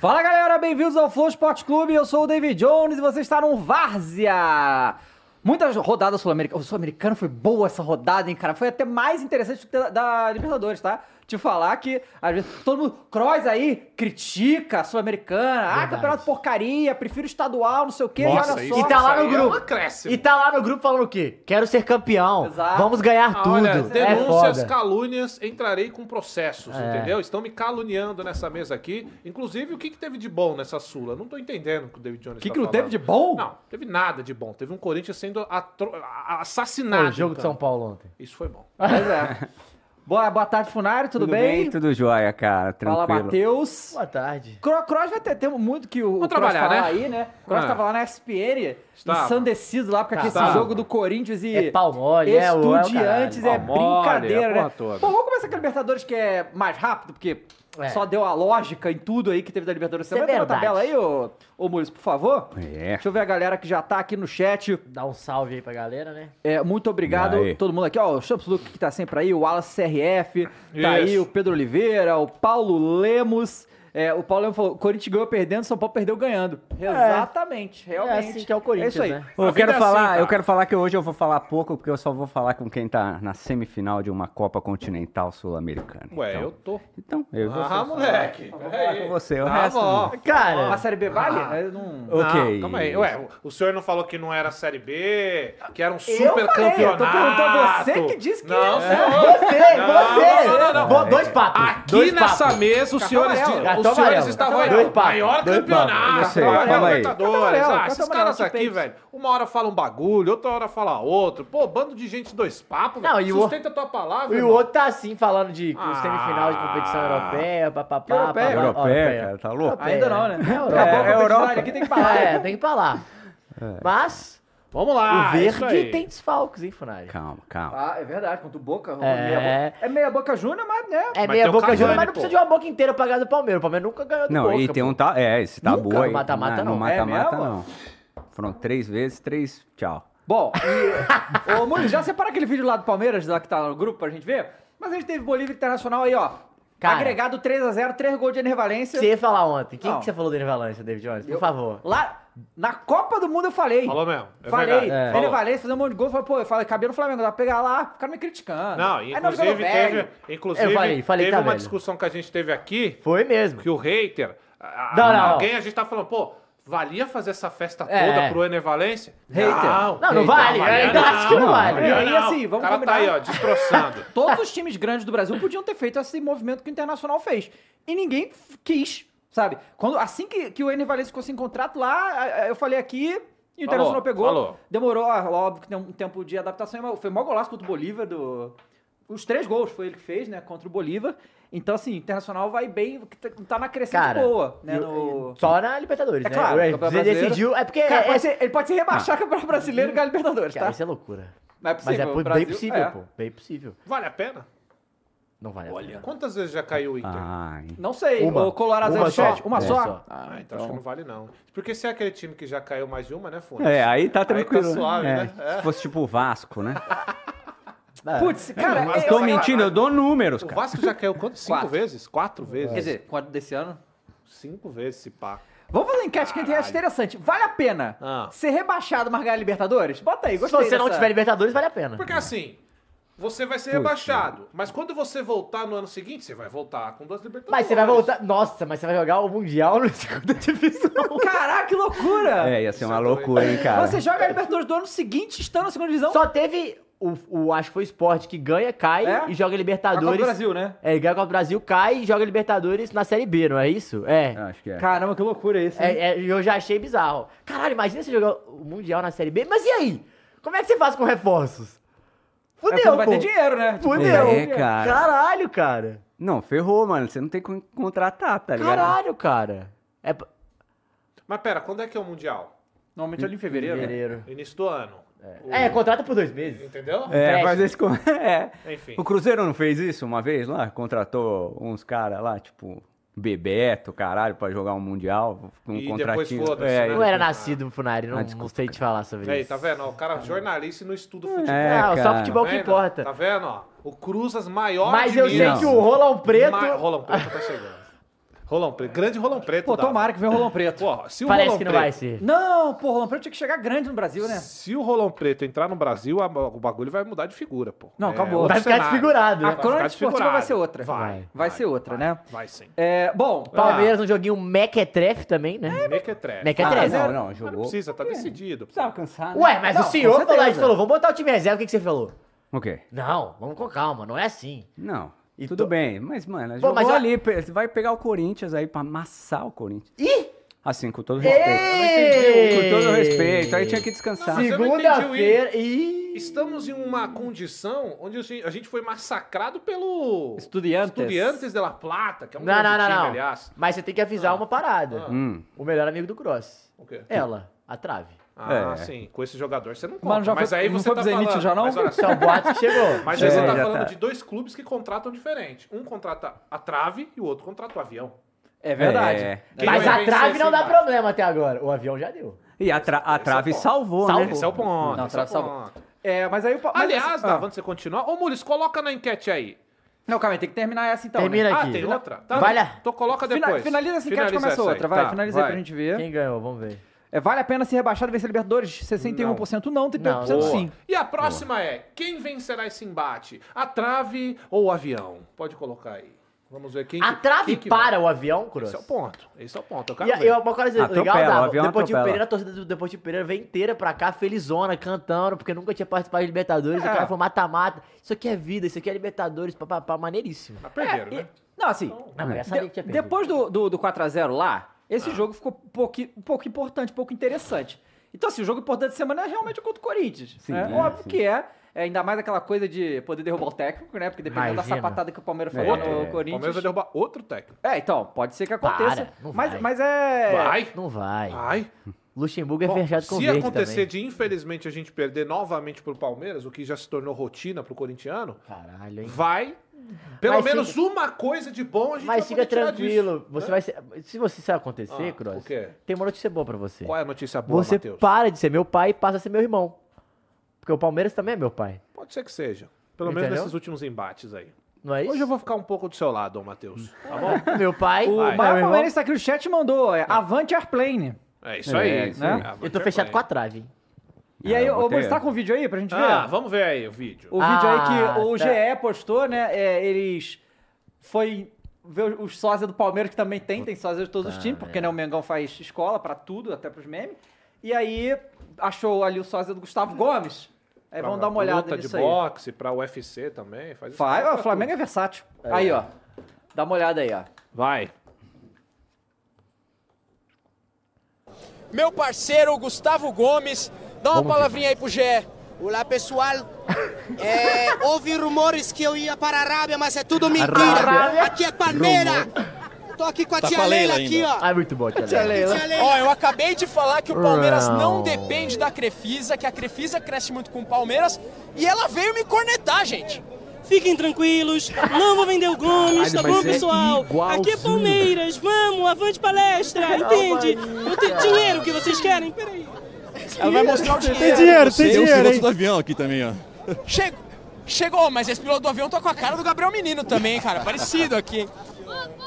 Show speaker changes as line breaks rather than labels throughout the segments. Fala galera, bem-vindos ao Flow Esporte Clube. Eu sou o David Jones e você está no Várzea. Muitas rodadas sul-americanas. O sul-americano foi boa essa rodada, hein, cara? Foi até mais interessante da, da Libertadores, tá? Te falar que, às vezes, todo mundo. Cross aí critica a Sul-Americana. Ah,
Verdade.
campeonato porcaria, prefiro estadual, não sei o quê.
Nossa,
olha
isso-
só.
E tá lá no
Isso aí é um
grupo.
acréscimo.
E tá lá no grupo falando o quê? Quero ser campeão.
Exato.
Vamos ganhar tudo.
Olha,
é
denúncias,
foda.
calúnias, entrarei com processos,
É.
entendeu? Estão me caluniando nessa mesa aqui. Inclusive, o que, que teve de bom nessa Sula? Não tô entendendo o que o David Jones
O que,
tá
que não
falando.
teve de bom?
Não, teve nada de bom. Teve um Corinthians sendo atro- a- a-
Pô,
assassinado.
o jogo de
então.
São Paulo ontem.
Isso foi bom.
Pois é. boa, boa tarde, Funari, tudo, bem?
Tudo jóia, cara. Tranquilo.
Fala, Matheus.
Boa tarde.
Cro- Cross vai ter tempo muito que o
Vamos
Cross
trabalhar,
falar
né?
aí, né? Cross
Ah.
tava lá na SPN,
Estava.
ensandecido lá, porque
Tá.
aqui esse
Estava.
jogo do Corinthians e
É pau mole, é o- é o
estudiantes é,
caralho. Pau mole,
brincadeira,
é a porra
né?
toda.
Bom, vamos começar com a Libertadores, que é mais rápido, porque
É.
só deu a lógica em tudo aí que teve da Libertadores. Você
Isso é
vai ter uma
verdade.
tabela aí, ô, ô Muris, por favor?
É.
Deixa eu ver a galera que já tá aqui no chat.
Dá um salve aí pra galera, né?
É, muito obrigado
Aí.
todo mundo aqui, ó. O Champs Luke que tá sempre aí, o Wallace CRF, tá
Isso.
aí o Pedro Oliveira, o Paulo Lemos. É, o Paulo Lemos falou: Corinthians ganhou perdendo, São Paulo perdeu ganhando. Exatamente, realmente.
assim que é o Corinthians,
isso aí.
né?
Ô,
A
Eu
vida
quero,
é
falar,
assim, cara.
eu quero falar que hoje eu vou falar pouco, porque eu só vou falar com quem tá na semifinal de uma Copa Continental Sul-Americana.
Ué,
então,
eu tô.
Então, eu e você.
Ah, moleque.
falar com você, o resto
bom.
A
Cara, Ah.
Série B vale? É, Eu não-
Não,
Ok.
Ah, calma aí. Ué, o- o senhor não falou que não era Série B, que era um
Eu
super
falei, eu
campeonato.
tô perguntando a você que disse que era.
não, senhor.
você,
Não,
você!
não, não, não.
Bo- Dois papos.
Aqui
dois
nessa
papos.
mesa, os senhores,
amarelo,
di-
cartão
os senhores
amarelo,
estavam
cartão
aí.
amarelo.
Maior
Dois
campeonato,
papos, eu sei,
maior
calma aí.
Cartão
Libertadores.
amarelo,
Ah,
cartão
esses
amarelo,
caras
que
aqui,
peixe.
velho, uma hora fala um bagulho, outra hora fala outro. Pô, bando de gente dois papos,
Não,
velho.
e o-
Sustenta a tua palavra.
E o
irmão.
outro tá assim, falando de
Ah.
semifinal de competição europeia, papapá.
Europeia?
papapá,
Europeia, cara, tá louco?
Ainda não, né?
É
Acabou a
Europa.
competição,
Europa.
Aqui tem que falar.
É, tem que falar.
É.
Mas,
Vamos lá. é
o
Ah, isso
verde
aí.
tem desfalques, hein, Funari?
Calma, calma.
Ah, é verdade, contra o Boca.
É.
meia boca. é meia boca Júnior, mas né?
É
Mas tem
meia
o
boca
Cavani,
junto, mas não
pô.
precisa de uma boca inteira pra ganhar do Palmeiras. O Palmeiras nunca ganhou do
Não,
Boca.
e tem
pô.
um tá, é, esse tá
Nunca,
boa aí.
no mata-mata
Na-
não.
No
É
mata-mata
mesmo?
não. Foram três vezes, três, tchau.
Bom, e, ô Muniz, já separa aquele vídeo lá do Palmeiras, lá que tá no grupo pra gente ver? Mas a gente teve Bolívia Internacional aí, ó.
Cara.
agregado 3x0, 3 gols de Enervalência.
Você ia falar ontem. Quem
Não.
que você falou do Enervalência, David Jones? Por
Eu-
favor.
Lá na Copa do Mundo eu falei.
Falou mesmo. É
falei.
verdade.
Ele
Falou.
valeu, fez um monte de gol. Falei, pô, eu falei, cabia no Flamengo, dá pra pegar lá, ficaram me criticando.
Não,
Aí nós
inclusive
jogamos
teve,
velho.
inclusive,
Eu falei, falei
teve
tá
uma
velho.
discussão que a gente teve aqui,
Foi mesmo.
que o hater, a- a-
Não, não,
alguém, a gente tá falando, pô, valia fazer essa festa
É.
toda pro Ener Valência?
Hater.
Não,
Não, não
Então,
vale. Eu
Mariana,
ainda acho que não
não,
vale.
Mariana.
Não,
E aí,
não.
assim, vamos
O cara
combinar.
tá aí, ó, destroçando.
Todos os times grandes do Brasil podiam ter feito esse movimento que o Internacional fez. E ninguém f- quis, sabe? Quando, assim que, que o Ener Valencia ficou sem contrato lá, a- a- eu falei aqui. E o
Falou,
Internacional pegou.
falou.
Demorou, ó, óbvio que tem um tempo de adaptação. mas Foi o maior golaço contra o Bolívar. Do... Os três gols foi ele que fez, né? Contra o Bolívar. Então, assim, o Internacional vai bem. que tá- Tá na crescente
Cara,
boa, né?
eu-
no-
Só na Libertadores,
É
né?
claro,
Ué,
Campeonato
Você
Brasileiro.
decidiu. É porque.
Cara,
é,
pode
é-
ser- ele pode se rebaixar que para brasileiro e ganhar Libertadores,
Cara,
tá?
isso é loucura.
Mas é
Mas é
possível.
po-
o
bem
Brasil-
possível,
é.
pô. Bem possível.
Vale a pena?
Não vale a
Olha,
pena.
quantas vezes já caiu o Inter?
Ah,
Ai.
Não sei,
Uma.
o Colorado
Uma
é
só.
chat. Uma
Uma
só?
só.
Ah,
então, acho que não vale não. Porque se é aquele time que já caiu mais de uma, né, Funes?
É, aí tá tranquilo. né?
suave,
É,
né? É.
Se fosse tipo o Vasco, né?
É.
Putz, cara,
Mas
eu-
Tô
vai-
mentindo, eu dou números,
O
cara.
Vasco já caiu quanto? Cinco
Quatro.
vezes?
É.
Quatro vezes?
Quer dizer, com a desse ano?
Cinco vezes esse pá.
Vamos fazer uma enquete que eu acho interessante. Vale a pena
Ah.
ser rebaixado, mas ganhar Libertadores? Bota aí,
É. Se
gostei
você não
dessa-
tiver Libertadores, vale a pena.
Porque assim, você vai ser rebaixado, mas quando você voltar no ano seguinte, você vai voltar com duas Libertadores.
Mas
é
você vai voltar. Nossa, mas você vai jogar o Mundial na segunda divisão.
Caraca, que loucura!
É, ia ser
Isso é
uma
doido.
loucura, hein, cara.
Você joga a Libertadores do ano seguinte, estando na segunda divisão?
Só teve o, o- acho que foi o esporte que ganha, cai
É?
e joga
a Copa do
Libertadores.
Brasil, né?
É, ganha a Copa do Brasil, cai e joga Libertadores na Série B, não é isso?
Eu
É.
Acho que é.
Caramba, que loucura isso. hein?
É, é, eu já achei bizarro. Caralho, imagina você jogar o Mundial na Série B. Mas e aí? Como é que você faz com reforços?
É porque
Fudeu,
não vai
pô.
ter dinheiro, né? Tipo,
Fudeu.
É, cara.
Caralho, cara.
Não, ferrou, mano. Você não tem como contratar, tá ligado?
Caralho, cara. É p-
Mas pera, quando é que é o Mundial?
Normalmente ali em fevereiro. né?
fevereiro.
Início do ano. O-
É, contrata por dois meses.
Entendeu?
É,
Empréstimo.
faz esse. com- É.
Enfim.
O Cruzeiro não fez isso uma vez lá? Contratou uns caras lá, tipo, Bebeto, caralho, pra jogar um Mundial. Com um
E depois
contratinho.
foda-se,
é,
né?
Não era nascido, um Funari. Não,
Ah,
não
desculpa,
sei te falar sobre
Aí,
isso.
tá vendo? ó, O cara é jornalista e não estuda o futebol.
É,
ah, só
cara.
futebol
tá
que
vendo?
importa.
Tá vendo? ó? O Cruzas maior
Mas
de
eu sei
Minas.
que o Rolão Preto.
Ma... Rolão Preto tá chegando. Rolão preto. Grande rolão preto.
Pô,
dava.
tomara que venha o Rolão Preto.
Pô, se o
Parece
rolão
que não
preto,
vai ser.
Não, pô, o Rolão Preto tinha que chegar grande no Brasil, né?
Se o rolão preto entrar no Brasil, a- o bagulho vai mudar de figura, pô. É
Não, acabou.
outro
Vai ficar
cenário.
desfigurado,
A
né?
crônica
ficar
esportiva
desfigurado.
vai ser outra.
Vai.
Vai,
vai,
ser outra,
vai,
né?
Vai sim.
É, bom,
Ah.
Palmeiras, um joguinho mequetrefe também, né?
É,
Mequetrefe.
Mequetrefe.
Ah,
três, né?
não, não,
Mas não
jogou.
precisa, tá decidido.
Precisava cansar, né?
Ué, mas
Não,
o
com
senhor falou, a gente
certeza.
falou, vamos botar o time reserva, o que, que você falou?
O quê?
Não, vamos com calma, não é assim.
Não.
E
tudo
to-
bem, mas, mano,
Pô,
jogou
mas eu-
ali, pe- você vai pegar o Corinthians aí pra amassar o Corinthians.
Ih!
Assim, com todo
Ei!
respeito. Com todo respeito, aí tinha que descansar.
Não, mas eu não
Segunda-feira tá- e.
Estamos em uma condição onde a gente- a gente foi massacrado pelo...
Estudiantes.
Estudiantes de La Plata, que é um
Não,
grande
não, não,
time,
não.
aliás.
Mas você tem que avisar uma parada.
Ah.
Hum.
O melhor amigo do Cross.
O quê?
É.
Ela, a trave.
Ah,
É.
sim. Com esse jogador você não conta.
Mano, já
mas
foi-
aí
não
você
foi
tá
pro Zenit
falando...
já, não?
Mas, olha
Então,
só,
o boato que chegou.
mas
É,
aí você tá
já
falando
tá.
de dois clubes que contratam diferente. Um contrata a trave e o outro contrata o avião.
é verdade.
É.
É
Mas
verdade.
vai
a
vencer
trave
esse
não dá
embate?
problema até agora. O avião já deu.
E a, tra- a
Esse é
trave
bom.
salvou, né?
Esse é o ponto.
Não,
esse é o
trave salvou.
ponto.
É, mas aí... o pa- mas
Aliás,
assim-
Davan,
ah.
antes de você continuar. Ô, Mules, coloca na enquete aí.
Não, calma aí, tem que terminar essa então,
Termina
né?
aí.
Ah,
Aqui.
tem
Fina-
outra? Tá,
Vai
não.
lá.
Então coloca
Fina-
depois.
Finaliza essa enquete e
Finaliza
começa
essa aí.
outra. Vai,
Tá,
finaliza aí pra gente ver.
Quem ganhou? Vamos ver.
É, vale a pena ser rebaixado e vencer Libertadores? 61% não, 38%
Não.
Boa.
sim.
E a próxima é: quem vencerá esse embate? A trave ou o avião? Pode colocar aí. Vamos ver quem.
A
que-
trave
quem que
para
vai.
o avião, Cruz.
Esse é o ponto. Esse é o ponto. Eu quero
E a-
ver.
e uma coisa assim, legal,
Atropela,
Dava,
o avião
Deportivo
atropela.
Pereira, a torcida do Deportivo Pereira veio inteira pra cá, felizona, cantando, porque nunca tinha participado de Libertadores,
É.
o cara falou mata-mata, isso aqui é vida, isso aqui é Libertadores, papapá, maneiríssimo.
Mas perderam,
É,
E-
né?
não, assim,
Não, mas eu sabia que
de-
tinha perdido.
depois do, do, do 4x0 lá, esse
Ah.
jogo ficou pouco, pouco importante, um pouco interessante. Então, assim, o jogo importante da semana é realmente contra o Corinthians.
Sim,
né?
é,
Óbvio
sim.
que é. É, Ainda mais aquela coisa de poder derrubar o técnico, né? Porque dependendo
Imagina.
da sapatada que o Palmeiras foi
É,
no
é.
o
O Palmeiras vai
Corinthians.
derrubar outro técnico.
É, então, pode ser que aconteça.
Para, não
mas,
vai.
mas é.
Vai.
Não vai.
Vai.
Luxemburgo é
Bom,
fechado com o
se
verde
acontecer
também.
de, infelizmente, a gente perder novamente pro Palmeiras, o que já se tornou rotina pro corintiano,
Caralho, hein?
vai. Pelo
Mas
menos
fica-
uma coisa de bom a gente
Mas
vai
fica
poder tirar
tranquilo,
disso,
você
né?
vai ser... Se você se acontecer,
Ah,
Cruz,
o quê?
tem uma notícia boa pra você.
Qual é a notícia boa,
você
Matheus?
para de ser meu pai e passa a ser meu irmão. Porque o Palmeiras também é meu pai,
Pode ser que seja. Pelo menos
Entendeu?
nesses últimos embates aí.
não é isso?
Hoje eu vou ficar um pouco do seu lado, ô
Hum.
Matheus. Tá bom?
Meu pai, é
O
Vai.
meu
maior
irmão,
Palmeiras tá aqui no chat e mandou:
Tá.
é, Avante Airplane.
É isso
É,
aí,
é isso
né?
aí.
Ah, vamos
eu tô
ver
fechado
aí.
com a trave, hein?
E
Ah,
aí,
eu
ô,
botei-
você tá com o vídeo aí pra gente ver?
Ah, vamos ver aí o vídeo.
O
Ah,
vídeo aí que o
tá.
GE postou, né? é, eles foi ver os sósia do Palmeiras, que também tem, tem sósia de todos os times, porque né, o Mengão faz escola pra tudo, até pros memes. E aí achou ali o sósia do Gustavo Gomes. Aí
Pra
vamos dar uma olhada
luta de
nisso aí.
boxe, pra UFC também. Faz isso
Vai,
pra
ó, o Flamengo é versátil. Aí, ó. Dá uma olhada aí, ó.
tudo. Vai.
meu parceiro Gustavo Gomes. Dá uma palavrinha aí pro Gé.
Olá pessoal, É, houve rumores que eu ia para a Arábia, mas é tudo
Arábia.
mentira. Aqui é Palmeira. Tô aqui com a
Tá
tia
com a Leila
Leila aqui,
ainda.
ó.
Ah, muito bom, Tia Leila.
Tia Leila.
Ó, eu acabei de falar que o Palmeiras
Não.
não depende da Crefisa, que a Crefisa cresce muito com o Palmeiras e ela veio me cornetar, gente.
Fiquem tranquilos, não vou vender o Gomes, tá bom, pessoal? Aqui é Palmeiras, vamos, avante palestra, entende? Não tem dinheiro que vocês querem? Peraí.
Ela vai mostrar o dinheiro.
tem dinheiro, Tem um piloto do avião aqui também, ó.
Chegou, chegou, mas esse piloto do avião tá com a cara do Gabriel Menino também, hein, cara. Parecido aqui. hein?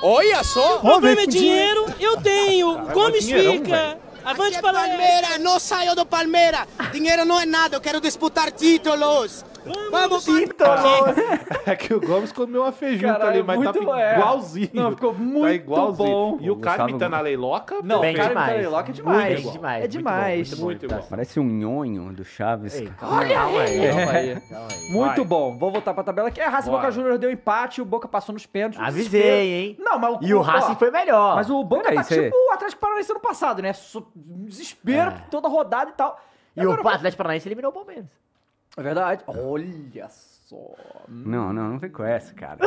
Olha só.
O problema é dinheiro, eu tenho, Gomes
dinheirão,
fica,
Aqui
avante
é
palestra.
Palmeira, não saio do Palmeira. Dinheiro não é nada, eu quero disputar títulos. Vamos, então.
Títulos.
É que o Gomes comeu uma feijuca
Caralho,
ali, mas tá
muito bom, é.
igualzinho.
Não, ficou muito
tá igualzinho.
bom.
E o
Gustavo
cara imitando
Gomes.
a Leiloca?
Não,
Bem
o cara
demais.
do Telelock é demais.
Bem demais,
É demais.
muito
Muito igual.
Parece um nhonho do Chaves.
Ei,
cara.
Olha aí! Calma aí,
Muito
Vai.
bom. Vou voltar pra tabela aqui. É, Racing e Boca
Bora.
Juniors deu empate, o Boca passou nos pênaltis. no
Avisei,
desespero.
hein?
Não, mas
E o
ó,
Racing foi melhor.
Mas o Boca
Peraí,
tá
cê-
tipo o Atlético Paranaense ano passado, né? Su- Desespero,
É.
toda rodada e tal.
E
Agora
o Atlético Paranaense eliminou o Palmeiras.
É verdade. Olha só.
Não, não, não vem com essa, cara.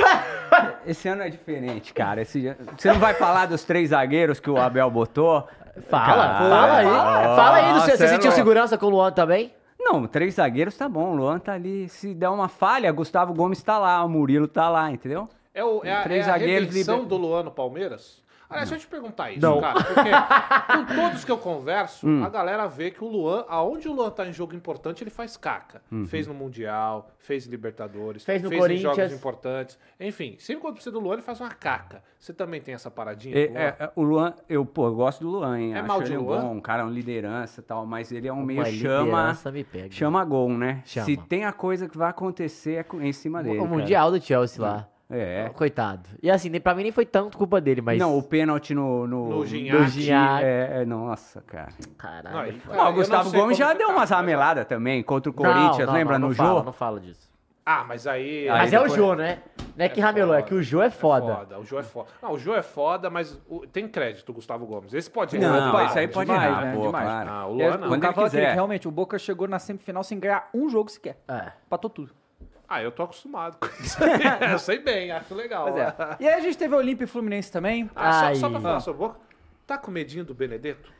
Esse ano é diferente, cara. Esse... Você não vai falar dos três zagueiros que o Abel botou?
Fala,
Cara,
fala aí.
fala.
Fala aí do seu. Você
Nossa,
sentiu
é
segurança com o Luan também?
Não, três zagueiros tá bom. O Luan tá ali. Se der uma falha, Gustavo Gomes tá lá, o Murilo tá lá, entendeu?
É, o, é a,
Três
é a
zagueiros
redenção
liber-
do Luan no Palmeiras? Aliás, deixa eu te perguntar isso, cara. Porque com todos que eu converso,
Hum.
a galera vê que o Luan, aonde o Luan tá em jogo importante, ele faz caca. Fez no Mundial, fez em Libertadores,
Uhum. Fez no
em jogos
Corinthians.
importantes. Enfim, sempre quando precisa do Luan, ele faz uma caca. Você também tem essa paradinha?
É,
com o Luan?
né?
é, é, o Luan, eu, pô, eu gosto do Luan, hein?
É
Acho
mal de
ele
Luan?
bom, um cara, um liderança e tal, mas ele é um meio
Uma
chama.
liderança me pega.
Chama gol, né?
Chama.
Se tem a coisa que vai acontecer é com- em cima dele.
o
cara.
Mundial um do Chelsea lá.
É.
Coitado. E assim, nem- pra mim nem foi tanto culpa dele, mas.
Não, o pênalti no. No,
No Gignac.
no
Do Gignac.
É, é, nossa, cara.
Caralho.
Não, aí, cara,
Ah, Não,
eu
o Gustavo
sei
Gomes
como
já
que
deu
tá.
umas rameladas também contra o Corinthians,
não, não,
lembra?
não
no
fala,
jogo?
Não fala disso.
Ah, mas aí.
Mas
aí
é o
depois-
Jô, né? Não é que ramelou, é que o Jô é foda.
O Jô é foda. Não, o Jô é foda, mas o- tem crédito, o Gustavo Gomes. Esse pode
Não,
Opa,
isso aí pode
demais,
errar,
né?
pô,
Demais.
claro.
Ah, o Luan não.
o
É, Quando ele
Cavalo
quiser.
realmente, o Boca chegou na semifinal sem ganhar um jogo sequer.
É.
Patou tudo.
Ah, eu tô acostumado com isso aí. eu sei bem, acho legal.
Pois é. E aí a gente teve o Olímpia e Fluminense também.
Ah, só, só
Ai.
pra falar sobre o Boca, tá com medinho do Benedetto?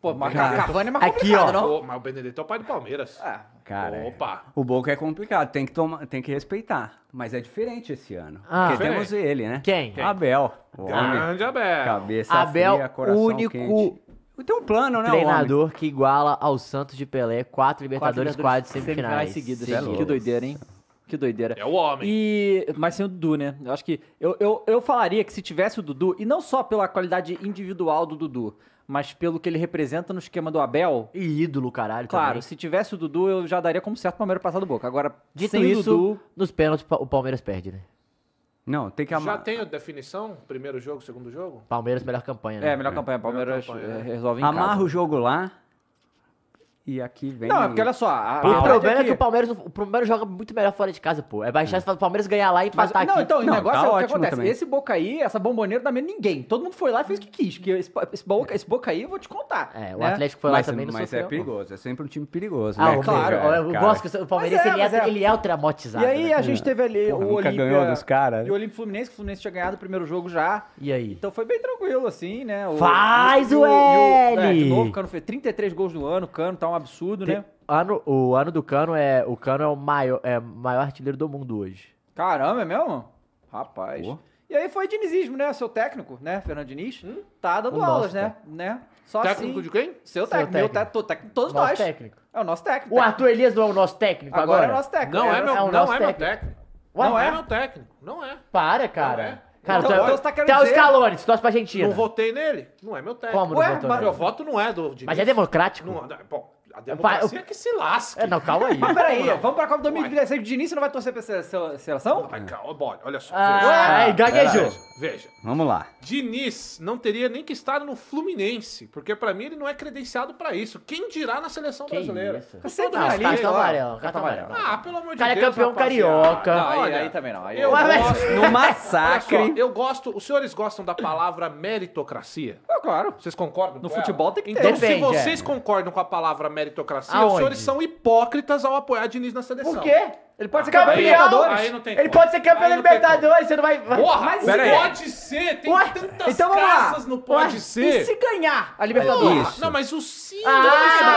Pô, mas
Cara,
Cavani é mais
aqui,
complicado,
ó.
não?
Pô, mas o Benedetto é o pai do Palmeiras.
Ah,
Cara, é.
Opa.
o Boca é complicado, tem que, tomar, tem que respeitar. Mas é diferente esse ano.
Ah.
porque
Diferente. Ah.
temos ele, né?
Quem? Quem?
Abel. O homem.
Grande Abel.
Cabeça
Abel,
fria, coração
único
quente. Tem um plano, né, o homem?
Treinador que iguala ao Santos de Pelé, quatro Libertadores, quatro semifinais.
seguidas. né,
Seguidas.
Que doideira, hein? Que doideira.
É o homem.
E, mas sem o Dudu, né? Eu acho que. Eu, eu, eu falaria que se tivesse o Dudu, e não só pela qualidade individual do Dudu, mas pelo que ele representa no esquema do Abel.
E ídolo, caralho.
Claro,
também.
se tivesse o Dudu, eu já daria como certo o Palmeiras passar do Boca. Agora,
Dito
sem
isso,
o Dudu.
nos pênaltis pa- o Palmeiras perde, né?
Não, tem que
Já
amar.
tem a definição? Primeiro jogo, segundo jogo?
Palmeiras, melhor campanha, né?
É, melhor campanha. Palmeiras
Melhor
eh,
é.
campanha, né?
resolve em
Amarra
casa.
o jogo lá e aqui vem.
Não, é porque olha só. A, a
O
verdade
problema é que
que-
o Palmeiras, não- o Palmeiras joga muito melhor fora de casa, pô. É baixar se o Palmeiras ganhar lá e
Mas,
empatar
não,
aqui.
então, o
Não,
negócio
tá
é o que
ótimo
acontece.
também.
Esse Boca aí, essa bomboneira não dá medo a ninguém. Todo mundo foi lá e fez o que quis. Porque esse, esse boca, esse Boca aí, eu vou te contar.
É, o
né?
Atlético foi
mas
lá também não
mas é
sofreu.
perigoso, é sempre um time perigoso.
Ah,
né,
o
claro,
claro,
cara?
eu
Cara,
gosto que o Palmeiras
Mas é,
ele, é,
mas é.
ele é traumatizado.
E aí
né?
a gente teve ali
Porra,
o
nunca
Olímpia
ganhou dos caras, né?
e o Olímpia e Fluminense, que o Fluminense tinha ganhado o primeiro jogo já.
E aí?
Então foi bem tranquilo, assim, né? O-
Faz
e
o
e é, de
L!
novo, o Cano fez 33 gols no ano, o Cano tá um absurdo,
Tem-
né?
ano, o ano do Cano é. O Cano é o maior, é, o maior artilheiro do mundo hoje.
Caramba, é mesmo? Rapaz.
Pô.
E aí foi dinizismo, né? Seu técnico, né, Fernando Diniz? Tá dando
Hum? O nosso
aulas, né? né? Só
Técnico
assim...
de quem?
Seu
Seu
técnico, meu
técnico.
técnico, tô técnico, todos
Nosso
nós.
técnico.
É o nosso técnico.
O Arthur Elias não é o nosso técnico
Agora,
agora?
é o nosso técnico.
Não é, meu,
é o
não
nosso
é meu
técnico.
técnico.
Ué?
Não é meu técnico. Não é.
Para, cara.
Não é.
Cara,
Então,
tu é-
então você tá querendo
tu é o
dizer-
Scaloni, tu torce pra Argentina.
Não votei nele? Não é meu técnico.
Como não
Ué,
votou
mas-
Meu
nele?
voto não é do Diniz.
Mas é democrático?
Não, não, bom, a democracia que se lasque.
É, não, calma aí.
Mas peraí, vamos pra Copa 2016 de início, não vai torcer pra se- se- seleção?
Ai, calma, bora, olha só.
Ah, aí, gaguejou.
veja, veja.
Vamos lá.
Diniz não teria nem que estar no Fluminense, porque pra mim ele não é credenciado pra isso. Quem dirá na seleção
Que
brasileira?
isso?
Você é
Não,
finalista,
cartão
ó. Tá
amarelo, cartão amarelo.
Ah, pelo amor de
Cara, é
Deus.
campeão carioca. tá
Não, aí,
Olha,
aí também não. Aí eu...
eu
Ué,
gosto.
No
Olha só,
massacre.
eu gosto. Os senhores gostam da palavra meritocracia?
Ah, claro.
Vocês concordam?
No
com
futebol
ela?
tem que ter.
Então, se
Depende,
vocês
é.
concordam com a palavra meritocracia, os
Aonde?
senhores são hipócritas ao apoiar Diniz na seleção.
Por quê? Ah.
Ele pode ser
Campeão!
campeão da Libertadores.
Aí não tem
Ele
como.
pode ser campeão
Aí
da
não tem
Libertadores, você não vai. vai-
Porra,
Mas
mas
é.
pera aí.
pode ser, tem
Ué,
tantas
então vamos lá.
casas no pode
Ué,
ser.
E se ganhar a Libertadores?
Porra, Não, mas o se
Ah!
não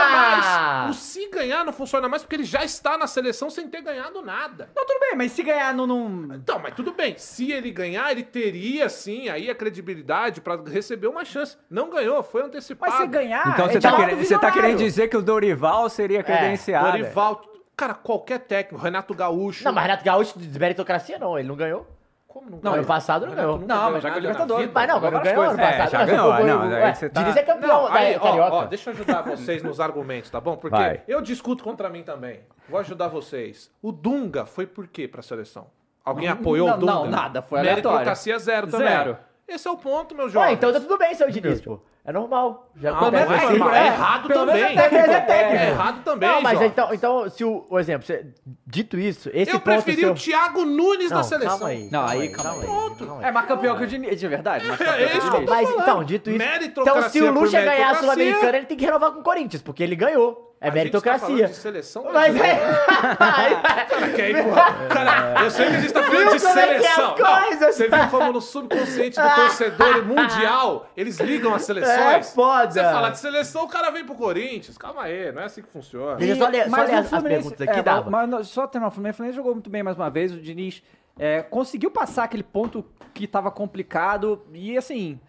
funciona mais. O se ganhar não funciona mais porque ele já está na seleção sem ter ganhado nada.
Não, tudo bem, mas se ganhar num... num...
Então, mas tudo bem. Se ele ganhar, ele teria sim aí a credibilidade pra receber uma chance. Não ganhou, foi antecipado.
Mas se ganhar...
Ah,
então
é
você tá,
igual
querendo,
do
você tá
Visionário.
querendo dizer que o Dorival
É,
seria credenciado?
Dorival, cara, qualquer técnico, Renato Gaúcho.
Não, mas Renato Gaúcho de meritocracia não, ele não ganhou.
como não,
Não, ano passado não ganhou.
Não, mas já ganhou Libertadores.
Mas não,
Agora
agora
as
ganhou ano
coisas-
é,
passado.
já
Mas
ganhou,
jogou-
não,
ué,
aí você tá-
Diniz é campeão
Não,
da
aí, ó,
Carioca.
ó, deixa eu ajudar vocês nos argumentos, tá bom? Porque
Vai.
eu discuto contra mim também. Vou ajudar vocês. O Dunga foi por quê pra seleção? Alguém apoiou
não,
o Dunga?
não, nada, foi
Meritocracia zero também.
Zero.
Esse é o ponto, meu
Ué,
jovem.
então tá tudo bem, seu Diniz, pô. É normal. Já
Ah, mas
acontece.
é
é,
técnico,
é
é.
errado
Pelo menos
também.
é técnico, é técnico.
É errado também,
Não, mas
jovem.
então, então se o, o exemplo, você- dito isso, esse
Eu
ponto
preferi
seu...
o Thiago Nunes na
Não,
seleção.
Calma aí.
Não, aí, calma aí. É mais campeão que o Diniz, de verdade. mais campeão
É
que o
isso que eu
Diniz.
tô
Mas
falando.
então, dito isso. Então,
Meritocracia
se o
por
Lucha ganhar a
meritocracia.
Sul-Americana, ele tem que renovar com o Corinthians, porque ele ganhou. É
A gente tá falando
meritocracia.
de seleção é
Mas
brasileira.
é.
Cara, que aí, porra. Cara, eu sei que a gente tá falando de
Viu como é que é as
seleção. Não,
coisas?
você viu como no subconsciente do torcedor mundial eles ligam as
É
seleções?
foda.
Você fala de seleção, o cara vem pro Corinthians. Calma aí, não é assim que funciona.
Deixa eu só ler, só
Mas
ler
o
as, as
Fluminense-
perguntas aqui,
é,
dava.
Mas mas só terminar, o Fluminense, o Fluminense jogou muito bem mais uma vez, o Diniz é, conseguiu passar aquele ponto que tava complicado e assim...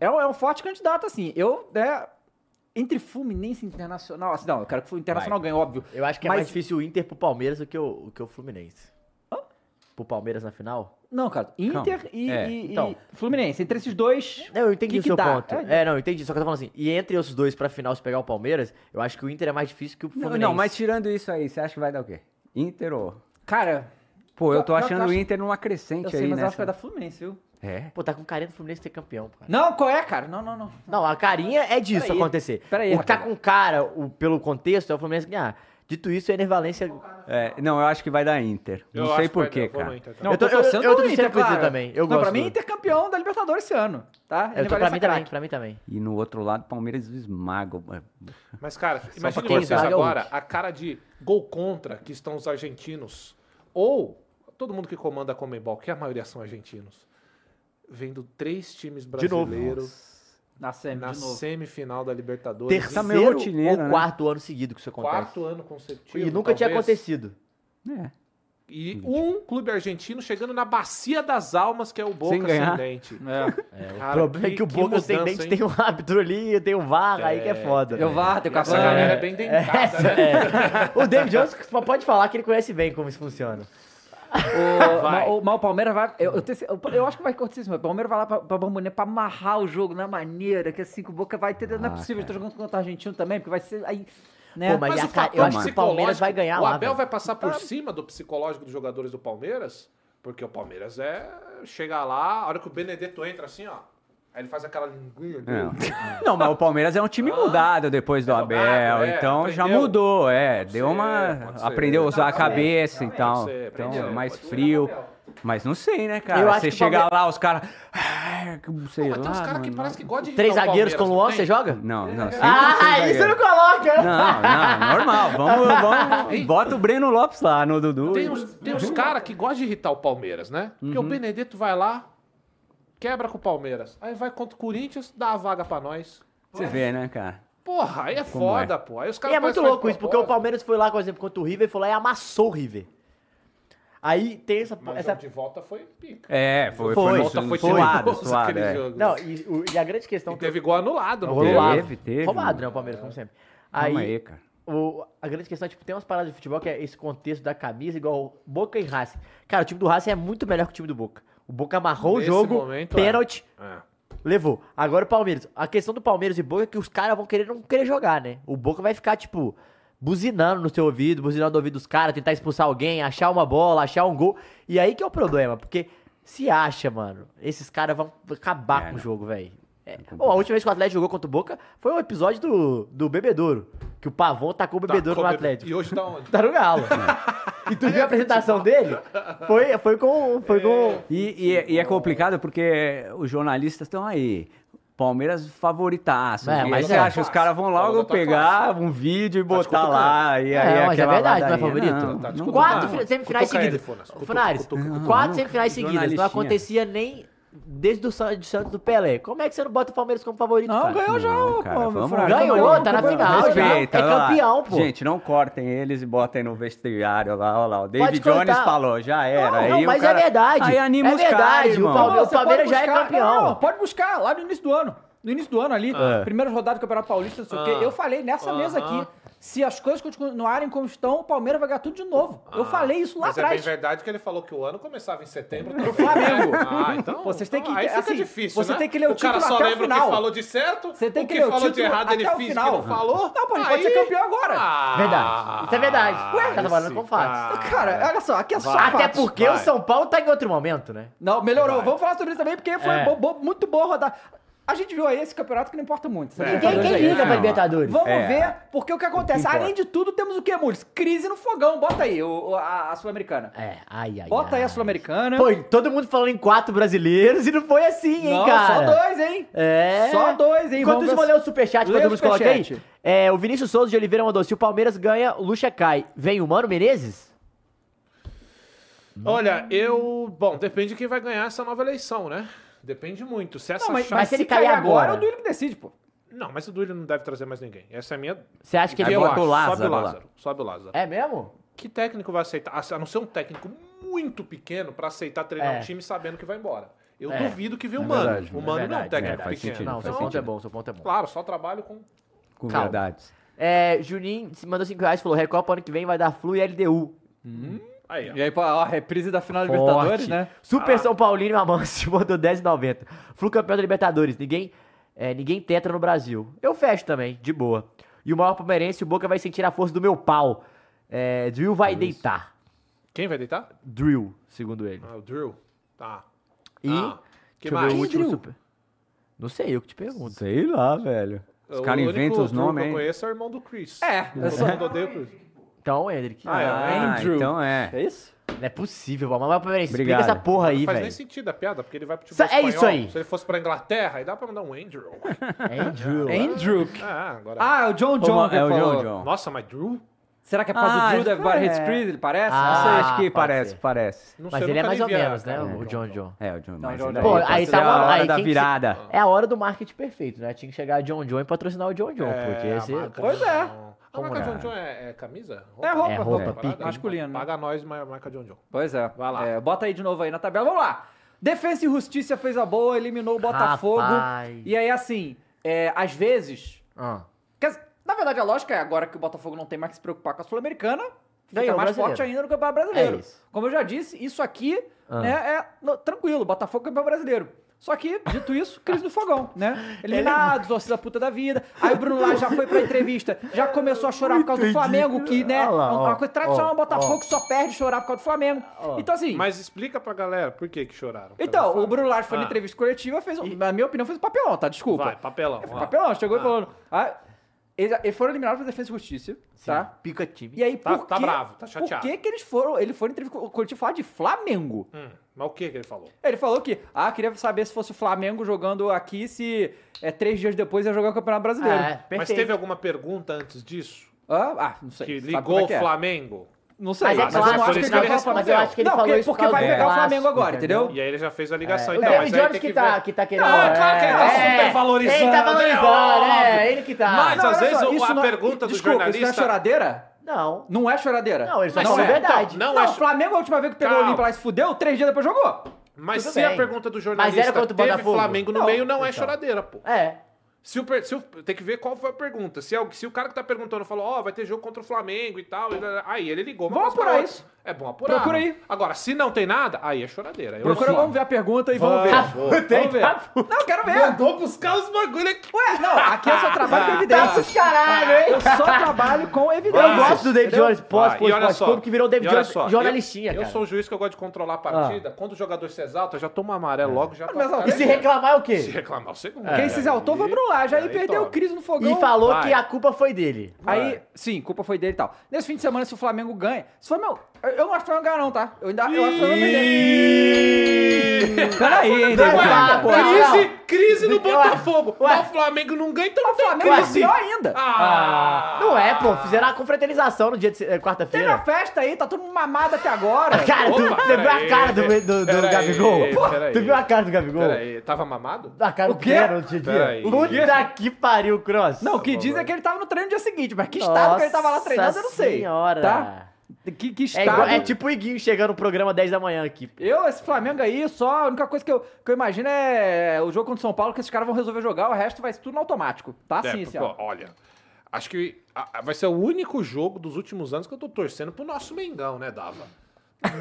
é um, é um forte candidato, assim. Eu, né, entre Fluminense e Internacional, assim, não, eu quero que o Internacional ganhe, óbvio.
Eu acho que é
Mas-
mais difícil o Inter pro Palmeiras do que o, do que o Fluminense. Pro Palmeiras na final?
Não, cara, Inter
Calma.
e,
É,
e-
então.
e Fluminense. Entre esses dois,
Não, eu entendi
Que
o
que
seu
dá?
ponto.
É.
É, não, eu entendi. Só que eu tô falando assim, e entre os dois pra final se pegar o Palmeiras, eu acho que o Inter é mais difícil que o
Não,
Fluminense.
não, mas tirando isso aí, você acha que vai dar o quê? Inter ou...
cara,
Pô, eu tô
Eu- eu
achando
acho-
o Inter numa crescente
eu sei,
aí,
mas
né?
eu acho que vai dar Fluminense, viu?
É?
Pô, tá com carinha do Fluminense ser campeão, cara.
Não, qual é, cara? Não, não, não.
Não, a carinha é disso
Peraí,
acontecer.
peraí,
o que tá
rapaz.
com cara, o, pelo contexto, é o Fluminense ganhar. Dito isso, a Enervalência...
É, Não, eu acho que vai dar Inter. Não
Eu
sei
acho que vai dar,
porquê,
vou no
cara.
Inter, tá?
Não,
Eu tô- eu-
torcendo
eu tô
pro
torcendo pro Inter também, eu
não, pra
gosto
mim,
do-
Inter é campeão da Libertadores esse ano, tá?
Eu
Ele
tô,
vai
pra
ser
mim também,
craque.
pra mim também.
E no outro lado, Palmeiras esmaga. o-
Mas, cara,
pra
imagine
quem
vocês
paga o
agora
Hulk.
a cara de gol contra que estão os argentinos. Ou todo mundo que comanda a Comembol, que a maioria são argentinos. Vendo três times
novo.
brasileiros
Na semi,
na
de novo.
semifinal da Libertadores.
Tá
em
meio
Terceiro
rotineiro,
ou
né?
quarto ano seguido que isso acontece.
Quarto ano consecutivo.
E nunca tinha
talvez.
acontecido.
É.
E um clube argentino chegando na bacia das almas, que é o
Sem
Boca
ganhar.
Ascendente.
É.
Cara,
o problema é que o Boca
mudança,
Ascendente
hein?
tem um árbitro ali, tem um VAR, aí que é foda.
Eu vá, teu
Essa
cavalo.
galera é bem dentada, né?
O David Jones pode falar que ele conhece bem como isso funciona.
Então,
O,
Vai.
ma- o, mas o Palmeiras vai. Eu, eu, tenho ce- eu- eu acho que vai cortar isso, mas o Palmeiras vai lá pra, pra Bamboné pra amarrar o jogo na maneira que assim que o Boca vai ter. não é
Ah,
possível, eu tô
cara.
jogando contra o argentino também, porque vai ser. Aí, né?
Pô, mas-
Mas
e
o
a ca- eu
fator
acho que o Palmeiras vai ganhar
psicológico,
lá,
O Abel
velho.
vai passar por cima do psicológico dos jogadores do Palmeiras, porque o Palmeiras é. Chega lá, a hora que o Benedetto entra assim, ó. Aí ele faz aquela linguinha
É.
Não.
dele.
Não, mas o Palmeiras é um time mudado depois do Abel,
mudado, Ah. é,
então já
aprendeu.
mudou, é,
Pode
deu
ser,
uma,
pode ser.
aprendeu a usar a cabeça e tal,
pode ser,
então
aprendeu,
é mais
pode ser.
frio, mas não sei, né,
Eu
cara,
acho
você
que o
chegar
Palmeiras-
lá, os caras, ah, sei
Pô, mas tem uns
lá,
caras que
mano.
parece que gostam de.
Três
irritar o
zagueiros com o
Palmeiras,
Luan, você
não tem?
joga?
não, não, sempre tem
Ah,
zagueiro.
isso não coloca!
não, não, normal, vamos, vamos, bota o Breno Lopes lá no Dudu,
Tem uns, tem uns caras que gostam de irritar o Palmeiras, né? Porque
Uhum.
o Benedetto vai lá, quebra com o Palmeiras. Aí vai contra o Corinthians, dá a vaga pra nós.
você vê, né, cara,
Porra, aí é foda, pô. Aí os
E
caras
é muito
parecem que
louco
faz
isso, porque o
propósito.
Palmeiras foi lá, por exemplo, contra o River e foi lá e amassou o River. Aí tem essa.
Mas é o
essa-
jogo de volta foi pica.
é, foi,
Foi,
foi,
Volta
foi,
foi
suado,
tenebroso
suado,
aquele
é.
jogo.
Não, e, o- e a grande questão.
E teve gol anulado, não
Rolou lá.
Teve, teve,
Roubado,
mano.
né? O Palmeiras, como sempre. Aí,
Calma aí, cara.
o- a grande questão é, tipo, tem umas paradas de futebol que é esse contexto da camisa, igual Boca e Racing. Cara, o time do Racing é muito melhor que o time do Boca. O Boca amarrou
Nesse
o jogo,
momento, é.
pênalti,
É.
Levou. Agora o Palmeiras. A questão do Palmeiras e Boca é que os caras vão querer não querer jogar, né? O Boca vai ficar, tipo, buzinando no seu ouvido, buzinando no ouvido dos caras, tentar expulsar alguém, achar uma bola, achar um gol. E aí que é o problema, porque se acha, mano, esses caras vão acabar
É,
com o
não.
jogo, velho. né? É. Bom, a última vez que o Atlético jogou contra o Boca foi um episódio do, do Bebedouro, que o Pavão tacou o Bebedouro
Tá,
no
come-
Atlético.
E hoje tá onde?
Tá no galo. e tu viu a apresentação dele? Foi, foi com... Foi com...
E, e- e é complicado porque os jornalistas estão aí. Palmeiras favoritaço.
É,
e aí
mas
você
é.
acha? Os caras vão
Falou
logo
da tua
pegar um vídeo e botar
cutucando.
lá. E aí
é, mas é
aquela
verdade, não é
ladainha.
favorito?
Não,
Tá te
não
cutucando.
Quatro
Não,
fi- semifinais
cutuca ele,
seguidas.
Funas. Cutuca,
Funares,
cutuca, cutuca.
quatro semifinais seguidas. Não
Jornalistinha.
acontecia nem desde o Santos, Santos do Pelé. Como é que você não bota o Palmeiras como favorito?
Não,
cara?
ganhou já
Não,
o
cara,
pô, meu
vamos-
Fraga.
Ganhou,
Calma aí,
tá na
calma aí.
final.
Respeita,
já. É
olha lá.
campeão, pô.
Gente, não cortem eles e botem no vestiário lá, olha lá. O David
cortar.
Jones falou, já era.
Não,
aí
não,
o
mas
cara-
é verdade.
Aí anima
É
os caras,
verdade, o
irmão.
Palmeiras-
Não, você
Palmeiras
pode
já é campeão.
Não, não, pode buscar lá no início do ano. No início do ano ali,
É.
primeira rodada do Campeonato Paulista, não sei o
Ah.
quê. Eu falei nessa mesa aqui, se as coisas continuarem como estão, o Palmeiras vai ganhar tudo de novo. eu falei isso lá
Mas é bem
atrás.
verdade que ele falou que o ano começava em setembro também.
Flamengo.
né? Ah, então.
Pô, vocês têm que-
então, Aí fica
assim,
difícil,
você
né?
tem que ler o
o cara
título
só
até o
lembra o
final.
que falou de certo,
Você tem
o
que
que,
ler o
falou de
título
errado ele
até o
fez,
final.
que não falou.
Não, pô, ele
aí... Ah.
pode ser campeão agora.
Verdade. Isso é verdade. Ué, tá trabalhando com fatos.
Cara, olha só, aqui é só
Até
fatos.
porque
vai.
o São Paulo tá em outro momento, né?
Não, melhorou. Vamos falar sobre isso também, porque foi
É.
bo- bo- muito boa rodada. A gente viu aí esse campeonato que não importa muito. essa
Quem,
Libertadores
quem
aí.
liga pra
Não.
Libertadores?
Vamos
É.
ver, porque o que acontece? Além de tudo, temos o que, Mules? Crise no fogão. Bota aí o- o- a, a Sul-Americana.
É, ai, ai.
Bota aí a
ai.
Sul-Americana.
Pô, e todo mundo falando em quatro brasileiros e não foi assim, hein,
Não,
cara?
só dois, hein?
É.
Só dois, hein?
Enquanto
Vamos
isso,
ver
vou
se-
ler o superchat que
Lê
eu
o
nos coloquei.
superchat.
É, o Vinícius Souza de Oliveira mandou: se o Palmeiras ganha, o Lucha cai. Vem o Mano Menezes?
Olha, eu. Bom, depende de quem vai ganhar essa nova eleição, né? Depende muito. Se essa
Não, mas,
chance-
mas
se
se
ele
cair
cair
agora,
agora.
é o Duílio que decide, pô.
Não, mas o Duílio não deve trazer mais ninguém. Essa é a minha.
Você acha que é
Aí
ele
eu
bota
acho.
o Lázaro
Sobe o
lá.
Lázaro. Sobe o Lázaro.
É mesmo?
Que técnico vai aceitar? A a não ser um técnico muito pequeno pra aceitar treinar
É.
um time sabendo que vai embora. Eu
É,
duvido que veio o Mano.
verdade,
o Mano
é
não é um
verdade,
técnico
é, faz
pequeno.
sentido.
Não, seu
Faz
ponto é
sentido.
bom, seu ponto é bom.
Claro, só trabalho com...
Com
Calma.
verdades.
É, Juninho se mandou 5 reais, falou: Recopa ano que vem vai dar Flu e LDU.
Aí, ó.
E aí, pô, ó, a reprise da final da
Forte.
Libertadores, né?
Super São Paulino e Amâncio mandou 10,90. Flu campeão da Libertadores. Ninguém, é, ninguém tetra no Brasil. Eu fecho também, de boa. E o maior palmeirense, o Boca vai sentir a força do meu pau. É, Drill vai deitar.
Quem vai deitar?
Drill, segundo ele.
Ah, o Drew. Tá.
E.
Ah, que
deixa eu ver
mais?
o último
Drill?
super. Não sei, eu que te pergunto.
Sei lá, velho. Os
É O
caras
único
inventam os
Drew
nomes,
que eu
hein?
conheço é o irmão do Chris.
É, eu
Todo mundo odeia o Chris.
Então, Hendrick.
Ah, é.
Ah,
Andrew.
então é.
É isso?
Não é possível, mano. Mas Palmeirense, explica
Obrigado.
essa porra aí,
Não faz nem
velho.
sentido a piada, porque ele vai pro
Sa-
futebol
é
espanhol.
isso aí.
Se ele fosse pra Inglaterra, aí dá pra mandar um Andrew.
É Drill.
Andrew.
ah, agora...
Ah, é o John John
Como-
que
é o
falou.
John John.
Nossa, mas Drew?
Será que é por causa
Ah,
do Drew da Everybody
é.
Hates Creed, ele parece?
Ah,
Não
Nossa,
sei.
acho
pode
que parece,
ser.
parece.
Não sei,
Mas
eu
ele é
nunca
mais
nem
ou
vi a- então.
menos, né? O John John.
É, o John. mas
John
ainda
John.
é,
Pô,
pode
aí
ser
tava-
a hora
aí
da
quem que se-
virada.
É a hora do marketing perfeito, né? Tinha que chegar a John John e patrocinar o John John, É, porque
a
esse...
marca
Pois
John
é.
John. A
Como
marca
não?
John John é, é camisa?
É roupa,
É
é
roupa,
roupa.
pica.
Masculino, né?
Paga nós, mas a marca John John.
Pois é.
Vai lá.
É, bota aí de novo aí na tabela. Vamos lá. Defesa e Justiça fez a boa, eliminou o Botafogo.
Rapaz.
E aí, assim, é, às vezes.
Ah.
quer dizer, na verdade, a lógica é agora que o Botafogo não tem mais que se preocupar com a Sul-Americana, fica
Ganhou é o
mais
brasileiro.
forte ainda no Campeonato Brasileiro.
É isso.
Como eu já disse, isso aqui
Ah.
né, é no- tranquilo, Botafogo é campeão brasileiro. Só que, dito isso, crise do fogão, né? Eliminados, vocês da puta da vida. Aí o Bruno Lage já foi pra entrevista, já começou a chorar por causa do Flamengo, que, né?
Ah lá,
é
ó,
uma coisa tradicional,
ó,
o Botafogo só perde chorar por causa do Flamengo. Então, assim.
Mas explica pra galera por que que choraram.
Então, o Bruno Lage foi na
Ah.
entrevista coletiva, fez, um- na minha opinião, fez um papelão, tá? Desculpa.
Vai, papelão.
Fez um
ó.
papelão, chegou e falando. ah, eles, eles foram eliminados pela Defesa e Justiça, tá?
Pica time.
E aí,
Tá-
por
tá
que-
bravo, tá
Por
chateado.
que que eles foram, ele foi na entrevista co- coletiva falar de Flamengo?
Hum, mas o que que ele falou?
Ele falou que, ah, queria saber se fosse o Flamengo jogando aqui, se é, três dias depois ia jogar o Campeonato Brasileiro.
É, perfeito.
Mas teve alguma pergunta antes disso?
Ah, ah, não sei.
Que
sabe como
ligou
é
o
que é.
Flamengo?
Não sei.
Mas é
mas
eu
clássico,
não acho
mas
que ele
eu
vai
acho-
falar
mas eu acho que ele
Não,
falou
porque-
isso por
porque vai
causa do
pegar o
clássico,
Flamengo agora, entendeu?
E aí ele já fez a ligação.
O
Então,
David
mas aí
Jones
tem
que,
que,
tá,
ver.
que tá querendo.
Não, é claro que ele tá super valorizando,
Ele tá valorizando,
né?
é, ele que tá.
Mas, às vezes, o- a
Ah, não é-
pergunta do
desculpa, Isso
jornalista-
não é choradeira?
Não.
Não é choradeira?
Não, ele só
não
falou
é.
a verdade.
Então, não,
Não,
é
o Flamengo, a última vez que pegou o
Calma.
Olímpia lá e se fudeu, três dias depois jogou.
Mas
Tudo
se
bem.
a pergunta do jornalista
era contra o
teve
Botafogo?
Flamengo no
Não,
meio, não é
então.
choradeira, pô.
É.
Se o, per- se o- tem que ver qual foi a pergunta. Se, é o, se o cara que tá perguntando falou, ó, vai ter jogo contra o Flamengo e tal. e lá- aí ele ligou. mas
Vamos
pra
apurar
outra.
isso.
É bom apurar.
Procura aí.
Agora, se não tem nada, aí é choradeira. Eu
Procura, vamos ver a pergunta e vamos ver. Vamos ver. Não, eu quero ver.
Mandou Ah, tá. buscar os bagulho aqui.
Ué, não, aqui eu só trabalho com
Passa
evidência.
os caralho, hein?
Eu só trabalho com evidência.
Eu gosto do David Jones pós
Ah, e olha
pós
só,
clube que virou o David
e olha
Jones
só,
jornalistinha,
eu,
cara. Ah.
Eu sou um juiz que eu gosto de controlar a partida. Quando o jogador se exalta, eu já tomo
É.
amarelo logo, já
Mas, ó,
E
eu-
se reclamar é o
um Se
quê?
reclamar, o segundo.
É.
Quem se exaltou foi o Bruno Lage, aí
aí
perdeu o
toma.
Cris no fogão.
E falou
Vai.
que a culpa foi dele.
Aí, sim, culpa foi dele e tal. Nesse fim de semana, se o Flamengo ganha. Se for meu. Eu eu não acho que o Flamengo ganhar, não, tá? Eu ainda. Eu acho que o Flamengo ganha. Peraí, hein,
Vai,
nego.
vai,
Pô,
vai.
Crise, crise no
Ué,
Botafogo.
ué.
Mas o Flamengo não ganha, então não
O Flamengo é pior ainda.
Ah,
Não é, pô. Fizeram a confraternização no dia de se- eh,
Tem uma
quarta-feira.
festa aí, tá todo mundo mamado até agora.
Cara, tu,
Opa,
você viu a
peraí,
cara do, do, do
peraí,
Gabigol? Pô,
peraí.
tu viu a cara do Gabigol?
Peraí, tava mamado?
A cara
O
do
quê?
Quero no dia
Peraí.
Puta que pariu, Cross.
Não, o que diz é que ele tava no treino no dia seguinte, mas que estado que ele tava lá treinando, eu não sei.
Senhora.
Tá? Que, que
É,
estado.
igual- é tipo o Iguinho chegando no programa 10 da manhã aqui.
Eu, esse Flamengo aí, só a única coisa que eu, que eu imagino é o jogo contra o São Paulo, que esses caras vão resolver jogar, o resto vai ser tudo no automático. Tá
É,
assim,
pô,
assim, ó.
olha, acho que a- a- vai ser o único jogo dos últimos anos que eu tô torcendo pro nosso Mengão, né, Dava?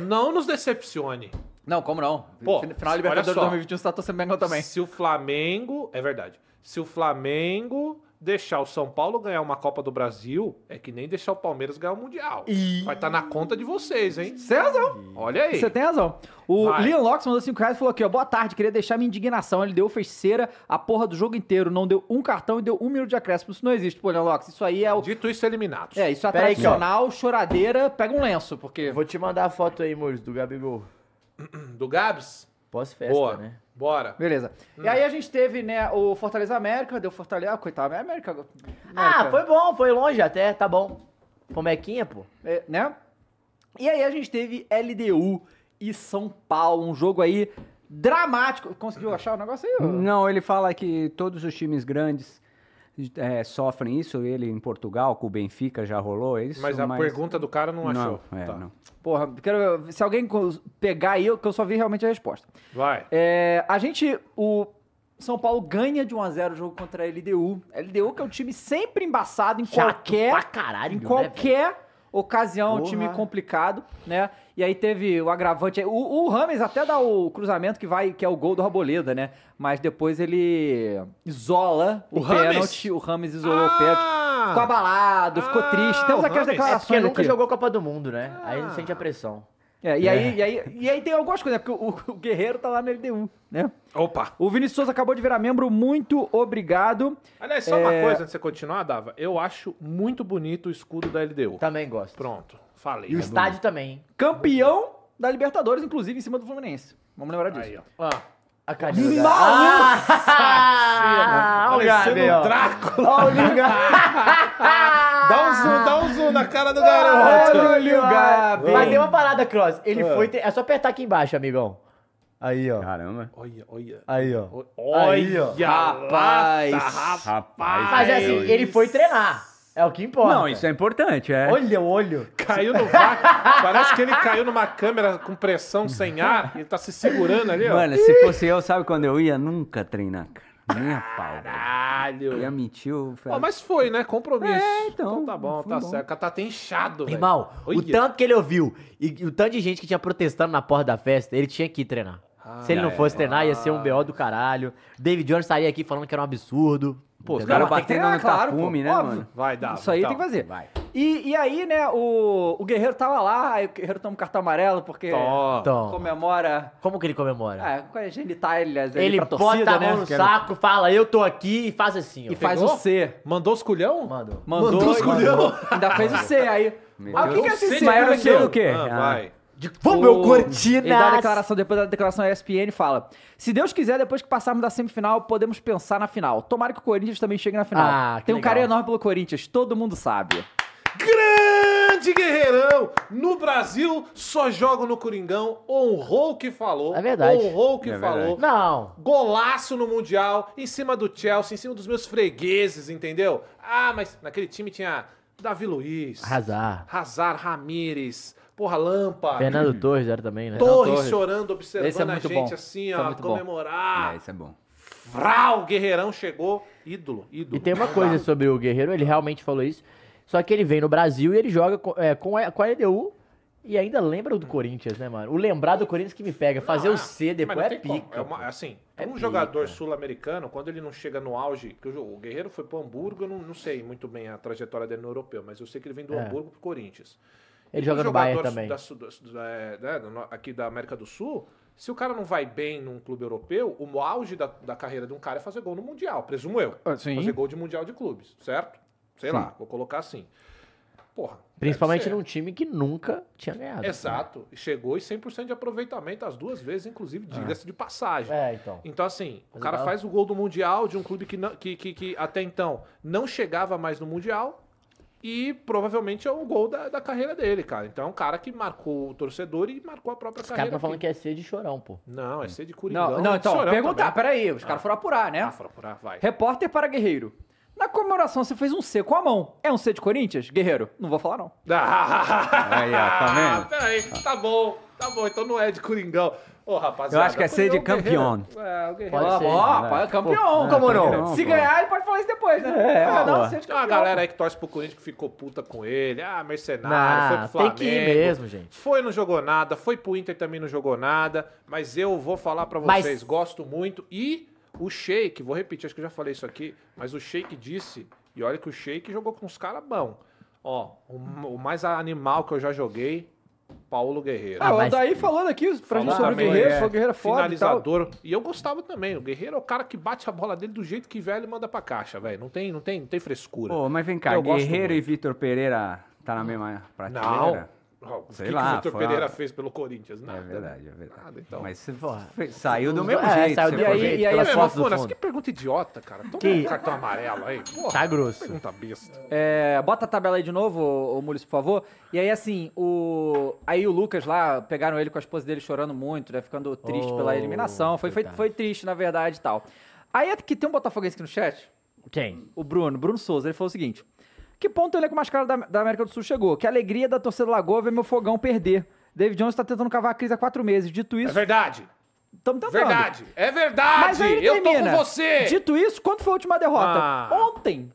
Não nos decepcione.
Não, como não?
Pô,
Fin-
olha
Final Libertadores
só.
2021, você tá torcendo Mengão também.
Se o Flamengo. É verdade. Se o Flamengo deixar o São Paulo ganhar uma Copa do Brasil, é que nem deixar o Palmeiras ganhar o Mundial. Vai estar na conta de vocês, hein?
Você tem razão.
Olha aí.
Você tem razão. O
Vai.
Leon Locks mandou 5 reais e falou aqui, ó. Boa tarde, queria deixar minha indignação. Ele deu feiticeira a porra do jogo inteiro. Não deu um cartão e deu um minuto de acréscimo. Isso não existe, pô, Leon Locks. Isso aí é o.
Dito isso, eliminados.
É, isso é
Pera aí que, ó.
tradicional, choradeira, pega um lenço, porque.
Eu vou te mandar a foto aí, Muros, do Gabigol.
Do Gabs?
Pós-festa,
Boa.
né?
Bora.
Beleza. E aí a gente teve, né, o Fortaleza América, deu Fortaleza. Ah, coitado, é América.
Ah,
América.
foi bom, foi longe até, tá bom. Pomequinha, pô.
É, né? E aí a gente teve LDU e São Paulo, um jogo aí dramático. Conseguiu achar o negócio aí? ô?
Não, ele fala que todos os times grandes é, sofrem isso? Ele em Portugal, com o Benfica, já rolou isso?
Mas a pergunta do cara não achou.
Não, é,
Tá.
não.
Porra, quero, se alguém co- pegar aí, eu- que eu só vi realmente a resposta.
Vai.
É, a gente, o São Paulo ganha de 1x0 o jogo contra a LDU. A LDU que é um time sempre embaçado em
Chato
qualquer...
pra caralho,
em
né,
qualquer ocasião, um
Porra.
time complicado, né? E aí teve o agravante. aí. O, o Rames até dá o cruzamento que vai, que é o gol do Raboleda, né? Mas depois ele isola o,
O Rames?
pênalti. O Rames isolou o pênalti.
Ah!
Ficou abalado, ficou
Ah,
triste. Temos aquelas
o Rames.
É porque
declarações
nunca
aqui. Ah.
jogou Copa do Mundo, né? Aí não sente a pressão.
É, e, aí, e, aí, e aí tem algumas coisas, né? Porque o, o Guerreiro tá lá na LDU, né?
Opa.
O Vinícius Souza acabou de virar membro, muito obrigado.
Aliás, só uma
É.
coisa antes de você continuar, Dava. Eu acho muito bonito o escudo da LDU.
Tá.
Também gosto.
Pronto, falei.
E o
É
estádio também, hein?
Campeão da Libertadores, inclusive, em cima do Fluminense. Vamos lembrar
bonito.
disso.
Aí, ó.
A carinha.
Nossa!
Ah, olha o Gabriel.
Alessandro Drácula. dá um zoom, dá um zoom na cara do garoto.
Olha o Gabi.
Mas tem uma parada, Cross. Ele foi. te- É só apertar aqui embaixo, amigão. Aí, ó.
Caramba.
Olha, olha.
Aí, ó. Aí, ó.
Olha,
Rapaz.
lata, rapaz.
Rapaz.
Mas é assim,
meu,
ele foi treinar. É o que importa.
Não, isso é importante, é.
Olha o olho.
Caiu no vácuo. Parece que ele caiu numa câmera com pressão sem ar. Ele tá se segurando ali, ó.
Mano, se fosse eu, sabe quando eu ia? Nunca treinar, cara. Nem a pau. velho. Eu ia
Caralho.
mentir, eu
Ó,
falei,
mas foi, né? Compromisso.
É, então,
tá bom,
foi
tá
bom.
certo. O cara tá até inchado, velho.
Irmão, o
Olha.
tanto que ele ouviu e, e o tanto de gente que tinha protestando na porta da festa, ele tinha que ir treinar. Se ele não fosse treinar, ia ser um BO do caralho. David Jones estaria aqui falando que era um absurdo. Pô,
os caras
Não, tem que
batendo
treinar,
no
claro, pô.
tapume, né,
Óbvio.
mano? tá
Vai, Dava.
Isso aí
então.
tem que fazer.
vai.
E, e aí, né, o, o Guerreiro tava lá, aí o Guerreiro toma um cartão amarelo porque
Tó.
Então,
comemora.
como que ele comemora?
Ah, com as genitálias ali
ele
pra
bota
torcida,
a mão
né?
no saco, fala, eu tô aqui e faz assim, ó.
E faz
Pegou?
o C.
Mandou os culhão?
Mandou.
Mandou,
Mandou
e
escolheu.
mandou. Ainda fez o C aí.
Meu
Aí o que
Deus.
que é esse
Sei
C?
lá,
era
né,
sei o
meu?
quê?
Ah,
Ah.
vai.
De, Vamos, meu
Ele dá a
Cortinas!
declaração, depois da declaração da ESPN, fala: Se Deus quiser, depois que passarmos da semifinal, podemos pensar na final. Tomara que o Corinthians também chegue na final.
Ah, que
Tem um
legal.
carinho enorme pelo Corinthians, todo mundo sabe.
Grande guerreirão! No Brasil, só joga no Coringão. Honrou o que falou.
É verdade.
Honrou o que
É
falou.
Não.
Golaço no Mundial, em cima do Chelsea, em cima dos meus fregueses, entendeu? Ah, mas naquele time tinha Davi Luiz,
Arrasar.
Hazard, Ramírez, porra, Lampa,
Fernando Torres era também, né?
Torres,
Torres.
chorando,
Esse é
observando a
muito
gente
bom.
assim,
Esse é
ó,
muito bom.
É,
comemorar.
isso é bom.
Vral, Guerreirão chegou, ídolo, ídolo.
E tem uma coisa sobre o Guerreiro, ele realmente falou isso. Só que ele vem no Brasil e ele joga co- é, com, a, com a LDU e ainda lembra do Corinthians, né, mano? O lembrar do Corinthians que me pega. Fazer
Ah,
o C depois é pica.
É uma- assim,
É
um
pica.
jogador sul-americano, quando ele não chega no auge, porque o jo- o Guerreiro foi pro Hamburgo, eu não, não sei muito bem a trajetória dele no europeu, mas eu sei que ele vem do
É.
Hamburgo pro Corinthians.
Ele
E
joga
um
no Bayern
jogador
também.
da su- da su- da- é, né, do no- aqui da América do Sul, se o cara não vai bem num clube europeu, o auge da, da carreira de um cara é fazer gol no Mundial, presumo eu.
Ah, sim.
Fazer gol de Mundial de clubes, certo? Sei lá, vou colocar assim. Porra.
Principalmente
deve ser.
num time que nunca tinha ganhado.
Exato. Chegou e 100% de aproveitamento as duas vezes, inclusive, diga-se de passagem.
É, então.
Então, assim, o
Mas
cara
legal.
faz o gol do Mundial de um clube que, não- que, que, que até então não chegava mais no Mundial. E provavelmente é o gol da, da carreira dele, cara. Então é um cara que marcou o torcedor e marcou a própria
Os caras
carreira.
estão falando
Então, aqui.
que é C de chorão, pô.
Não, é ser de Coringão.
Não,
é
não,
de
então,
Sorão
perguntar,
também.
peraí, os caras foram apurar, né?
Ah, fora, fora, vai.
Repórter para Guerreiro. Na comemoração você fez um C com a mão. É um C de Corinthians? Guerreiro, não vou falar não.
Ah,
Aí, ó, tá vendo?
peraí, tá bom, tá bom, então não é de Coringão. Ô, rapaziada.
Eu acho que é ser de
Coringão,
campeão.
um Guerreiro. É, o Guerreiro.
Pode
Ó,
ser,
ó,
né?
pô, é campeão,
Pô,
comorou.
campeão,
Se
pô.
ganhar, ele pode falar isso depois, né?
É,
Ah, não,
pô.
C de
Tem uma
campeão.
galera aí que torce pro Corinthians que ficou puta com ele. Ah, mercenário, foi pro
Não, tem
Flamengo.
que ir mesmo, gente.
Foi, não jogou nada. Foi pro Inter, também não jogou nada. Mas eu vou falar pra
Mas-
vocês, gosto muito. E o Sheik, vou repetir, acho que eu já falei isso aqui, mas o Sheik disse, e olha que o Sheik jogou com uns caras bão. Ó, o, o mais animal que eu já joguei, Paulo Guerreiro.
Ah,
Ah,
o
mas-
Daí falando aqui pra gente
Falou
sobre o
também,
Guerreiro,
é,
foi o Guerreiro é foda e tal.
Finalizador. E eu gostava também. O Guerreiro é o cara que bate a bola dele do jeito que velho manda pra caixa, velho. Não tem, não tem, não tem frescura.
Pô, mas vem cá,
Eu gosto
Guerreiro e
muito.
Vitor Pereira tá na mesma
Não.
prateleira?
Não, O
Sei
que,
lá,
que o Vitor
foi uma-
Pereira fez pelo Corinthians? Nada.
É verdade, é verdade.
Nada, então.
Mas você
Porra.
fe- saiu do
Os
mesmo
dois- é,
jeito.
saiu
você
do-
E
foi
aí,
ver.
e aí,
Pelas
É,
fotos
mas,
do
Funas,
fundo.
que pergunta idiota, cara. Toma
Que-
um cartão amarelo aí. Porra,
Tá grosso.
Pergunta besta.
É, bota a tabela aí de novo, ô, ô Mules, por favor. E aí, assim, o. Aí o Lucas lá, pegaram ele com a esposa dele chorando muito, né? Ficando triste
Oh,
pela eliminação. Foi, foi,
coitado.
foi triste, na verdade, e tal. Aí é que tem um Botafoguense aqui no chat.
Quem?
o Bruno, Bruno Souza, ele falou o seguinte: Que ponto o elenco mais caro da, da América do Sul chegou? Que alegria da torcida do Lagoa ver meu fogão perder. David Jones tá tentando cavar a crise há quatro meses. Dito
É
isso,
verdade.
estamos tentando.
Verdade. É verdade.
Mas aí ele
eu tô
termina.
com você.
Dito isso, quanto foi a última derrota?
Ah.
Ontem.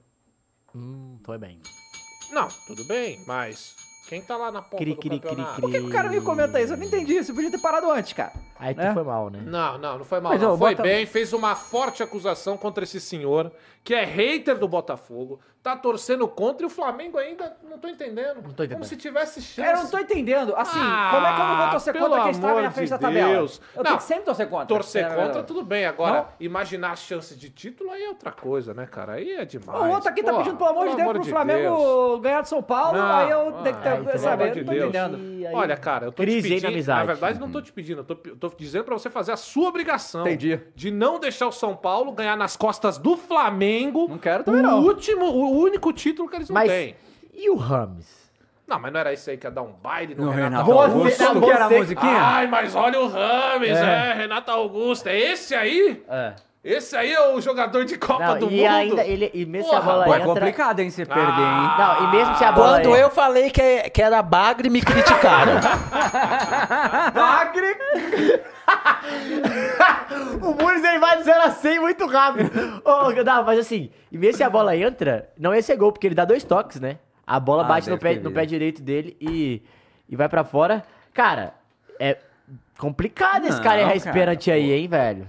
Hum, foi bem.
Não, tudo bem, mas quem tá lá na ponta
Cri,
do
cri, cri,
campeonato?
cri.
Por que, que o cara me comenta isso? Eu não entendi isso. Eu podia ter parado antes, cara.
Aí tu
É?
Né?
foi mal, né?
Não, não, não foi mal.
Mas,
não.
ô,
Foi
Bota-
bem, fez uma forte acusação contra esse senhor, que é hater do Botafogo, tá torcendo contra e o Flamengo ainda não tô entendendo. Não
tô entendendo.
Como se tivesse chance.
Eu não tô entendendo. Assim,
Ah,
como é que eu não vou torcer
pelo
contra quem está na
amor
minha frente
de
da tabela?
Deus.
Eu tenho
Não,
que sempre torcer contra.
Torcer
É,
contra, tudo bem. Agora,
Não.
imaginar chances de título aí é outra coisa, né, cara? Aí é demais.
O outro aqui tá
Pô,
pedindo, pelo amor de Deus, pro Flamengo ganhar de São Paulo.
Não,
aí eu tenho que
ah,
ter,
pelo
sabe,
amor
eu
de
não tô
Deus.
entendendo.
E aí-
Olha, cara, eu tô
Crise
te
aí na
pedindo.
amizade.
Na verdade, não tô te pedindo, eu tô, eu tô dizendo pra você fazer a sua obrigação.
Entendi.
De não deixar o São Paulo ganhar nas costas do Flamengo.
Não quero também,
o
não.
Último, o único título que eles não
Mas
têm.
e o Rames?
Não, mas não era isso aí que ia dar um baile no,
No
Renato,
Renato
Augusto.
Augusto. Como que era a musiquinha?
Ai, mas olha o Rames, é, Renato Augusto. É esse aí?
É.
Esse aí é o jogador de Copa
Não,
do
e
Mundo?
ainda ele e mesmo se a
Porra,
bola
Pô, é
entra- tá
complicado, hein, você perder, hein?
Não, e mesmo se a bola
Quando eu falei que, é- que era bagre, me criticaram.
Bagre!
O Muniz ele vai de 0 a 100 muito rápido. Ô, não, mas assim, e mesmo se a bola entra, não ia ser gol, porque ele dá dois toques, né? A bola
Ah,
bate no
deve
pé,
ter
no
visto.
pé direito dele e, e vai pra fora. Cara, é complicado esse
Não,
cara errar esse
cara,
pênalti aí, hein, velho?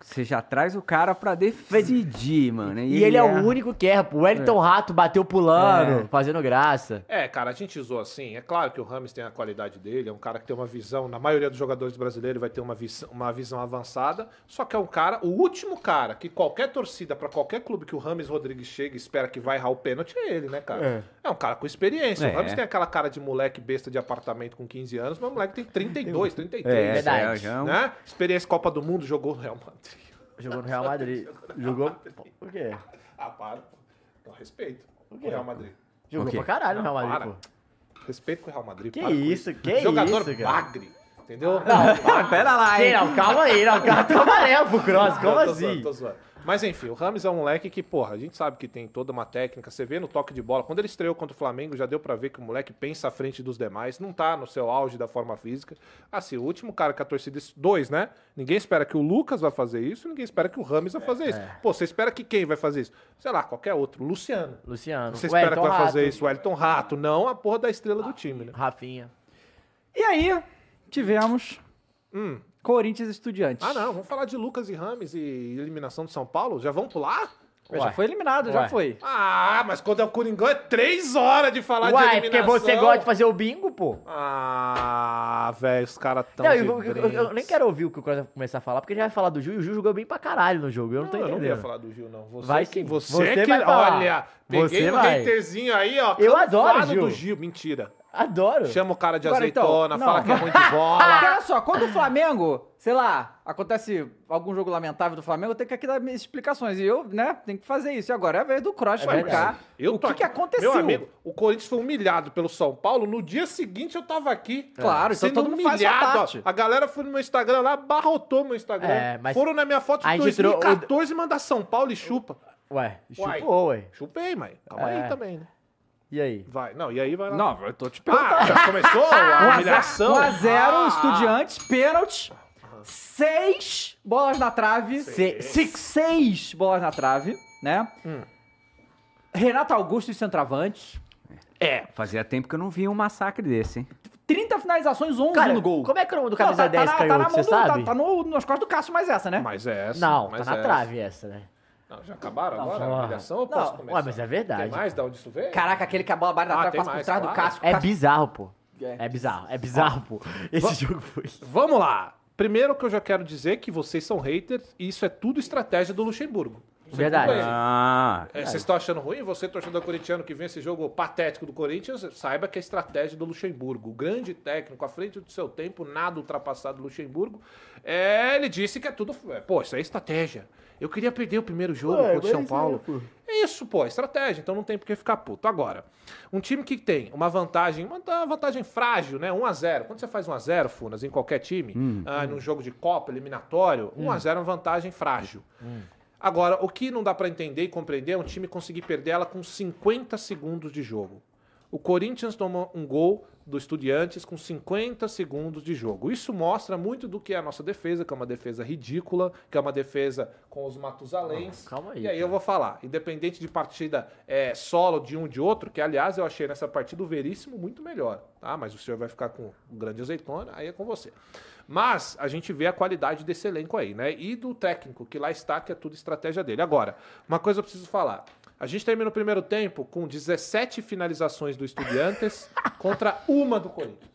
Você já traz o cara pra decidir, mano.
E ele é
erra. É.
o único que erra. pô. O Wellington Rato bateu pulando, fazendo graça.
É, cara, a gente usou assim. É claro que o Rames tem a qualidade dele, é um cara que tem uma visão, na maioria dos jogadores brasileiros vai ter uma visão, uma visão avançada, só que é um cara, o último cara que qualquer torcida, pra qualquer clube que o Rames Rodrigues chega e espera que vai errar o pênalti é ele, né, cara? É, um cara com experiência.
É.
O Rames tem aquela cara de moleque besta de apartamento com 15 anos, mas o moleque tem 32, 33.
É,
Verdade.
verdade. Já é um...
Né? Experiência Copa do Mundo, jogou no Real Madrid.
Jogou no Real Madrid. Jogou. O quê?
Ah, para. Não, respeito. O Real Madrid.
Jogou
O quê?
pra caralho no Real Madrid,
Para.
pô.
Respeito com o Real Madrid.
Que
para com
isso, que
Jogador
isso, cara.
bagre. Entendeu?
Ah, pera lá,
Ei,
hein?
não, calma aí, não, calma tá amarelo pro Cross, como
Não, tô
assim?
zoando, tô zoando. Mas enfim, o Rames é um moleque que, porra, a gente sabe que tem toda uma técnica. Você vê no toque de bola. Quando ele estreou contra o Flamengo, já deu pra ver que o moleque pensa à frente dos demais. Não tá no seu auge da forma física. Assim, o último cara que a torcida. Dois, né? Ninguém espera que o Lucas vai fazer isso. Ninguém espera que o Rames
É,
vai fazer isso. Pô, você espera que quem vai fazer isso? Sei lá, qualquer outro. Luciano.
Luciano,
Você espera que vai
Wellington Rato,
fazer
Ah,
isso? O Elton Rato. Não a porra da estrela do time, né?
Rafinha.
E aí, tivemos
Hum.
Corinthians Estudiantes.
Ah, não. Vamos falar de Lucas e Rames e eliminação do São Paulo? Já vamos pular?
Ué, Já
Ué.
foi eliminado, já
Ué.
foi.
Ah, mas quando é o Coringão é três horas de falar de
Uai, porque
eliminação.
você gosta de fazer o bingo, pô.
Ah, velho, os caras tão
Não,
de
eu, eu- eu- eu
brinks.
nem quero ouvir o que o Cross vai começar a falar, porque ele vai falar do Gil, e o Gil jogou bem pra caralho no jogo, eu não,
Não,
tô
eu não
entendendo.
ia
Eu,
falar do Gil, não. Você
Vai
que,
sim.
você,
Você
que,
vai falar.
olha,
Você
peguei um
vai.
haterzinho aí, ó.
Eu adoro
camuflado
Gil.
do Gil, mentira.
Adoro.
Chama o cara de
Agora, então,
azeitona,
não.
fala que é ruim de
Ah, Porque
bola.
olha só, quando o Flamengo, sei lá, acontece algum jogo lamentável do Flamengo, eu tenho que aqui dar minhas explicações. E eu, né, tenho que fazer isso. E agora é a vez do Cross
Ué,
explicar o
tô
que, que
aqui.
aconteceu.
Meu amigo, o Corinthians foi humilhado pelo São Paulo. No dia seguinte eu tava aqui.
Claro, então
sendo
todo mundo faz sua parte.
A galera foi no meu Instagram lá, barrotou meu Instagram.
É, mas-
Foram na minha foto
A
de
gente tirou o-
2014 e mandar São Paulo e chupa.
Ué,
Uai.
chupou, ué.
Chupei, mas calma
É.
aí também, né?
E aí?
Vai, não, e aí vai lá.
Não, eu tô te
Ah, já começou a
1x0,
humilhação?
Tá
Ah,
estudiantes, pênalti. Seis bolas na trave.
Seis.
Se- Seis bolas na trave, né? Renato Augusto e centroavante.
Fazia tempo que eu não vi um massacre desse, hein?
30 finalizações, 11
Cara,
no gol.
como é que é o nome do
Não,
camisa 10
na-
canhoto,
na
você
mão do- tá-
sabe?
Tá, no, nas costas do Cássio, mas essa, né?
Mas é essa.
Não, tá
mas
na
é
trave essa, né?
essa. Não, já acabaram agora?
porra.
A humilhação ou
Não,
posso começar?
ué, mas é verdade.
Tem mais de onde isso veio?
Caraca, aquele que a bola bate na
Ah,
trave,
tem
passa por
mais,
trás do
claro.
Cássio.
É
Cássio-
bizarro, pô. É bizarro, é bizarro, pô. Esse jogo foi...
Vamos lá. Primeiro que eu já quero dizer é que vocês são haters e isso é tudo estratégia do Luxemburgo. Isso é
Verdade.
tudo ele.
Ah,
É, vocês estão achando ruim? Você, torcedor corintiano, que vê esse jogo patético do Corinthians, saiba que é a estratégia do Luxemburgo. O grande técnico, à frente do seu tempo, nada ultrapassado do Luxemburgo. É, ele disse que é tudo. é, Pô, isso é estratégia. Eu queria perder o primeiro jogo contra o São Paulo. É isso, pô, é estratégia, então não tem por que ficar puto. Agora, um time que tem uma vantagem, uma ta- vantagem frágil, né? 1x0. Quando você faz 1x0, Funas,
Hum.
um
Hum.
em qualquer time, ah, num jogo de Copa, eliminatório, 1x0 é uma vantagem frágil. Agora, o que não dá pra entender e compreender é um time conseguir perder ela com 50 segundos de jogo. O Corinthians toma um gol do Estudiantes com 50 segundos de jogo. Isso mostra muito do que é a nossa defesa, que é uma defesa ridícula, que é uma defesa com os Matusaléns.
Ah, calma aí,
E aí eu
cara.
vou falar, independente de partida é, solo de um de outro, que aliás eu achei nessa partida o Veríssimo muito melhor, tá? Mas o senhor vai ficar com o grande azeitona, aí é com você. Mas a gente vê a qualidade desse elenco aí, né? E do técnico, que lá está, que é tudo estratégia dele. Agora, uma coisa eu preciso falar. A gente termina o primeiro tempo com 17 finalizações do Estudiantes contra uma do Corinthians.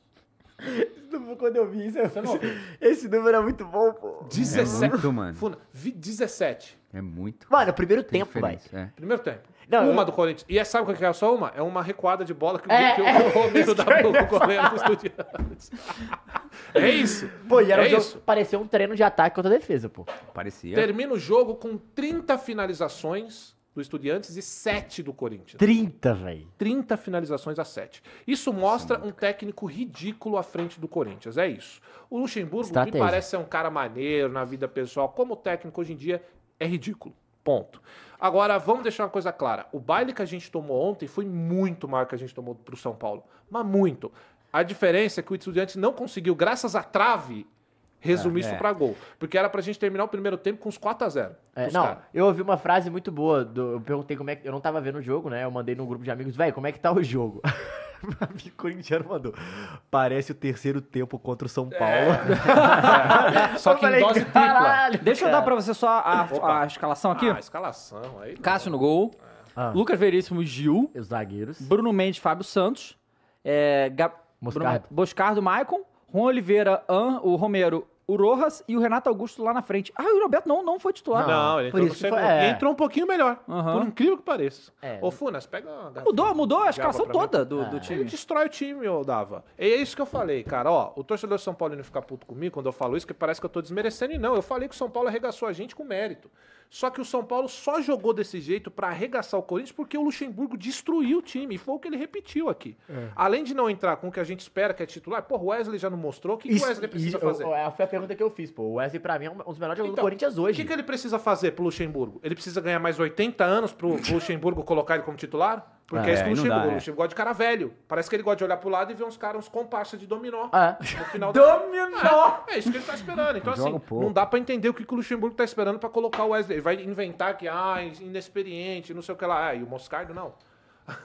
Quando eu vi isso,
Você não ouviu?
esse número é muito bom, pô.
17.
É muito, mano.
Funa- vi- 17.
É muito.
Mano, primeiro
Tem
tempo, vai.
diferença, é.
Primeiro tempo.
Não,
uma
eu-
do Corinthians. E é, sabe o que é só uma? É uma recuada de bola que, o-
É,
que
é,
o Romero
isso
dá
que eu
pro
ia
goleiro do Estudiantes. é isso.
Pô, e era um
é
jogo-
isso.
parecia um treino de ataque contra a defesa, pô.
Parecia.
Termina o jogo com 30 finalizações do Estudiantes e 7 do Corinthians.
30, velho.
30 finalizações a 7. Isso mostra um técnico ridículo à frente do Corinthians, é isso. O Luxemburgo, que me
Estratégia.
parece ser um cara maneiro na vida pessoal, como técnico hoje em dia, é ridículo. Ponto. Agora, vamos deixar uma coisa clara. O baile que a gente tomou ontem foi muito maior que a gente tomou pro São Paulo. Mas muito. A diferença é que o Estudiantes não conseguiu, graças à trave,
Ah,
resumir isso pra gol. Porque era pra gente terminar o primeiro tempo com os 4x0.
É, não, eu ouvi uma frase muito boa. do- eu perguntei como é que. Eu não tava vendo o jogo, né? Eu mandei num grupo de amigos, velho, como é que tá o jogo? Meu amigo corintiano mandou. Parece o terceiro tempo contra o São Paulo.
É. Só que em dose tripla.
Deixa eu dar pra você só a, a escalação aqui.
Ah, escalação aí. não.
Cássio no gol.
Ah.
Lucas Veríssimo, Gil.
Os zagueiros.
Bruno Mendes, Fábio Santos, é, Ga-
Moscardo.
Bruno- Boscardo, Maicon, Juan Oliveira, An, o Romero, o Rojas e o Renato Augusto lá na frente. Ah, o Roberto não, não foi titular.
Não, ele
Por
entrou, no
isso que foi-
segundo.
é.
E entrou um pouquinho melhor.
Aham.
Por incrível que pareça.
É.
Ô, Funas, pega uma garrafa.
Mudou, mudou a
Java
escalação
pra mim.
toda do, do
Ele
time.
destrói o time, ô Dava. E é isso que eu falei, cara. Ó, o torcedor de São Paulo não fica puto comigo quando eu falo isso, que parece que eu tô desmerecendo. E não, eu falei que o São Paulo arregaçou a gente com mérito. Só que o São Paulo só jogou desse jeito pra arregaçar o Corinthians porque o Luxemburgo destruiu o time. E foi o que ele repetiu aqui.
É.
Além de não entrar com o que a gente espera, que é titular, porra, o Wesley já não mostrou. O que, que o Wesley precisa
isso-
fazer?
eu- eu- foi a pergunta que eu fiz, pô. O Wesley, pra mim, é um um dos melhores jogadores do
Então,
Corinthians
O
hoje.
que, que ele precisa fazer pro Luxemburgo? Ele precisa ganhar mais 80 anos pro, pro Luxemburgo colocar ele como titular? Porque
Ah,
é isso que
é,
o
aí não dá,
Luxemburgo.
é.
O Luxemburgo gosta de cara velho. Parece que ele gosta de olhar pro lado e ver uns caras, uns comparsas de dominó.
Ah,
No final da-
Dominó!
É isso que ele tá esperando. Então,
Joga
assim,
um pouco.
não dá pra entender o que, que o Luxemburgo tá esperando pra colocar o Wesley. Ele vai inventar que, ah, inexperiente, não sei o que lá. Ah, e o Moscardo, não.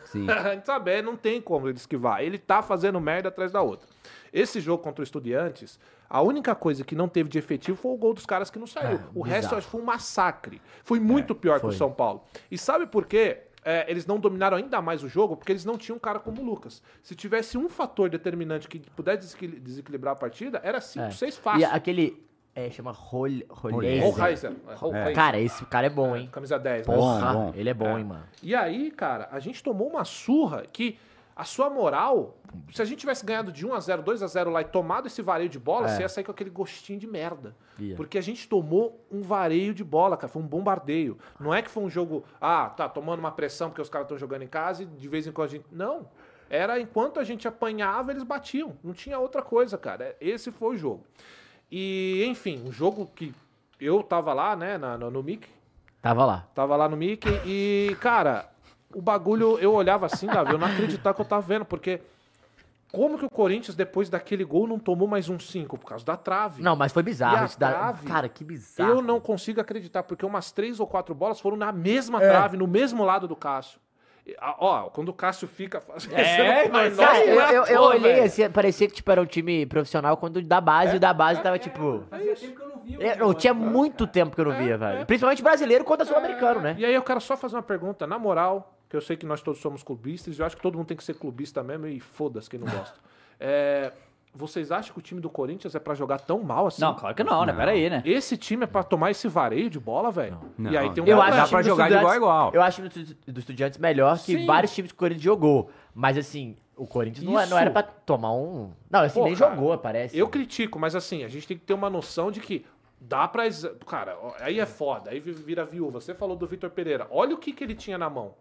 Sim.
A gente sabe, é, não tem como ele esquivar. Ele tá fazendo merda atrás da outra. Esse jogo contra o Estudiantes, a única coisa que não teve de efetivo foi o gol dos caras que não saiu. o resto eu acho que foi um massacre. Foi muito pior que o São Paulo. E sabe por quê? É, eles não dominaram ainda mais o jogo porque eles não tinham um cara como o Lucas. Se tivesse um fator determinante que pudesse desequil- desequilibrar a partida, era 5, 6
É. e
fácil.
aquele. É, chama Rol- Rolhazer.
Holheiser. É, Holheiser.
Cara, esse cara é bom, hein?
Camisa 10. né?
Porra,
bom.
ele é bom, hein, mano.
E aí, cara, a gente tomou uma surra que a sua moral, se a gente tivesse ganhado de 1x0, 2x0 lá e tomado esse vareio de bola, você ia sair com aquele gostinho de merda.
Ia.
Porque a gente tomou um vareio de bola, cara. Foi um bombardeio. Não é que foi um jogo, ah, tá tomando uma pressão porque os caras estão jogando em casa e de vez em quando a gente. Não. Era enquanto a gente apanhava, eles batiam. Não tinha outra coisa, cara. É, Esse foi o jogo. E, enfim, um jogo que eu tava lá, né, na- no, no MIC,
Tava lá.
Tava lá no Mickey e, cara, o bagulho eu olhava assim, Davi, eu não acreditava que eu tava vendo, porque como que o Corinthians, depois daquele gol, não tomou mais um 5 por causa da trave?
Não, mas foi
E
bizarro.
a
Isso da-
trave?
Cara, que bizarro.
Eu não consigo acreditar, porque umas três ou quatro bolas foram na mesma trave, no mesmo lado do Cássio. E, ah, ó, quando o Cássio fica fazendo.
É,
mas
Cara, eu,
é à
eu- eu
toa,
olhei
velho. É,
assim, parecia que tipo, era um time profissional quando da base, e o da base tava tipo. É, Eu, eu tinha muito tempo que eu não
É,
via, velho. Principalmente brasileiro contra sul-americano, né?
E aí eu quero só fazer uma pergunta, na moral, que eu sei que nós todos somos clubistas, e eu acho que todo mundo tem que ser clubista mesmo, e foda-se quem não gosta. É, vocês acham que o time do Corinthians é pra jogar tão mal assim?
Não, claro que não, né? Pera aí, né?
Esse time é pra tomar esse vareio de bola, velho?
Não.
E aí tem um
Eu
cara-
acho- Dá
o time
pra
do
jogar de igual a
Estudiantes-
igual.
Eu acho o time do- do Estudiantes melhor que
é Sim.
vários times que o Corinthians jogou. Mas assim, o Corinthians não, é- não
Isso.
era pra tomar um. Não, assim,
Pô,
nem
cara,
jogou, parece.
Eu critico, mas assim, a gente tem que ter uma noção de que dá pra. exa- Cara, ó, aí é foda, aí vi- vira viúva. Você falou do Vitor Pereira. Olha o que, que ele tinha na mão.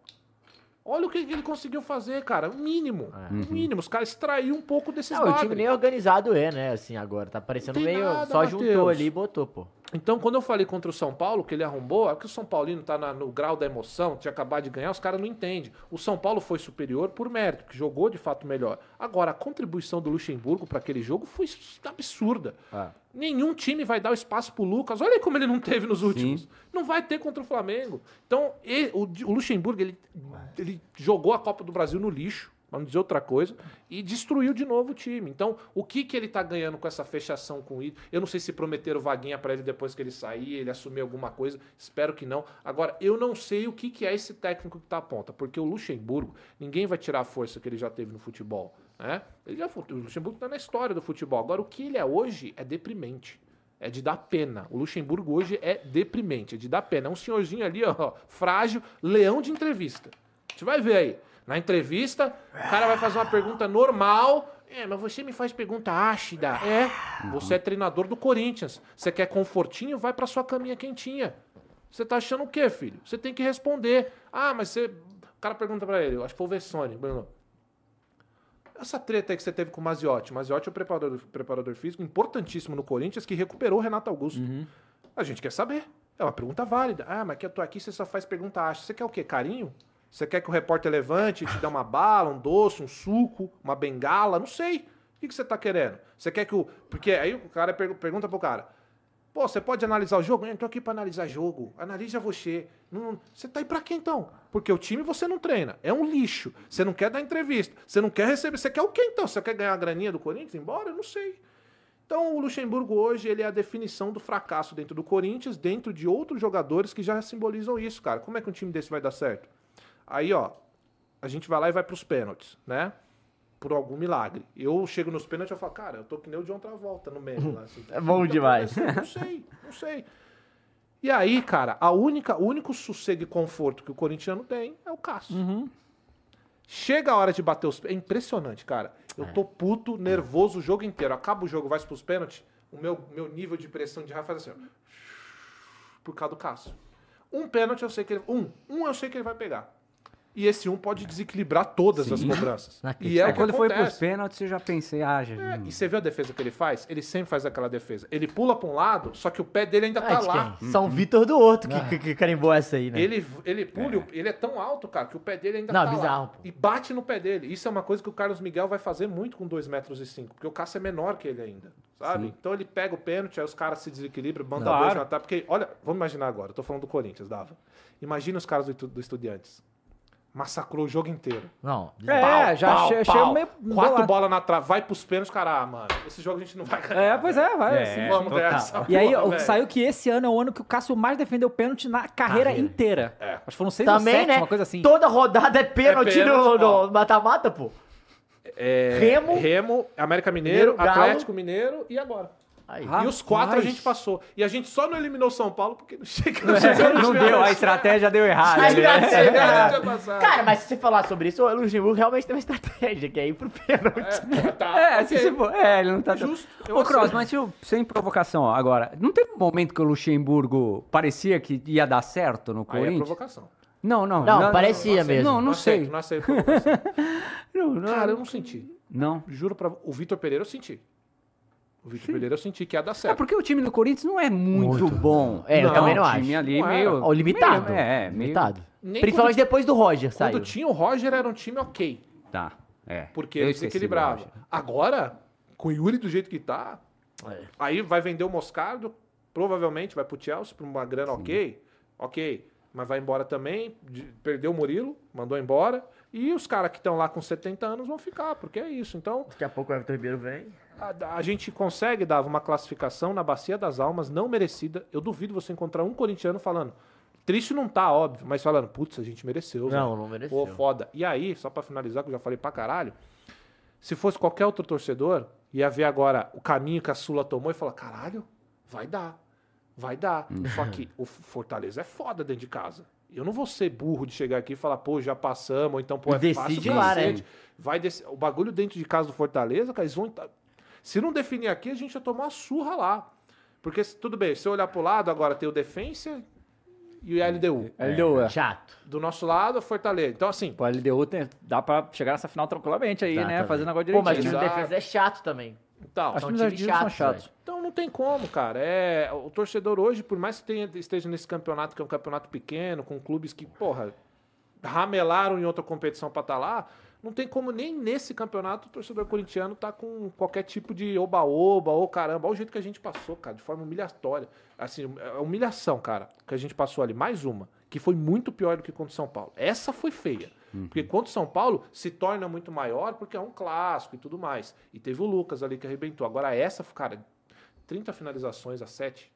Olha o que, que ele conseguiu fazer, cara. O mínimo.
É.
O mínimo. Os caras extraíram um pouco desses
Não, o time
bagre.
nem organizado é, né? Assim, agora. Tá parecendo
Não tem
meio.
nada,
só juntou
Matheus.
ali e botou, pô.
Então, quando eu falei contra o São Paulo, que ele arrombou, é porque o São Paulino tá na- no grau da emoção, tinha acabado de ganhar, os caras não entendem. O São Paulo foi superior por mérito, que jogou de fato melhor. Agora, a contribuição do Luxemburgo para aquele jogo foi absurda. Nenhum time vai dar o espaço pro Lucas. Olha aí como ele não teve nos últimos. Não vai ter contra o Flamengo. Então, e- o, Di- o Luxemburgo, ele, ele jogou a Copa do Brasil no lixo, vamos dizer outra coisa, e destruiu de novo o time. Então, o que, que ele tá ganhando com essa fechação com o Ito? Eu não sei se prometeram vaguinha para ele depois que ele sair, ele assumir alguma coisa, espero que não. Agora, eu não sei o que, que é esse técnico que tá à ponta, porque o Luxemburgo, ninguém vai tirar a força que ele já teve no futebol. Né? Ele já, foi- o Luxemburgo tá na história do futebol. Agora, o que ele é hoje é deprimente. É de dar pena. O Luxemburgo hoje é deprimente, é de dar pena. É um senhorzinho ali, ó, frágil, leão de entrevista. Você vai ver aí. Na entrevista, o cara vai fazer uma pergunta normal. É, mas você me faz pergunta ácida. É, você é treinador do Corinthians. Você quer confortinho? Vai pra sua caminha quentinha. Você tá achando o quê, filho? Você tem que responder. Ah, mas você. O cara pergunta pra ele, eu acho que foi o Vessone. Bruno, essa treta aí que você teve com o Maziotti. O Maziotti é o preparador, preparador físico importantíssimo no Corinthians que recuperou o Renato Augusto. A gente quer saber. É uma pergunta válida. Ah, mas que eu tô aqui, você só faz pergunta acha. Você quer o quê? Carinho? Você quer que o repórter levante e te dê uma bala, um doce, um suco, uma bengala? Não sei. O que que você tá querendo? Você quer que o... Porque aí o cara pergu- pergunta pro cara... Pô, você pode analisar o jogo? Eu tô aqui pra analisar jogo. Analisa você. Não- você tá aí pra quê então? Porque o time você não treina. É um lixo. Você não quer dar entrevista. Você não quer receber. Você quer o quê então? Você quer ganhar a graninha do Corinthians? Embora? Eu não sei. Então o Luxemburgo hoje ele é a definição do fracasso dentro do Corinthians, dentro de outros jogadores que já simbolizam isso, cara. Como é que um time desse vai dar certo? Aí, ó, a gente vai lá e vai pros pênaltis, né? Por algum milagre. Eu chego nos pênaltis e falo, cara, eu tô que nem o John Travolta no meio lá. assim.
É bom demais.
Não sei, não sei. E aí, cara, a única, o único sossego e conforto que o corintiano tem é o Cássio. Chega a hora de bater os. É impressionante, cara. Eu tô puto, nervoso o jogo inteiro. Acaba o jogo, vai pros pênaltis. O meu, meu nível de pressão de raiva faz assim. ó. Por causa do Cássio. Um pênalti eu sei que ele. Um. Um eu sei que ele vai pegar. E esse um pode desequilibrar todas as cobranças. E é, o
É,
que
quando foi pros
acontece.
pênaltis, eu já pensei, ah, já.
É, E você viu a defesa que ele faz? Ele sempre faz aquela defesa. Ele pula pra um lado, só que o pé dele ainda tá
Ah, de
lá.
quem? Ah. São Vitor do Horto que, que, que carimbou essa aí, né?
Ele, ele pula, ele é tão alto, cara, que o pé dele ainda
Não,
tá
bizarro,
lá.
pô.
E bate no pé dele. Isso é uma coisa que o Carlos Miguel vai fazer muito com 2,5 metros, e cinco, porque o Cássio é menor que ele ainda, sabe? Então ele pega o pênalti, aí os caras se desequilibram, manda dois na tá Porque, olha, vamos imaginar agora, eu tô falando do Corinthians, Dava. Imagina os caras do, Itu- do Estudiantes. Massacrou o jogo inteiro.
Não,
É, já
Pau,
achei, achei
pau.
meio...
Quatro
bolado.
bolas na trave, vai pros pênaltis, cara, ah, mano, esse jogo a gente não vai ganhar.
É, pois é, vai.
É.
assim.
velho. Vamos ganhar
total.
essa
E aí
porra,
ó,
velho.
saiu que esse ano é o ano que o Cássio mais defendeu pênalti na carreira,
Carreira.
inteira. Acho que foram seis ou
também,
sete,
né?
uma coisa assim.
Toda rodada é pênalti,
É pênalti,
no-
ó.
no mata-mata, pô.
É,
Remo.
Remo, América Mineiro,
Mineiro, Galo.
Atlético Mineiro e agora.
Aí.
E os quatro a gente passou. E a gente só não eliminou São Paulo porque não chega. Não,
É, Não deu, a estratégia deu errado.
Mas
né?
dá certo,
cara.
cara. Cara, mas se você falar sobre isso, o Luxemburgo realmente tem uma estratégia, que é ir pro pênalti.
tá,
É,
ok.
se você for- é, ele não tá
Justo, eu
Ô, Cross,
aceito.
mas eu- sem provocação, ó, agora, não teve um momento que o Luxemburgo parecia que ia dar certo no
Aí é
Corinthians?
provocação.
não, não,
Não, parecia
não,
mesmo.
Não,
Tá
não sei.
aceito,
né?
Não aceito provocação.
Não, não,
Cara, eu não senti.
não.
Juro pra... O Vitor Pereira eu senti. O Vitor Pereira eu senti que ia dar
É
certo.
porque o time do Corinthians não é muito, bom.
É, eu
Não,
também não
o
acho.
time ali
é,
Não
meio...
era.
Ó, limitado.
meio- é, meio...
limitado.
Nem
Principalmente depois do Roger
Quando
sair.
tinha o Roger, era um time ok.
Tá, é.
Porque
Eu
ele
esqueci do
desequilibrava.
Roger.
Agora, com o Yuri do jeito que tá, aí vai vender o Moscardo, provavelmente vai pro Chelsea por uma grana ok, ok, mas vai embora também, de- perdeu o Murilo, mandou embora, e os caras que estão lá com 70 anos vão ficar, porque é isso. Então,
Daqui a pouco o Everton Ribeiro vem.
a, a gente consegue dar uma classificação na Bacia das Almas não merecida. Eu duvido você encontrar um corintiano falando... Triste não tá, óbvio, mas falando, putz, a gente mereceu.
Não,
velho.
não mereceu.
Pô, foda. E aí, só pra finalizar, que eu já falei pra caralho, se fosse qualquer outro torcedor, ia ver agora o caminho que a Sula tomou e falar: caralho, vai dar. Vai dar.
Uhum.
Só que o Fortaleza é foda dentro de casa. Eu não vou ser burro de chegar aqui e falar, pô, já passamos, ou então, pô, é
Decide
fácil.
lá,
pra
né?
cacete. Vai descer. O bagulho dentro de casa do Fortaleza, cara, eles vão. enta- Se não definir aqui, a gente ia tomar uma surra lá. Porque, se- tudo bem, se eu olhar pro lado, agora tem o Defensa e o LDU.
LDU, é.
Chato.
Do nosso lado, o Fortaleza. Então, assim,
Pô, LDU tem, dá pra chegar nessa final tranquilamente aí,
Dá
né?
também.
Fazer um negócio
Pô, mas
direitinho.
time
Exato.
de defesa é chato também.
Então,
Os
São
times
times
argentinos são
chatos,
chatos.
Então não tem como, cara. É, o torcedor hoje, por mais que tenha- esteja nesse campeonato, que é um campeonato pequeno, com clubes que, porra, ramelaram em outra competição pra estar lá, não tem como nem nesse campeonato o torcedor corintiano tá com qualquer tipo de oba-oba ou caramba. Olha o jeito que a gente passou, cara, de forma humilhatória. Assim, é humilhação, cara, que a gente passou ali. Mais uma, que foi muito pior do que contra o São Paulo. Essa foi feia. Porque contra o São Paulo se torna muito maior porque é um clássico e tudo mais. E teve o Lucas ali que arrebentou. Agora essa, cara, 30 finalizações a 7.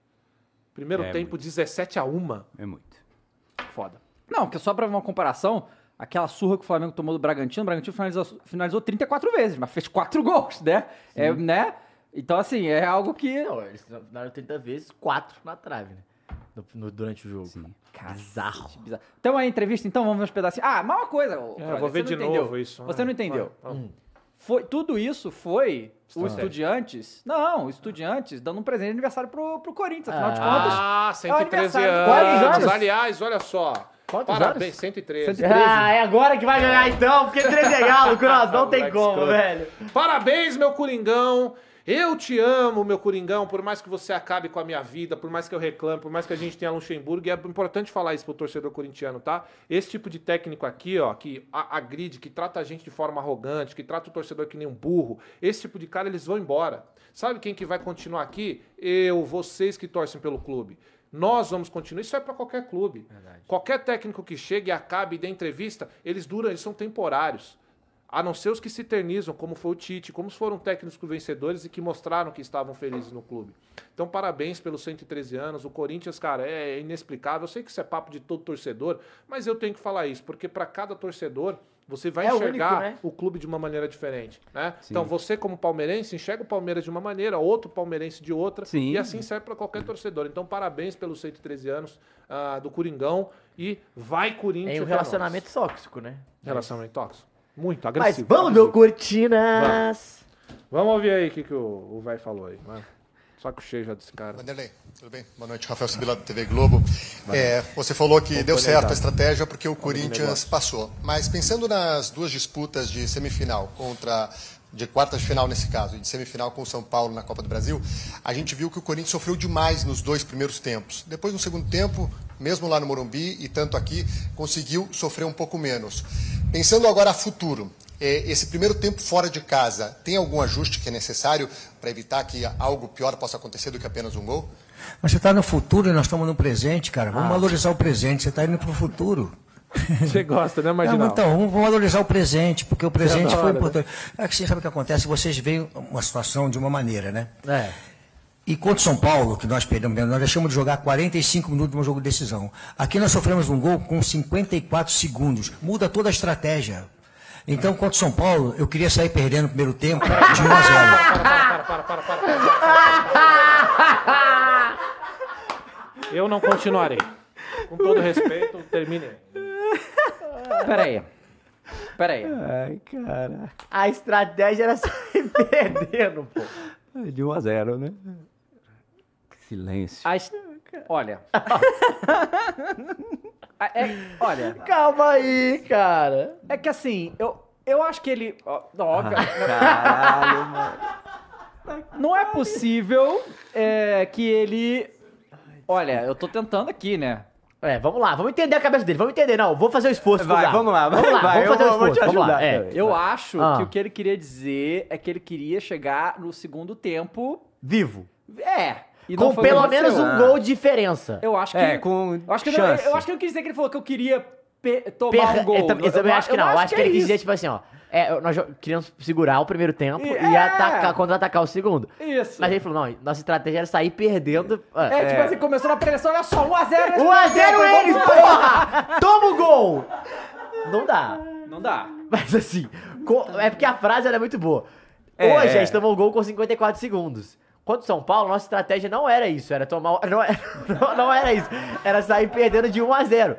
Primeiro
É
tempo, 17 a 1.
É muito.
Foda.
Não, porque só pra uma comparação, aquela surra que o Flamengo tomou do Bragantino, o Bragantino finalizou, finalizou 34 vezes, mas fez 4 gols, né? É, né? Então, assim, é algo que.
Não, eles finalizaram 30 vezes, 4 na trave, né? No- no- durante o jogo. Bizarro.
Bizarro. Então aí, entrevista, então, vamos ver uns pedacinhos. Ah, mas uma coisa. ô,
É,
Fraga,
vou ver
você
de
não entendeu.
novo isso.
Você não
Ah,
entendeu.
ah, ah.
Foi, tudo isso foi o
Estratégia.
Estudiantes. Não, o Estudiantes dando um presente de aniversário pro, pro Corinthians, afinal de contas.
Ah,
é o
113
aniversário.
anos.
Quantos anos?
Aliás, olha só.
Quantos
Parabéns,
anos?
113.
113.
Ah, é agora que vai ganhar então, porque 13 é galo, Cross, não tem
Moleque
como,
escroto.
velho.
Parabéns, meu Coringão. Eu te amo, meu Coringão, por mais que você acabe com a minha vida, por mais que eu reclame, por mais que a gente tenha Luxemburgo, e é importante falar isso pro torcedor corintiano, tá? Esse tipo de técnico aqui, ó, que a- agride, que trata a gente de forma arrogante, que trata o torcedor que nem um burro, esse tipo de cara, eles vão embora. Sabe quem que vai continuar aqui? Eu, vocês que torcem pelo clube. Nós vamos continuar. Isso é pra qualquer clube. Qualquer técnico que chegue e acabe e dê entrevista, eles duram, eles são temporários. A não ser os que se eternizam, como foi o Tite, como foram técnicos vencedores e que mostraram que estavam felizes no clube. Então, parabéns pelos 113 anos. O Corinthians, cara, é inexplicável. Eu sei que isso é papo de todo torcedor, mas eu tenho que falar isso, porque para cada torcedor, você vai
É único,
enxergar
né?
o clube de uma maneira diferente. Né? Então, você, como palmeirense, enxerga o Palmeiras de uma maneira, outro palmeirense de outra.
Sim.
E assim serve para qualquer torcedor. Então, parabéns pelos 113 anos ah, do Coringão e vai, Corinthians!
Tem
é
um
nóis.
relacionamento tóxico, né?
Relacionamento tóxico. Muito
Mas
agressivo.
vamos ver o Cortinas.
Vamos ouvir aí o que, que o, o Vai falou aí. Vai. Saco cheio já desse cara.
Vanderlei, tudo bem? Boa noite, Rafael Sibila da TV Globo. É, você falou que deu certo a estratégia porque o Corinthians passou. Mas pensando nas duas disputas de semifinal contra de quartas de final nesse caso, e de semifinal com o São Paulo na Copa do Brasil, a gente viu que o Corinthians sofreu demais nos dois primeiros tempos. Depois no segundo tempo, mesmo lá no Morumbi e tanto aqui, conseguiu sofrer um pouco menos. Pensando agora a futuro, é, esse primeiro tempo fora de casa, tem algum ajuste que é necessário para evitar que algo pior possa acontecer do que apenas um gol?
Mas você está no futuro e nós estamos no presente, cara.
Ah.
Vamos valorizar o presente. Você está indo para o futuro.
Você gosta, né,
Não,
Marginal?
então, vamos valorizar o presente, porque o presente
adora,
foi
né?
importante. É que você sabe o que acontece? Vocês veem uma situação de uma maneira, né?
É.
E contra o São Paulo, que nós perdemos, né, nós deixamos de jogar 45 minutos num jogo de decisão. Aqui nós sofremos um gol com 54 segundos. Muda toda a estratégia. Então, contra o São Paulo, eu queria sair perdendo no primeiro tempo de 1 a 0.
Eu não continuarei. Com todo respeito, terminei.
Peraí. Peraí.
Ai, cara.
A estratégia era sair perdendo, pô.
De 1 a 0, né? Que silêncio.
A est- Olha. A- é- olha.
Calma aí, cara.
É que assim, eu, eu acho que ele. ó, Não, óbvio.
Caralho, mano.
Não é possível é, que ele. Olha, eu tô tentando aqui, né?
É, vamos lá, vamos entender a cabeça dele, vamos entender. Não, vou fazer o esforço.
Vai,
pro Galo.
vamos lá, vai,
vamos lá,
vai,
vamos
eu
fazer o
vou- vou
esforço.
te
vamos lá,
ajudar
é.
também.
Eu acho
Ah.
que o que ele queria dizer é que ele queria chegar no segundo tempo.
Vivo.
É. E não
Com
foi o que
pelo
aconteceu.
menos um gol de diferença.
Ah. Eu acho que.
É, com
eu acho que não,
chance.
eu acho que ele quis dizer que ele falou que eu queria pe- tomar
Perra-
um gol.
Eu, tam- eu também
Eu
acho que não. Eu acho que ele
é
quis dizer,
isso.
tipo assim, ó. É, eu- nós jo- queríamos segurar o primeiro tempo e,
É.
atacar, contra-atacar o segundo.
Isso.
Mas ele falou, não, nossa estratégia era sair perdendo. ah. É.
É, tipo assim, começou na preleção, olha só, 1x0.
1x0 eles, porra! Toma o gol! Não dá.
Não dá.
Mas assim, co- é porque a frase era muito boa.
É,
Hoje a
é.
gente tomou o gol com 54 segundos. Quanto São Paulo, nossa estratégia não era isso, era tomar. o- Não era, não, não era isso. Era sair perdendo de 1 a 0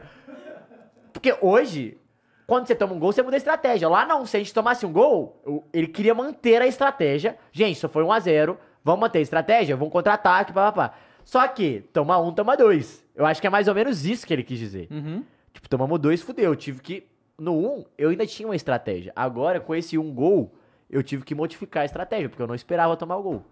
Porque hoje, quando você toma um gol, você muda a estratégia. Lá não, se a gente tomasse um gol, o- ele queria manter a estratégia. Gente, só foi 1 a 0 vamos manter a estratégia, vamos contra-ataque, papapá. Só que, tomar um, toma dois. Eu acho que é mais ou menos isso que ele quis dizer. Tipo, tomamos dois, fudeu. Eu tive que. No um, eu ainda tinha uma estratégia. Agora, com esse um gol, eu tive que modificar a estratégia, porque eu não esperava tomar o gol.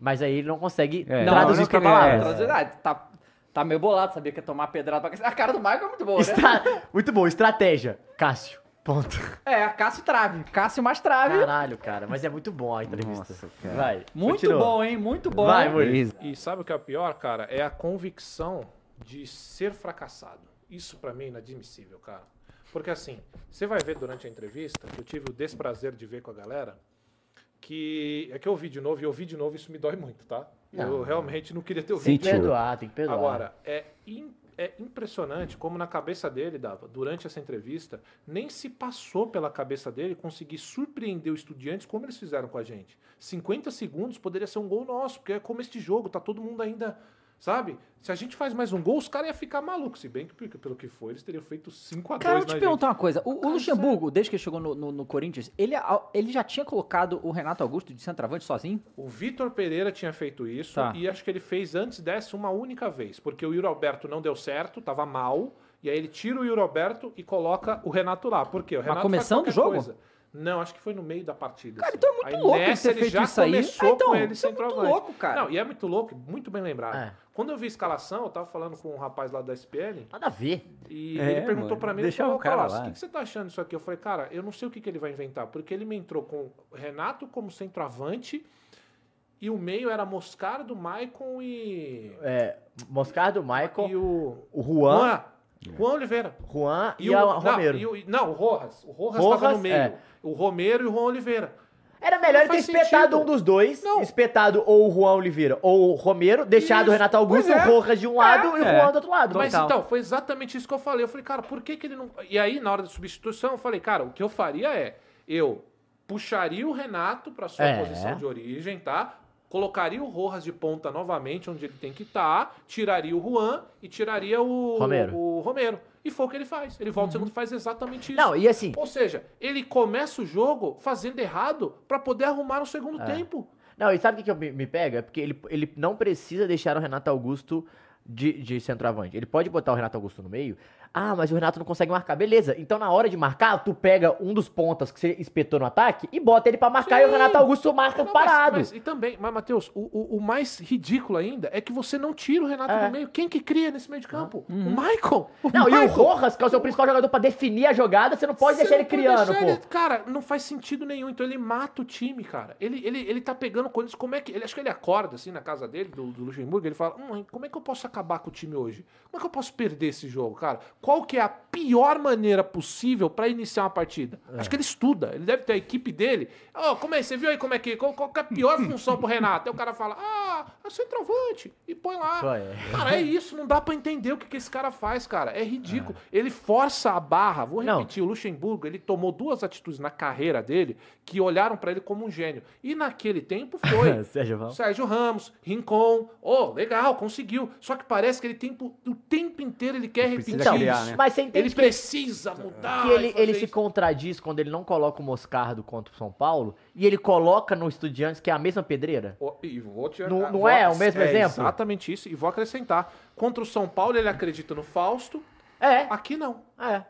Mas aí ele não consegue
É. Não,
traduzir
não
isso pra
queria-
palavras.
é. Traduzir, ah, tá, tá meio bolado, sabia que ia tomar pedrada pra cacete. A cara do Michael é muito boa, né?
Estra- Muito bom, estratégia. Cássio. Ponto.
É, Cássio trave. Cássio mais trave.
Caralho, cara, mas é muito bom a entrevista. Vai.
Muito
continua.
bom, hein? Muito bom.
Vai, Murilo.
E sabe o que é o pior, cara? É a convicção de ser fracassado. Isso pra mim é inadmissível, cara. Porque assim, você vai ver durante a entrevista, que eu tive o desprazer de ver com a galera, que é que eu ouvi de novo e ouvi de novo, isso me dói muito, tá?
Não.
Eu realmente não queria ter ouvido.
Tem que perdoar, tem que perdoar.
Agora, é, im- é impressionante como na cabeça dele, Dava, durante essa entrevista, nem se passou pela cabeça dele conseguir surpreender os estudiantes como eles fizeram com a gente. 50 segundos poderia ser um gol nosso, porque é como este jogo, tá todo mundo ainda. Sabe? Se a gente faz mais um gol, os caras iam ficar malucos. Se bem que, porque pelo que foi, eles teriam feito 5 a 2
Cara, tipo, eu vou
na
te
gente.
perguntar uma coisa. O, o
Ah,
Luxemburgo, desde que ele chegou no, no- no Corinthians, ele, ele já tinha colocado o Renato Augusto de centroavante sozinho?
O Vitor Pereira tinha feito isso
Tá.
e acho que ele fez antes dessa uma única vez, porque o Yuri Alberto não deu certo, tava mal, e aí ele tira o Yuri Alberto e coloca o Renato lá. Por quê? O Renato faz
começando o
qualquer
jogo?
Não, acho que foi no meio da partida.
Cara,
assim.
então é muito
Aí
louco ele
nessa
ter feito
já
isso aí.
começou
Ah, então,
com ele
isso é muito
centroavante.
louco, cara.
Não, e é muito louco, muito bem lembrado.
É.
Quando eu vi a escalação, eu tava falando com um rapaz lá da SPN,
Nada a ver.
e
É,
ele perguntou
mano,
pra mim,
deixa
ele falou,
o cara
"Palácio,
lá."
o que que você tá achando disso aqui? Eu falei, cara, eu não sei o que, que ele vai inventar, porque ele me entrou com o Renato como centroavante e o meio era Moscardo, Maicon e...
É, Moscardo, Michael,
E o...
o Juan,
Juan, Juan Oliveira.
Juan e, a
não,
Romero.
e o- e- Não, o Rojas. O Rojas,
Rojas,
tava no meio.
é.
O Romero e o Juan Oliveira.
Era melhor
Não
ele ter
faz
espetado
sentido.
um dos dois, espetado ou o Juan Oliveira ou o Romero, deixado o Renato Augusto,
Pois é.
o Rojas de um lado e o
É.
Juan do outro lado.
Mas
Total.
então, foi exatamente isso que eu falei. Eu falei, cara, por que, que ele não. E aí, na hora da substituição, eu falei, cara, o que eu faria é. Eu puxaria o Renato pra sua
É.
posição de origem, tá? Colocaria o Rojas de ponta novamente, onde ele tem que estar, tiraria o Juan e tiraria o
Romero. Uhum.
o Romero. E foi o que ele faz. Ele volta no segundo e faz exatamente isso.
Não, e assim-
Ou seja, ele começa o jogo fazendo errado pra poder arrumar no
É.
segundo tempo.
Não, e sabe o que, que eu me, me pega? É porque ele, ele não precisa deixar o Renato Augusto de, de centroavante. Ele pode botar o Renato Augusto no meio. Ah, mas o Renato não consegue marcar. Beleza. Então, na hora de marcar, tu pega um dos pontas que você espetou no ataque e bota ele pra marcar e o
Sim.
Renato Augusto marca
Não, mas-
parado.
mas- e também, mas, Matheus, o, o- o mais ridículo ainda é que você não tira o Renato
É. Uhum.
do meio. Quem que cria nesse meio de campo? O Michael!
não, e o
Michael.
Rojas, que é o seu principal jogador pra definir a jogada, você não pode
Você
deixar
não
ele criando,
deixar
pô.
ele- cara, não faz sentido nenhum. Então ele mata o time, cara. Ele, ele, ele tá pegando coisas. Como é que. Ele, acho que ele acorda, assim, na casa dele, do, do Luxemburgo, ele fala: hum, como é que eu posso acabar com o time hoje? Como é que eu posso perder esse jogo, cara? Qual que é a pior maneira possível pra iniciar uma partida?
É.
Acho que ele estuda. Ele deve ter a equipe dele. Ó, como é? Você viu aí como é que. Qual, qual que é a pior função pro Renato? Aí o cara fala: ah, é centroavante. E põe lá.
Só é.
Cara, é isso, não dá pra entender o que, que esse cara faz, cara. É ridículo. Ele força a barra. Vou
Não.
repetir, o Luxemburgo, ele tomou duas atitudes na carreira dele que olharam pra ele como um gênio. E naquele tempo foi.
Sérgio Ramos.
Sérgio Ramos, Rincon. Oh, legal, conseguiu. Só que parece que ele tem o tempo inteiro ele né? quer repetir.
Então,
isso.
mas você entende
Ele
que-
precisa mudar.
que
e
ele,
fazer
ele se
isso.
contradiz quando ele não coloca o Moscardo contra o São Paulo e ele coloca no Estudiantes, que é a mesma pedreira?
Ó, E vou te-
Não- não
vou-
é o mesmo exemplo?
Exatamente isso. E vou acrescentar. Contra o São Paulo, ele acredita no Fausto.
É.
Aqui não.
É.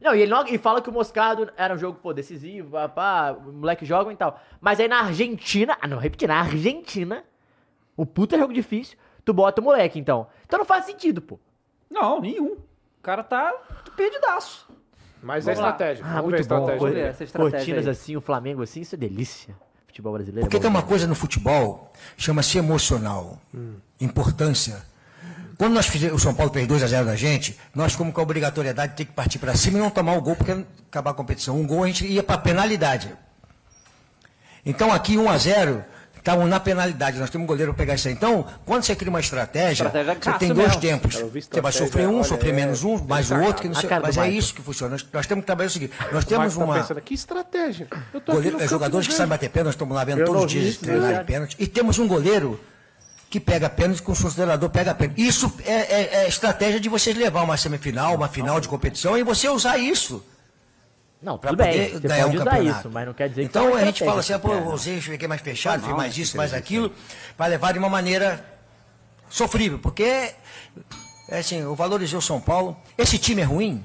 Não, e ele não- e fala que o Moscardo era um jogo pô, decisivo, pá, pá, o moleque joga e tal. Mas aí na Argentina, ah, não, repetir, na Argentina, o puta jogo difícil, tu bota o moleque então. Então não faz sentido, pô.
Não, nenhum. O cara tá perdidaço.
Mas
Vamos
é
lá.
estratégia.
Ah,
Vamos ver a
muito bom.
estratégia.
Cor-
Vamos ver
dele.
essa estratégia
Cortinas
aí.
assim, o Flamengo assim, isso é delícia. Futebol brasileiro.
Porque
é bom
tem uma
demais.
coisa no futebol, chama-se emocional, importância. Quando nós fizemos, o São Paulo fez 2x0 da gente, nós ficamos com a obrigatoriedade de ter que partir para cima e não tomar o gol, porque acabar a competição. Um gol a gente ia para penalidade. Então aqui 1x0, estavam tá na penalidade, nós temos um goleiro pra pegar isso aí. Então, quando você cria uma estratégia,
Estratégia
você tem
Cássio
dois
mesmo.
tempos.
Cara, é eu vi
Você vai
estratégia,
sofrer um,
olha,
sofrer
é-
menos um, mais o outro, que não
A
sei,
cara do
mas é
Michael.
isso que funciona. Nós, nós temos que trabalhar o seguinte, nós
O
temos
Marco tá
uma...
pensando, que estratégia? Eu tô aqui no
Goleiro, é,
campo
jogadores
do
que
Grênio.
sabem bater pênalti, nós estamos lá vendo
Eu
todos
não
os
vi
dias
isso,
treinar
cara.
de pênalti. E temos um goleiro que pega pênalti com o considerador pega pênalti. Isso é, é- é estratégia de vocês levar uma semifinal, uma final de competição e você usar isso.
Não,
pra
tudo bem,
poder
você
ganhar
pode
um
usar
campeonato.
isso, mas não quer dizer que
Então
isso é
a gente
estratégia.
fala assim, ah, pô,
É.
eu usei, fiquei mais fechado, fiz
Não,
mais
não
isso, mais aquilo, para levar de uma maneira sofrível, porque é assim, eu valorizei o São Paulo. Esse time é ruim?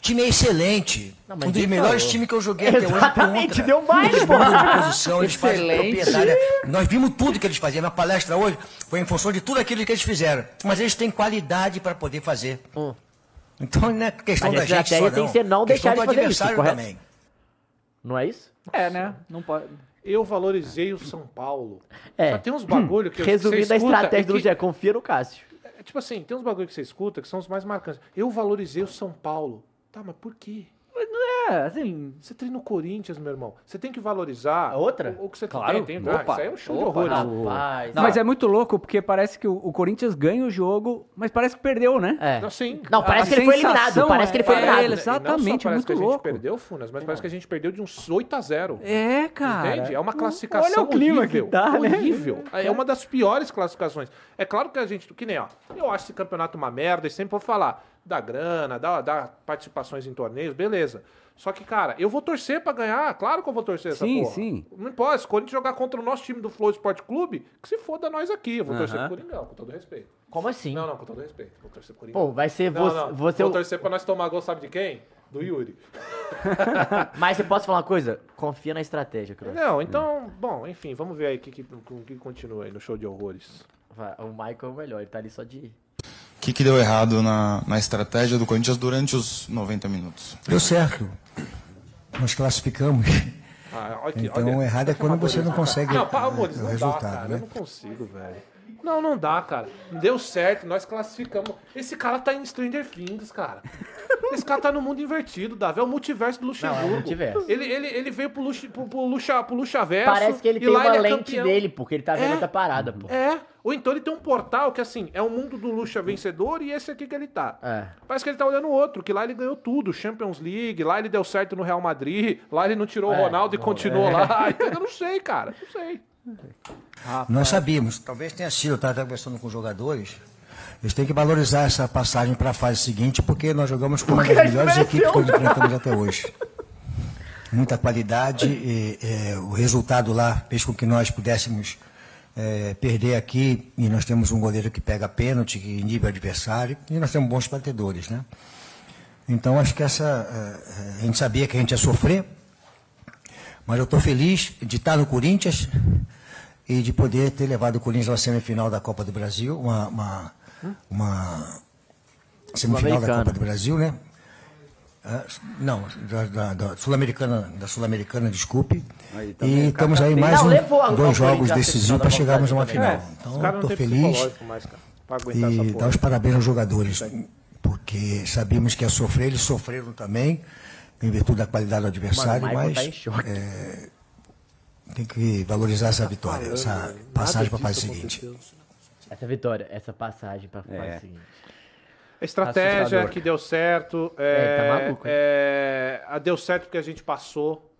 Time é excelente.
mas
um dos
ele
melhores
falou.
times que eu joguei até hoje.
Exatamente,
contra.
deu mais,
Eles
pô.
mudam de posição, eles fazem
Excelente.
propriedade. Nós vimos tudo que eles faziam. Minha palestra hoje foi em função de tudo aquilo que eles fizeram. Mas eles têm qualidade para poder fazer. Então não é questão
Hum. Mas a
da gente só,
estratégia
não.
tem que ser não
Questão
deixar
do
de fazer isso,
adversário
correto?
também.
Não é isso?
É, né? Não pode.
Eu valorizei o São Paulo.
É.
Só tem uns bagulho que eu- que
Resumindo
você
a
escuta
estratégia
e
do
que-
Luciano, confia no Cássio.
É, tipo assim, tem uns bagulho que você escuta que são os mais marcantes. Eu valorizei o São Paulo. Tá, mas por quê?
Mas não é, assim.
Você treina o Corinthians, meu irmão. Você tem que valorizar.
outra?
O, o que você
Claro.
tem. tem ah,
Opa.
isso aí é um show de
Opa,
horrores.
rapaz.
Mas é muito louco, porque parece que o, o Corinthians ganha o jogo, mas parece que perdeu, né?
É.
Não, sim.
Não, parece que ele foi eliminado,
sensação
parece que ele foi
é-
eliminado.
é, Exatamente, é
parece que
muito
a gente
louco.
perdeu, Funas, mas parece que a gente perdeu de uns 8 a 0
É, cara.
Entende? É uma classificação
Olha o clima
horrível.
que dá, né?
horrível. É uma das piores classificações. É claro que a gente, que nem, ó, eu acho esse campeonato uma merda e sempre vou falar da grana, da, da participações em torneios, beleza. Só que, cara, eu vou torcer pra ganhar. Claro que eu vou torcer essa
Sim,
porra.
sim.
Não importa. Se o Corinthians jogar contra o nosso time do Flow Esporte Clube, que se foda nós aqui. Eu vou torcer
Aham.
pro Coringão, com todo respeito.
Como assim?
Não, não, com todo respeito. Vou torcer pro Coringão.
Pô, vai ser
Não,
você.
não.
é
você
Vou torcer pra nós tomar gol, sabe de quem? Do Yuri.
Mas você posso falar uma coisa? Confia na estratégia, cara.
Não, então, bom, enfim, vamos ver aí o que, que, o que continua aí no show de horrores.
Vai, O Michael é o melhor, ele tá ali só de.
O que, que deu errado na, na estratégia do Corinthians durante os 90 minutos?
Deu certo. Nós classificamos.
Ah, olha aqui,
Então
olha.
o errado é quando você não consegue
Ah, Não, pá, amores,
o
não
resultado,
dá, cara.
né?
Eu não consigo, velho. Não, não dá, cara. Deu certo, nós classificamos. Esse cara tá em Stranger Things, cara. Esse cara tá no mundo invertido, Davi. É o multiverso do Luxemburgo.
Não, é o multiverso.
Ele, ele, ele veio pro, Lux, pro, pro, Luxa, pro Luxaverso.
Parece que ele
e
tem
lá
uma
ele é
lente
campeão.
dele, porque ele tá vendo
É.
essa parada, pô.
É. Ou então ele tem um portal que, assim, é o mundo do Luxa vencedor e esse aqui que ele tá.
É.
Parece que ele tá olhando o outro, que lá ele ganhou tudo. Champions League, lá ele deu certo no Real Madrid, lá ele não tirou
É,
o Ronaldo e
não,
continuou
é.
lá. Então, eu não sei, cara. Não sei.
Nós sabíamos, talvez tenha sido, eu estava conversando com os jogadores. Eles têm que valorizar essa passagem para a fase seguinte, porque nós jogamos com uma das
Porque um a gente
melhores
mereceu.
equipes que nós enfrentamos até hoje. Muita qualidade, e, é, o resultado lá fez com que nós pudéssemos é, perder aqui, e nós temos um goleiro que pega pênalti, que inibe o adversário, e nós temos bons batedores, né? Então acho que essa. é, é, A gente sabia que a gente ia sofrer, mas eu estou feliz de estar no Corinthians e de poder ter levado o Corinthians à semifinal da Copa do Brasil, uma, uma, uma semifinal da
Sul-Americana.
Copa do Brasil, né? Ah, Não, da, da- da Sul-Americana, da Sul-Americana, desculpe.
tá
e estamos aí mais
Não,
um-
levou a- ao
dois jogos
Corinthians a semifinal
decisivos
da
para
Copa
chegarmos a uma
do Brasil
final.
também.
Então,
tá Os caras não
estou
têm
feliz
psicológico mais, cara, pra aguentar
e
essa
dar
porra.
os parabéns aos jogadores, porque sabíamos que ia sofrer, eles sofreram também, em virtude da qualidade do adversário,
Mano, o Michael
mas
tá em choque.
tem que valorizar essa vitória,
Ah,
essa passagem para a fase
disso
seguinte.
Essa vitória, essa passagem pra falar o seguinte.
A estratégia é
Assustador.
que deu certo.
É,
É,
tá maluco, hein?
é, a deu certo porque a gente passou.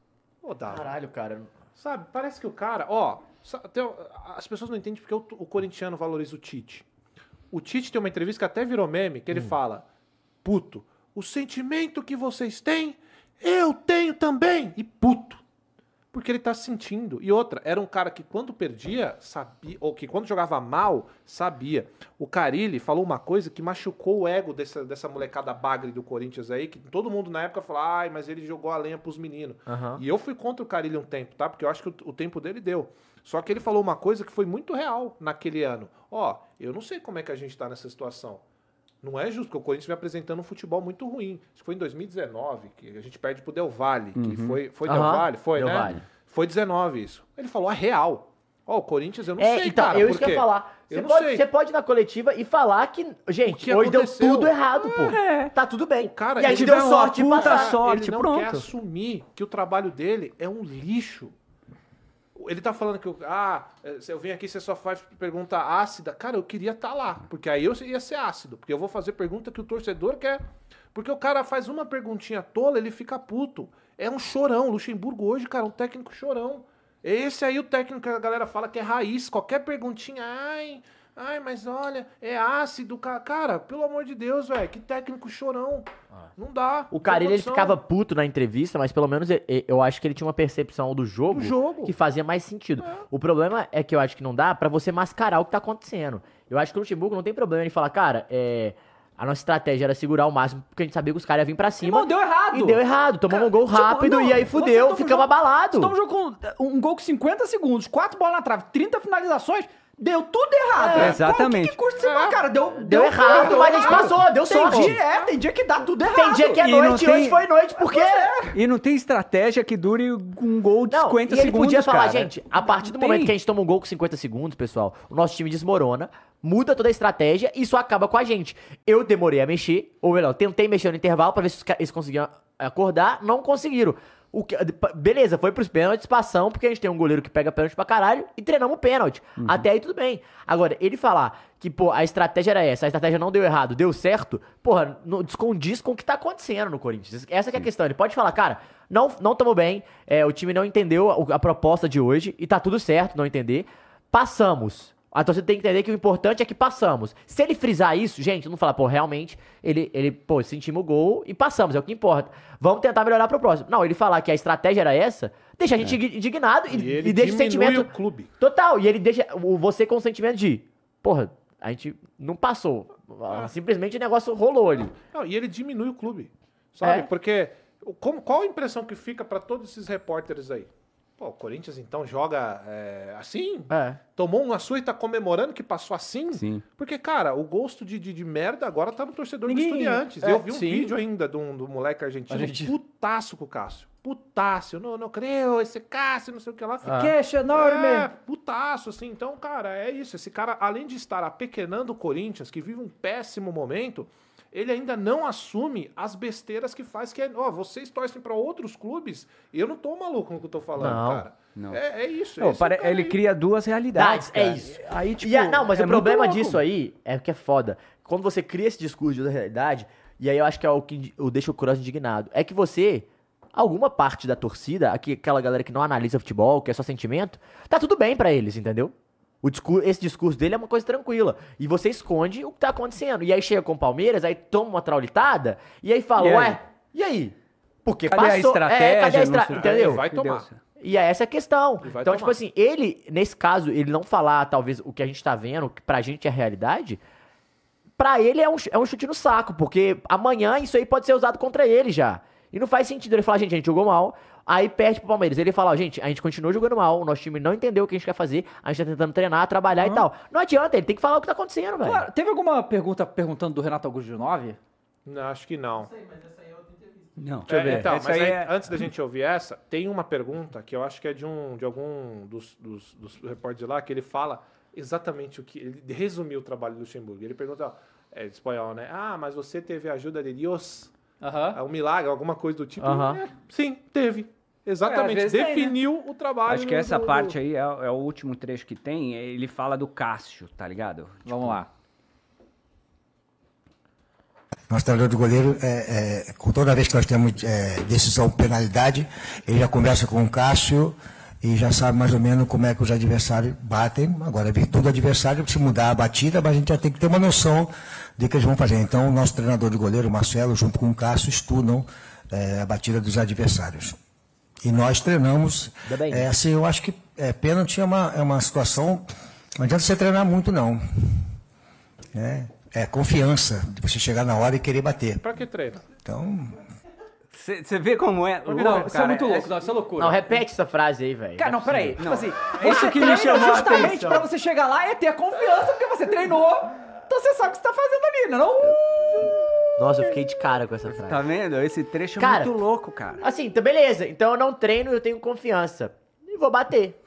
Ô, Davi.
Caralho, cara.
Sabe, parece que o cara, ó, sa- tem um- as pessoas não entendem porque o, o corintiano valoriza o Tite. O Tite tem uma entrevista que até virou meme, que ele fala: "Puto, o sentimento que vocês têm, eu tenho também". E puto. Porque ele tá sentindo. E outra, era um cara que quando perdia, sabia, ou que quando jogava mal, sabia. O Carilli falou uma coisa que machucou o ego dessa, dessa molecada bagre do Corinthians aí, que todo mundo na época falou, ai, mas ele jogou a lenha pros meninos.
Aham.
E eu fui contra o Carilli um tempo, tá? Porque eu acho que o, o tempo dele deu. Só que ele falou uma coisa que foi muito real naquele ano. Ó, eu não sei como é que a gente tá nessa situação. Não é justo, porque o Corinthians vem apresentando um futebol muito ruim. Acho que foi em 2019 que a gente perde pro Del Valle, que foi, foi Del
Uhum. Aham,
Valle, foi,
Del
né?
Valle.
Foi 19 isso. Ele falou a real. Ó, o Corinthians, eu não
É,
sei,
então,
cara.
eu
por
isso que eu
quê?
ia falar.
Eu
Você
não
pode,
sei.
você pode ir na coletiva e falar que, gente,
que
hoje deu
aconteceu? É.
tudo errado, pô. Tá tudo bem.
O cara,
e a
ele é um
gente deu
deu uma
sorte de
puta
passar.
sorte.
ele não
pronto.
quer assumir que o trabalho dele é um lixo. Ele tá falando que, eu- ah, eh, se eu vim aqui você só faz pergunta ácida. Cara, eu queria estar lá, porque aí eu ia ser ácido, porque eu vou fazer pergunta que o torcedor quer. Porque o cara faz uma perguntinha tola, ele fica puto. É um chorão. Luxemburgo hoje, cara, é um técnico chorão. Esse aí o técnico que a galera fala que é raiz. Qualquer perguntinha, ai, ai, mas olha, é ácido. ca- Cara, pelo amor de Deus, velho, que técnico chorão. Não dá.
Ah. O
Não tem
Carilho, ele
condição.
ficava puto na entrevista, mas pelo menos e- e- eu acho que ele tinha uma percepção do jogo,
Do jogo.
que fazia mais sentido. O problema é que eu acho que não dá pra você mascarar o que tá acontecendo. Eu acho que o Luxemburgo não tem problema ele falar, cara, é, A nossa estratégia era segurar o máximo, porque a gente sabia que os caras iam vir pra cima.
Irmão, deu errado. tipo,
E deu errado. Tomamos um gol rápido
Não,
e aí
você
fudeu,
toma um
ficamos
jogo-
abalados.
Você toma um jogo com um gol com 50 segundos, quatro bolas na trave, 30 finalizações, deu tudo errado.
É,
Qual-
exatamente.
Que, que custa esse gol, cara? Deu, deu,
É. errado, mas a gente passou, deu
tem
sorte.
Dia, é, tem dia que dá tudo errado. é.
Tem dia que é
E não
noite, e hoje
tem-
foi noite, porque...
E não tem estratégia que dure um gol de
Não,
50
e ele
segundos,
podia falar,
cara.
gente, a partir do
Não tem.
momento que a gente toma um gol com 50 segundos, pessoal, o nosso time desmorona, muda toda a estratégia e isso acaba com a gente. Eu demorei a mexer, ou melhor, tentei mexer no intervalo pra ver se os ca- eles conseguiam acordar, não conseguiram. O que- beleza, foi pros pênaltis, passão, porque a gente tem um goleiro que pega pênalti pra caralho e treinamos o pênalti.
Uhum.
Até aí tudo bem. Agora, ele falar que, pô, a estratégia era essa, a estratégia não deu errado, deu certo, porra, não descondiz com o que tá acontecendo no Corinthians. Essa que é a questão. Ele pode falar, cara, não, não tamo bem, é, o time não entendeu a, a proposta de hoje e tá tudo certo não entender. Passamos. A torcida tem que entender que o importante é que passamos. Se ele frisar isso, gente, não falar, pô, realmente, ele, ele pô, sentimos o gol e passamos, é o que importa. Vamos tentar melhorar pro próximo. Não, ele falar que a estratégia era essa, deixa a gente indignado e,
É. E ele
e deixa o
diminui
sentimento.
o clube.
Total, e ele deixa o- você com o sentimento de, porra, a gente não passou.
Ah.
Simplesmente o negócio rolou ali.
Não, e ele diminui o clube. Sabe?
É.
Porque o- como- qual a impressão que fica pra todos esses repórteres aí? Pô, o Corinthians então joga é, assim? Tomou um açúcar e tá comemorando que passou assim?
Sim.
Porque, cara, o gosto de, de, de merda agora tá no torcedor
Ninguém-
do Estudiantes.
é,
Eu vi um
sim.
vídeo ainda de um- do, moleque argentino,
Argentino.
putaço com o Cássio. Putaço, não, não creio, esse Cássio, não sei o que lá.
Ah. Queixo enorme.
É, putaço, assim. Então, cara, é isso. Esse cara, além de estar apequenando o Corinthians, que vive um péssimo momento, ele ainda não assume as besteiras que faz, que é, ó, vocês torcem pra outros clubes, e eu não tô maluco no que eu tô falando,
Não,
cara.
não.
É, é isso.
Não,
esse
pare-
é o cara
Ele
aí.
cria duas realidades.
é
cara.
isso.
Aí, tipo,
E a- não, mas
é
o
muito
problema
louco.
disso aí é que é foda. Quando você cria esse discurso da realidade, e aí eu acho que é o que indi- eu deixo o Cross indignado, é que você, alguma parte da torcida, aqui- aquela galera que não analisa futebol, que é só sentimento, tá tudo bem pra eles, entendeu? O discur- esse discurso dele é uma coisa tranquila. E você esconde o que tá acontecendo. E aí chega com o Palmeiras, aí toma uma traulitada, e aí fala,
E aí?
ué, e aí? Porque
Cadê a
passou. é, cadê
estratégia?
a
Não
estratégia?
sei o quê.
Entendeu?
Vai tomar.
Entendeu?
E é essa a questão.
vai
Então,
tomar.
tipo assim, ele, nesse caso, ele não falar, talvez, o que a gente tá vendo, que pra gente é realidade, pra ele é um, ch- é um chute no saco, porque amanhã isso aí pode ser usado contra ele já. E não faz sentido ele falar, gente, a gente jogou mal, aí perde pro Palmeiras. Ele fala, ó, gente, a gente continua jogando mal, o nosso time não entendeu o que a gente quer fazer, a gente tá tentando treinar, trabalhar e tal. Não adianta, ele tem que falar o que tá acontecendo, velho.
Uhum. Claro, teve alguma pergunta perguntando do Renato Augusto de 9?
Não, acho que não.
Não.
É, Então,
Essa
mas
aí
aí,
é-
antes da gente ouvir essa, tem uma pergunta que eu acho que é de um de algum dos, dos, dos repórteres lá, que ele fala exatamente o que. Ele resumiu o trabalho do Luxemburgo. Ele pergunta, ó, é, em espanhol, né? Ah, mas você teve a ajuda de Deus?
Aham.
É um milagre, alguma coisa do tipo.
Aham.
É, sim, teve. Exatamente.
É, às vezes
né?
tem,
Definiu o trabalho.
Acho que
do-
essa
do-
parte aí é, é o último trecho que tem. Ele fala do Cássio, tá ligado?
Vamos lá.
Nosso treinador de goleiro, é, é, com toda vez que nós temos é, decisão penalidade, ele já conversa com o Cássio e já sabe mais ou menos como é que os adversários batem. Agora, a virtude do adversário se mudar a batida, mas a gente já tem que ter uma noção de que eles vão fazer. Então, o nosso treinador de goleiro, o Marcelo, junto com o Cássio, estudam é, a batida dos adversários. E nós treinamos.
Ainda bem.
É, assim, eu acho que é, pênalti é uma, é uma situação. Não adianta você treinar muito, não. Né? É confiança de você chegar na hora e querer bater.
Pra que treina?
Então,
Você vê como é? Louco,
Não, isso é
cara,
muito
é-
louco, não, isso é loucura.
Não, repete essa frase aí, velho.
Cara, não, peraí. Tipo
Não.
assim,
É isso
você
que me
treina
chamou a
justamente
atenção.
pra você chegar lá e ter a confiança, porque você treinou, então você sabe o que você tá fazendo ali, né? Não...
Nossa, eu fiquei de cara com essa frase.
Tá vendo? Esse trecho é
Cara,
muito louco, cara.
Assim, então beleza. Então eu não treino, eu tenho confiança. E vou bater.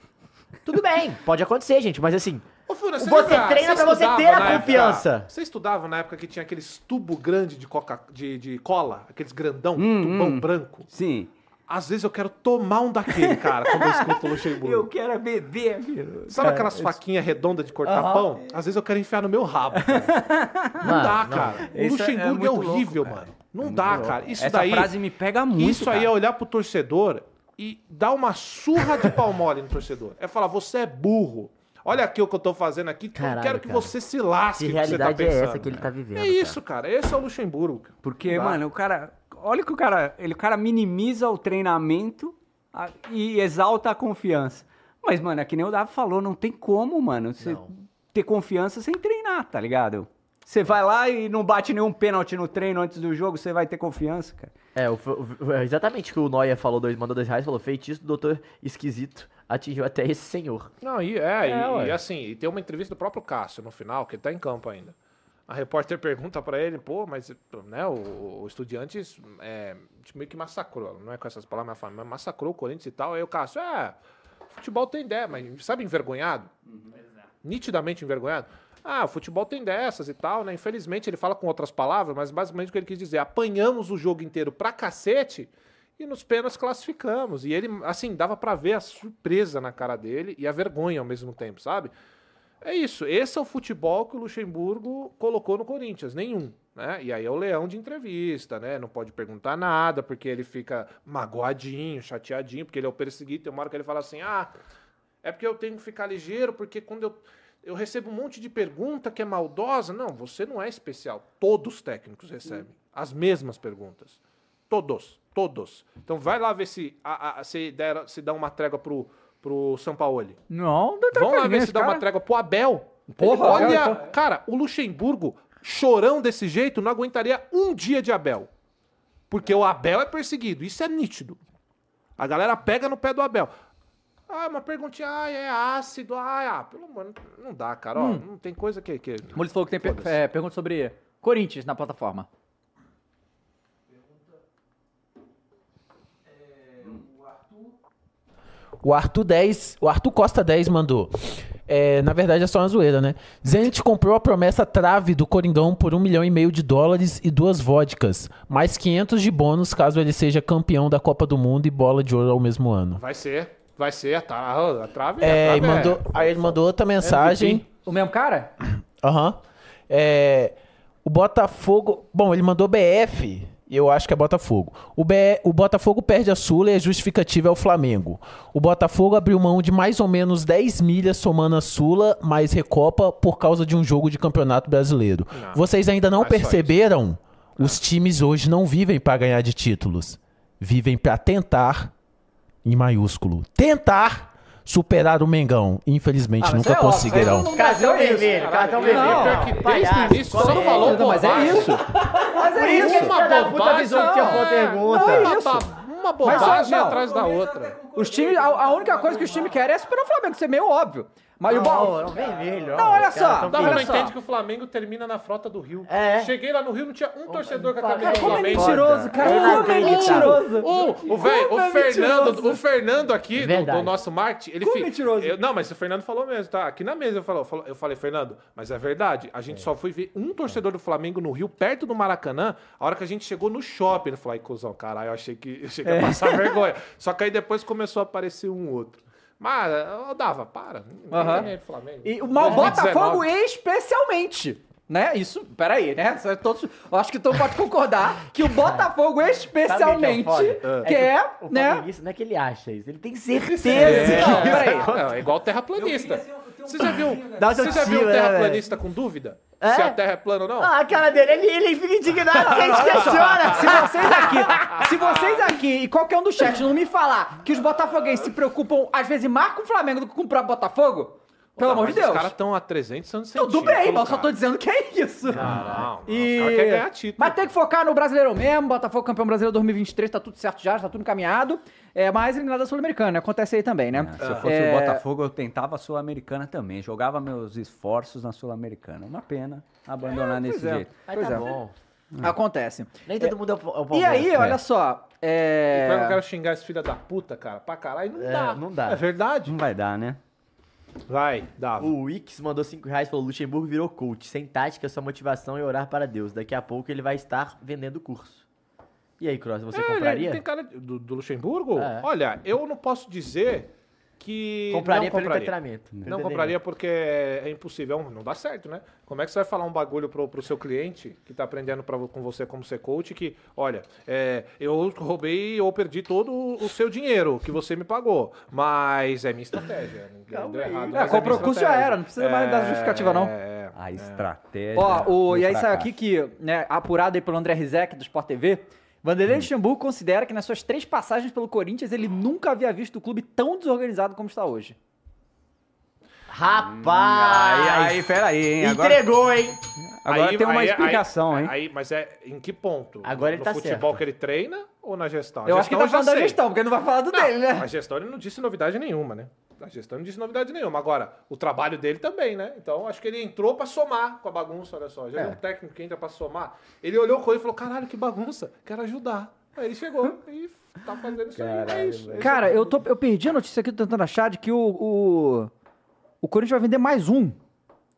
Tudo bem, pode acontecer, gente, mas assim.
Ô, Fura,
Você treina pra você
estudava
ter a
na época-
confiança.
você estudava na época que tinha aqueles tubo grande de, coca, de, de cola, aqueles grandão,
Hum,
tubão branco.
Sim.
Às vezes eu quero tomar um daquele, cara, quando eu escuto o Luxemburgo.
Eu quero é beber, amigo.
Sabe aquelas faquinhas redondas de cortar pão? Às vezes eu quero enfiar no meu rabo. cara. Não
Mano,
dá, cara. O
Isso é- é
Luxemburgo é,
muito
horrível,
louco, cara.
mano. Não dá, cara. Isso
Essa
daí.
frase me pega muito.
isso aí é olhar pro torcedor e dar uma surra de pau mole no torcedor. É falar, você é burro. Olha aqui o que eu tô fazendo aqui, que eu
Caralho,
quero que
cara.
você se lasque.
Que
o você tá
realidade é
pensando,
essa que ele
né?
tá vivendo?
É isso, cara. Esse é o Luxemburgo. cara.
Porque, mano, o cara. Olha que o cara. Ele, o cara minimiza o treinamento a- e exalta a confiança. Mas, mano, é que nem o Davi falou, não tem como, mano, você ter confiança sem treinar, tá ligado? Você vai lá e não bate nenhum pênalti no treino antes do jogo, você vai ter confiança, cara.
É, o- o- o- exatamente o que o Noia falou, dois, mandou dois reais, falou, feitiço do doutor esquisito atingiu até esse senhor.
Não, e é, e-
É,
e,
ué.
assim, e tem uma entrevista do próprio Cássio no final, que ele tá em campo ainda. A repórter pergunta pra ele, pô, mas né, o, o Estudiantes é, meio que massacrou, não é com essas palavras, mas fala, mas massacrou o Corinthians e tal. Aí o Cássio, é, futebol tem ideia, mas sabe envergonhado? Nitidamente envergonhado. Ah, o futebol tem dessas e tal, né? Infelizmente ele fala com outras palavras, mas basicamente o que ele quis dizer, apanhamos o jogo inteiro pra cacete e nos pênaltis classificamos. E ele, assim, dava pra ver a surpresa na cara dele e a vergonha ao mesmo tempo, sabe? É isso. Esse é o futebol que o Luxemburgo colocou no Corinthians. Nenhum. Né? E aí é o leão de entrevista, né? Não pode perguntar nada, porque ele fica magoadinho, chateadinho, porque ele é o perseguido. Tem uma hora que ele fala assim: ah, é porque eu tenho que ficar ligeiro, porque quando eu, eu recebo um monte de pergunta que é maldosa. Não, você não é especial. Todos os técnicos recebem as mesmas perguntas. Todos, todos. Então vai lá ver se, a, a- se, der, se dá uma trégua pro, pro Sampaoli.
Não, não
Vamos lá ver
ninguém,
se dá
cara.
uma trégua pro Abel.
Porra,
olha,
Abel,
então.
cara, o Luxemburgo, chorão desse jeito, não aguentaria um dia de Abel. Porque o Abel é perseguido, isso é nítido. A galera pega no pé do Abel. Ah, uma perguntinha, ah, é ácido, ah, ah, pelo amor, não dá, cara, ó,
Hum.
não tem coisa que... que...
O Mules falou que tem per- é, pergunta sobre Corinthians na plataforma.
O Arthur 10, o Arthur Costa 10 mandou. É, na verdade é só uma zoeira, né? Zenit comprou a promessa trave do Coringão por um milhão e meio de dólares e duas vodkas, mais 500 de bônus caso ele seja campeão da Copa do Mundo e bola de ouro ao mesmo ano.
Vai ser, vai ser, a, tra... a trave... a
É, e
trave
mandou, aí ele mandou outra mensagem.
O mesmo cara?
Aham. É, o Botafogo. Bom, ele mandou BF. e Eu acho que é Botafogo. O, BE o Botafogo perde a Sula e a justificativa é o Flamengo. O Botafogo abriu mão de mais ou menos 10 milhas somando a Sula mais Recopa por causa de um jogo de campeonato brasileiro.
Não.
Vocês ainda não
Mas só isso.
perceberam? Os times hoje não vivem para ganhar de títulos. Vivem para tentar, em maiúsculo, tentar superar o Mengão. Infelizmente,
Ah, mas isso
nunca
é óbvio,
né?
conseguirão.
isso não dá Cartão certo. vermelho, Caralho, cartão vermelho. não.
Pior é que desde o
Palhaço,
início só não
comédia.
falou
Não, mas é
bobagem.
isso.
Mas
é isso.
Uma
Filha da puta
bobagem,
avisou que tinha boa
é.
pergunta.
Não,
Não,
é
isso.
isso. Uma bobagem
não.
atrás
é
da outra.
Os times, a, a única coisa que os times querem é superar o Flamengo, isso é meio óbvio. Mas o
Não,
Bal...
não, vermelho.
Não, olha só,
Então,
É,
O
olha
Davi não
só.
entende que o Flamengo termina na frota do Rio. Cheguei lá no Rio, não tinha um torcedor com a camisa
cara,
do
como é
Flamengo.
mentiroso, cara, como é
Ou-
mentiroso.
ou- O velho, o
Como é
Fernando,
mentiroso.
o Fernando aqui do,
Verdade.
do nosso marketing, ele fica mentiroso. não, mas o Fernando falou mesmo, tá? Aqui na mesa eu falou, falou- eu falei, Fernando, mas é verdade, a gente só foi ver um torcedor do Flamengo no Rio, perto do Maracanã, a hora que a gente chegou no shopping, ele falou, ai, cuzão, caralho, eu achei que, eu achei que ia
É.
passar vergonha. Só que aí depois começou a aparecer um outro. Mas, eu dava, para.
Aham.
Ninguém é do Flamengo.
E o mal
2019.
Botafogo especialmente.
É
Né? Isso, peraí, né? Só Todos, eu acho que todo mundo pode concordar que o Botafogo
é
especialmente quer,
o, o
né?
flamenguista não é que ele acha isso, ele tem
Certeza.
certeza.
Não,
que isso
peraí.
acontece.
Não, é igual terraplanista. Você já viu,
Dá uma
você já viu um
torcida, né,
terraplanista com dúvida?
É?
Se a terra é plana ou não?
Ah, a cara dele, ele, ele fica indignado porque a gente
Olha só,
questiona.
É, Se vocês aqui, se vocês aqui e qualquer um do chat não me falar que os botafoguenses se preocupam, às vezes, mais com o Flamengo do que com o próprio Botafogo, pelo
Tá,
amor
mas
de Deus. Então,
Os caras estão a 300 anos sem
Tudo bem, mas eu só tô dizendo que é isso.
Não, não.
E...
Os caras querem ganhar título.
Mas tem que focar no Brasileirão mesmo. Botafogo campeão brasileiro 2023, tá tudo certo já, tá tudo encaminhado. É, mas eliminada Sul-Americana, acontece aí também, né?
É,
Ah.
Se eu fosse o Botafogo, eu tentava a Sul-Americana também. Jogava meus esforços na Sul-Americana. Uma pena abandonar
É, pois
desse
é.
jeito.
Aí tá bom. Acontece.
Nem todo mundo é o Palmeiras.
E aí,
É.
olha só. É...
Quando eu quero xingar esse filho da puta, cara, pra caralho, não dá. É verdade?
Não vai dar, né?
Vai, dá.
O Wix mandou 5 reais e falou: Luxemburgo virou coach. Sem tática, só motivação e orar para Deus. Daqui a pouco ele vai estar vendendo o curso. E aí, Cross, você
É, ele-
compraria?
ele Tem cara de- do, do Luxemburgo?
É.
Olha, eu não posso dizer que.
Compraria
não
pelo
compraria.
entretenimento.
né?
Não
Entretenimento.
compraria porque é impossível. é um- Não dá certo, né? Como é que você vai falar um bagulho pro, pro seu cliente que tá aprendendo pra, vo- com você como ser coach que, olha, é, eu roubei ou perdi todo o seu dinheiro que você me pagou. Mas é minha estratégia. Ninguém deu errado.
É, comprou o curso já era, não precisa mais
É,
dar justificativa, não.
A estratégia.
Ó, o,
do
e aí saiu
fracasso.
aqui que, né, apurado aí pelo André Rizek do Sport TV,
Hum.
Vanderlei Luxemburgo considera que nas suas três passagens pelo Corinthians ele nunca havia visto o clube tão desorganizado como está hoje.
Rapaz!
é?
Hum,
Aí, aí, peraí, hein?
Entregou, hein?
Agora
Aí-
tem uma
aí-
explicação,
aí-
hein?
Aí, mas é em que ponto?
Agora
no,
ele tá
futebol
certo.
que ele treina ou na gestão? A
Eu acho que ele tá
já
falando da
sei.
gestão, porque não vai falar do
Não,
dele, né?
A gestão ele não disse novidade nenhuma, né? A gestão não disse novidade nenhuma. Agora, o trabalho dele também, né? Então, acho que ele entrou pra somar com a bagunça, olha só. Já
É.
viu um técnico que entra pra somar. Ele olhou o coisa e falou, caralho, que bagunça, quero ajudar. Aí ele chegou e tá fazendo isso aí. É isso.
Cara, eu, tô, eu perdi a notícia aqui, tô tentando achar de que o, o, o Corinthians vai vender mais um.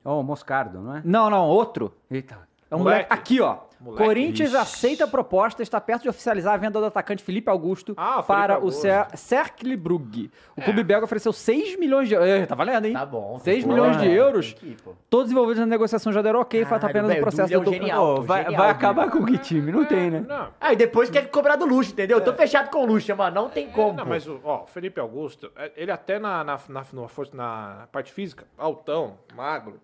Ó, o Moscardo, não é?
Não, não, outro.
Eita.
É um moleque.
Moleque.
Aqui, ó.
Moleque.
Corinthians
Ixi.
aceita a proposta, está perto de oficializar a venda do atacante Felipe Augusto para
Augusto.
o Cer Cercle Brugge. O
É.
clube belga ofereceu 6 milhões de euros. Tá valendo, hein? Tá bom. 6
boa.
milhões de euros.
Tem que ir, pô.
Todos envolvidos na negociação já deram ok, falta apenas o
velho, o
processo
Duda é um
do
genial,
Pô,
pô, genial, Duda.
com que time? Não tem, né?
Aí depois quer cobrar do Luxo, entendeu? Eu Tô fechado com o Luxo, mano. Não tem como.
É. Não,
pô.
mas o ó, Felipe Augusto, é, ele até na, na, na, na força- na parte física, altão, magro,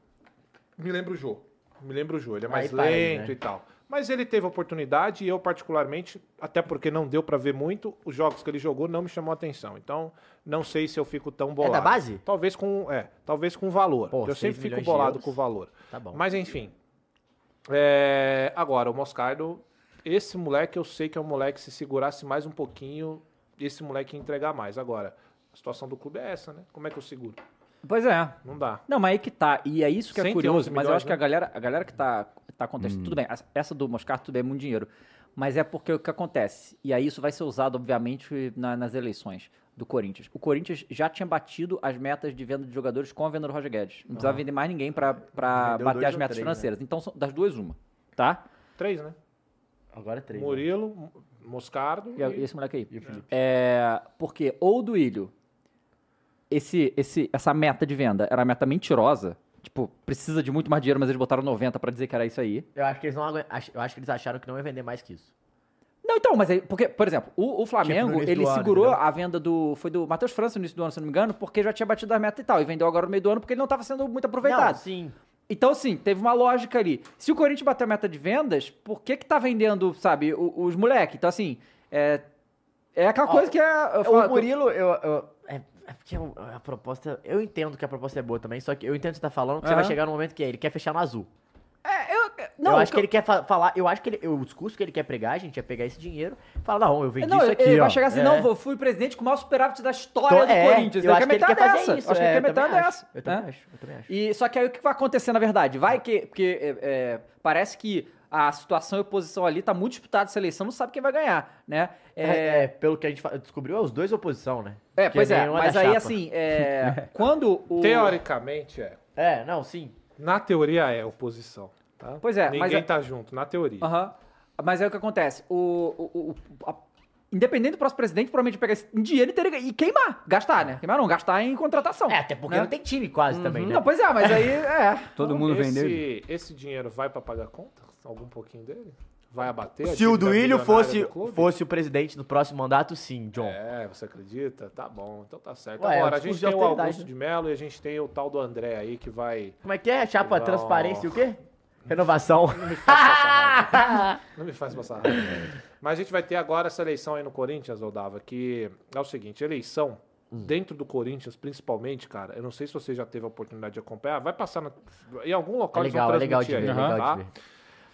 me lembra o Jô. Me lembra o Jô, ele é mais
Aí para aí,
lento
né?
e tal. Mas ele teve oportunidade e eu, particularmente, até porque não deu pra ver muito, os jogos que ele jogou não me chamou a atenção. Então, não sei se eu fico tão bolado.
É da base?
Talvez com, é, talvez com valor. eu
seis
sempre fico
milhões de
bolado
euros.
com o valor.
Tá bom.
Mas, enfim, é, agora, o Moscardo, esse moleque eu sei que é um moleque, se segurasse mais um pouquinho, esse moleque ia entregar mais. Agora, a situação do clube é essa, né? Como é que eu seguro?
Pois é.
Não dá.
Não, mas aí que tá. E é isso que é
111
curioso. Mas eu
milhões,
acho que a
né?
galera, a galera que tá, tá
Hum.
contestando. Tudo bem, essa- essa do Moscardo, tudo bem, é muito dinheiro. Mas é porque o que acontece? E aí isso vai ser usado, obviamente, na- nas eleições do Corinthians. O Corinthians já tinha batido as metas de venda de jogadores com a venda do Roger Guedes. Não precisava
Aham.
vender mais ninguém pra pra
Ah. Vendeu
bater
dois
as
ou
metas
três, né?
financeiras. Então, são das duas, uma. Tá?
Três, né?
Agora é três.
Murilo, M- Moscardo
né? E, é e esse moleque aí.
E o Felipe.
É, porque ou do Ilho, esse, esse, essa meta de venda era uma meta mentirosa. Tipo, precisa de muito mais dinheiro, mas eles botaram 90 pra dizer que era isso aí.
Eu acho que eles não agu- ach- Eu acho que eles acharam que não ia vender mais que isso.
Não, então, mas aí, porque, por exemplo, o, o
Tipo, no
Flamengo,
início
ele
do ano,
segurou a venda do. Foi do Matheus França no início do ano, se não me engano, porque já tinha batido a meta e tal. E vendeu agora no meio do ano porque ele não tava sendo muito aproveitado.
Não, sim.
Então, assim, teve uma lógica ali. Se o Corinthians bateu a meta de vendas, por que que tá vendendo, sabe, o- os, moleques? Então, assim, é. É aquela
Ó,
coisa que é. eu falo-
o Murilo, eu. eu- é, é porque é um- é a proposta. Eu entendo que a proposta é boa também, só que eu entendo o que você tá falando, que você
Aham.
vai chegar no momento que ele quer fechar no azul.
É, eu.
eu acho que ele quer fa- falar. Eu acho que ele, o discurso que ele quer pregar, gente, é pegar esse dinheiro e falar, não, eu vendi
Não,
isso
ele
aqui.
vai
ó.
chegar assim,
É.
não, eu fui presidente com o maior superávit da história
Então,
do
é,
Corinthians.
eu
Eu
acho
quero
que ele
metade
quer fazer
dessa.
isso,
Acho que ele
é,
quer
eu
metade
também
dessa.
acho, eu também
né?
acho, eu também acho.
E, só que aí o que vai acontecer, na verdade? Vai que. Porque é, é, parece que a situação e oposição ali tá muito disputada essa eleição, não sabe quem vai ganhar, né?
É, é, pelo que a gente fa- descobriu, é os dois oposição, né?
É,
Porque
pois é,
nenhum da
mas aí,
chapa.
assim, é, quando o...
Teoricamente é.
É, não, sim.
Na teoria é oposição. Tá?
Pois é, mas
Ninguém
é-
tá junto, na teoria.
Aham. Mas aí o que acontece? O, o- o- o- a- independente do próximo presidente, provavelmente pegar esse dinheiro e, ter, e queimar. Gastar, né? Queimar não, gastar em contratação. É, até
Porque não tem time quase também, né?
Não, pois é, mas aí é.
Todo mundo
Então, esse,
vendeu
Esse dinheiro vai pra pagar conta? Algum pouquinho dele? Vai abater? a
Se é o
dívida
Duílio
bilionária
fosse,
do clube?
fosse o presidente do próximo mandato, sim, John.
É, você acredita? Tá bom, então tá certo.
Ué, é um
Agora, a gente
discurso de
tem o
autoridade,
Augusto
né?
de Mello e a gente tem o tal do André aí que vai.
Como é que é? Chapa
Não.
transparência e o quê? Renovação.
Não me faz passar raiva. Mas a gente vai ter agora essa eleição aí no Corinthians, Odava, que é o seguinte, eleição dentro do Corinthians, principalmente, cara, eu não sei se você já teve a oportunidade de acompanhar, vai passar na- em algum
É
local eles vão
legal, é legal de ver,
transmitir
é
aí,
legal
tá?
de ver.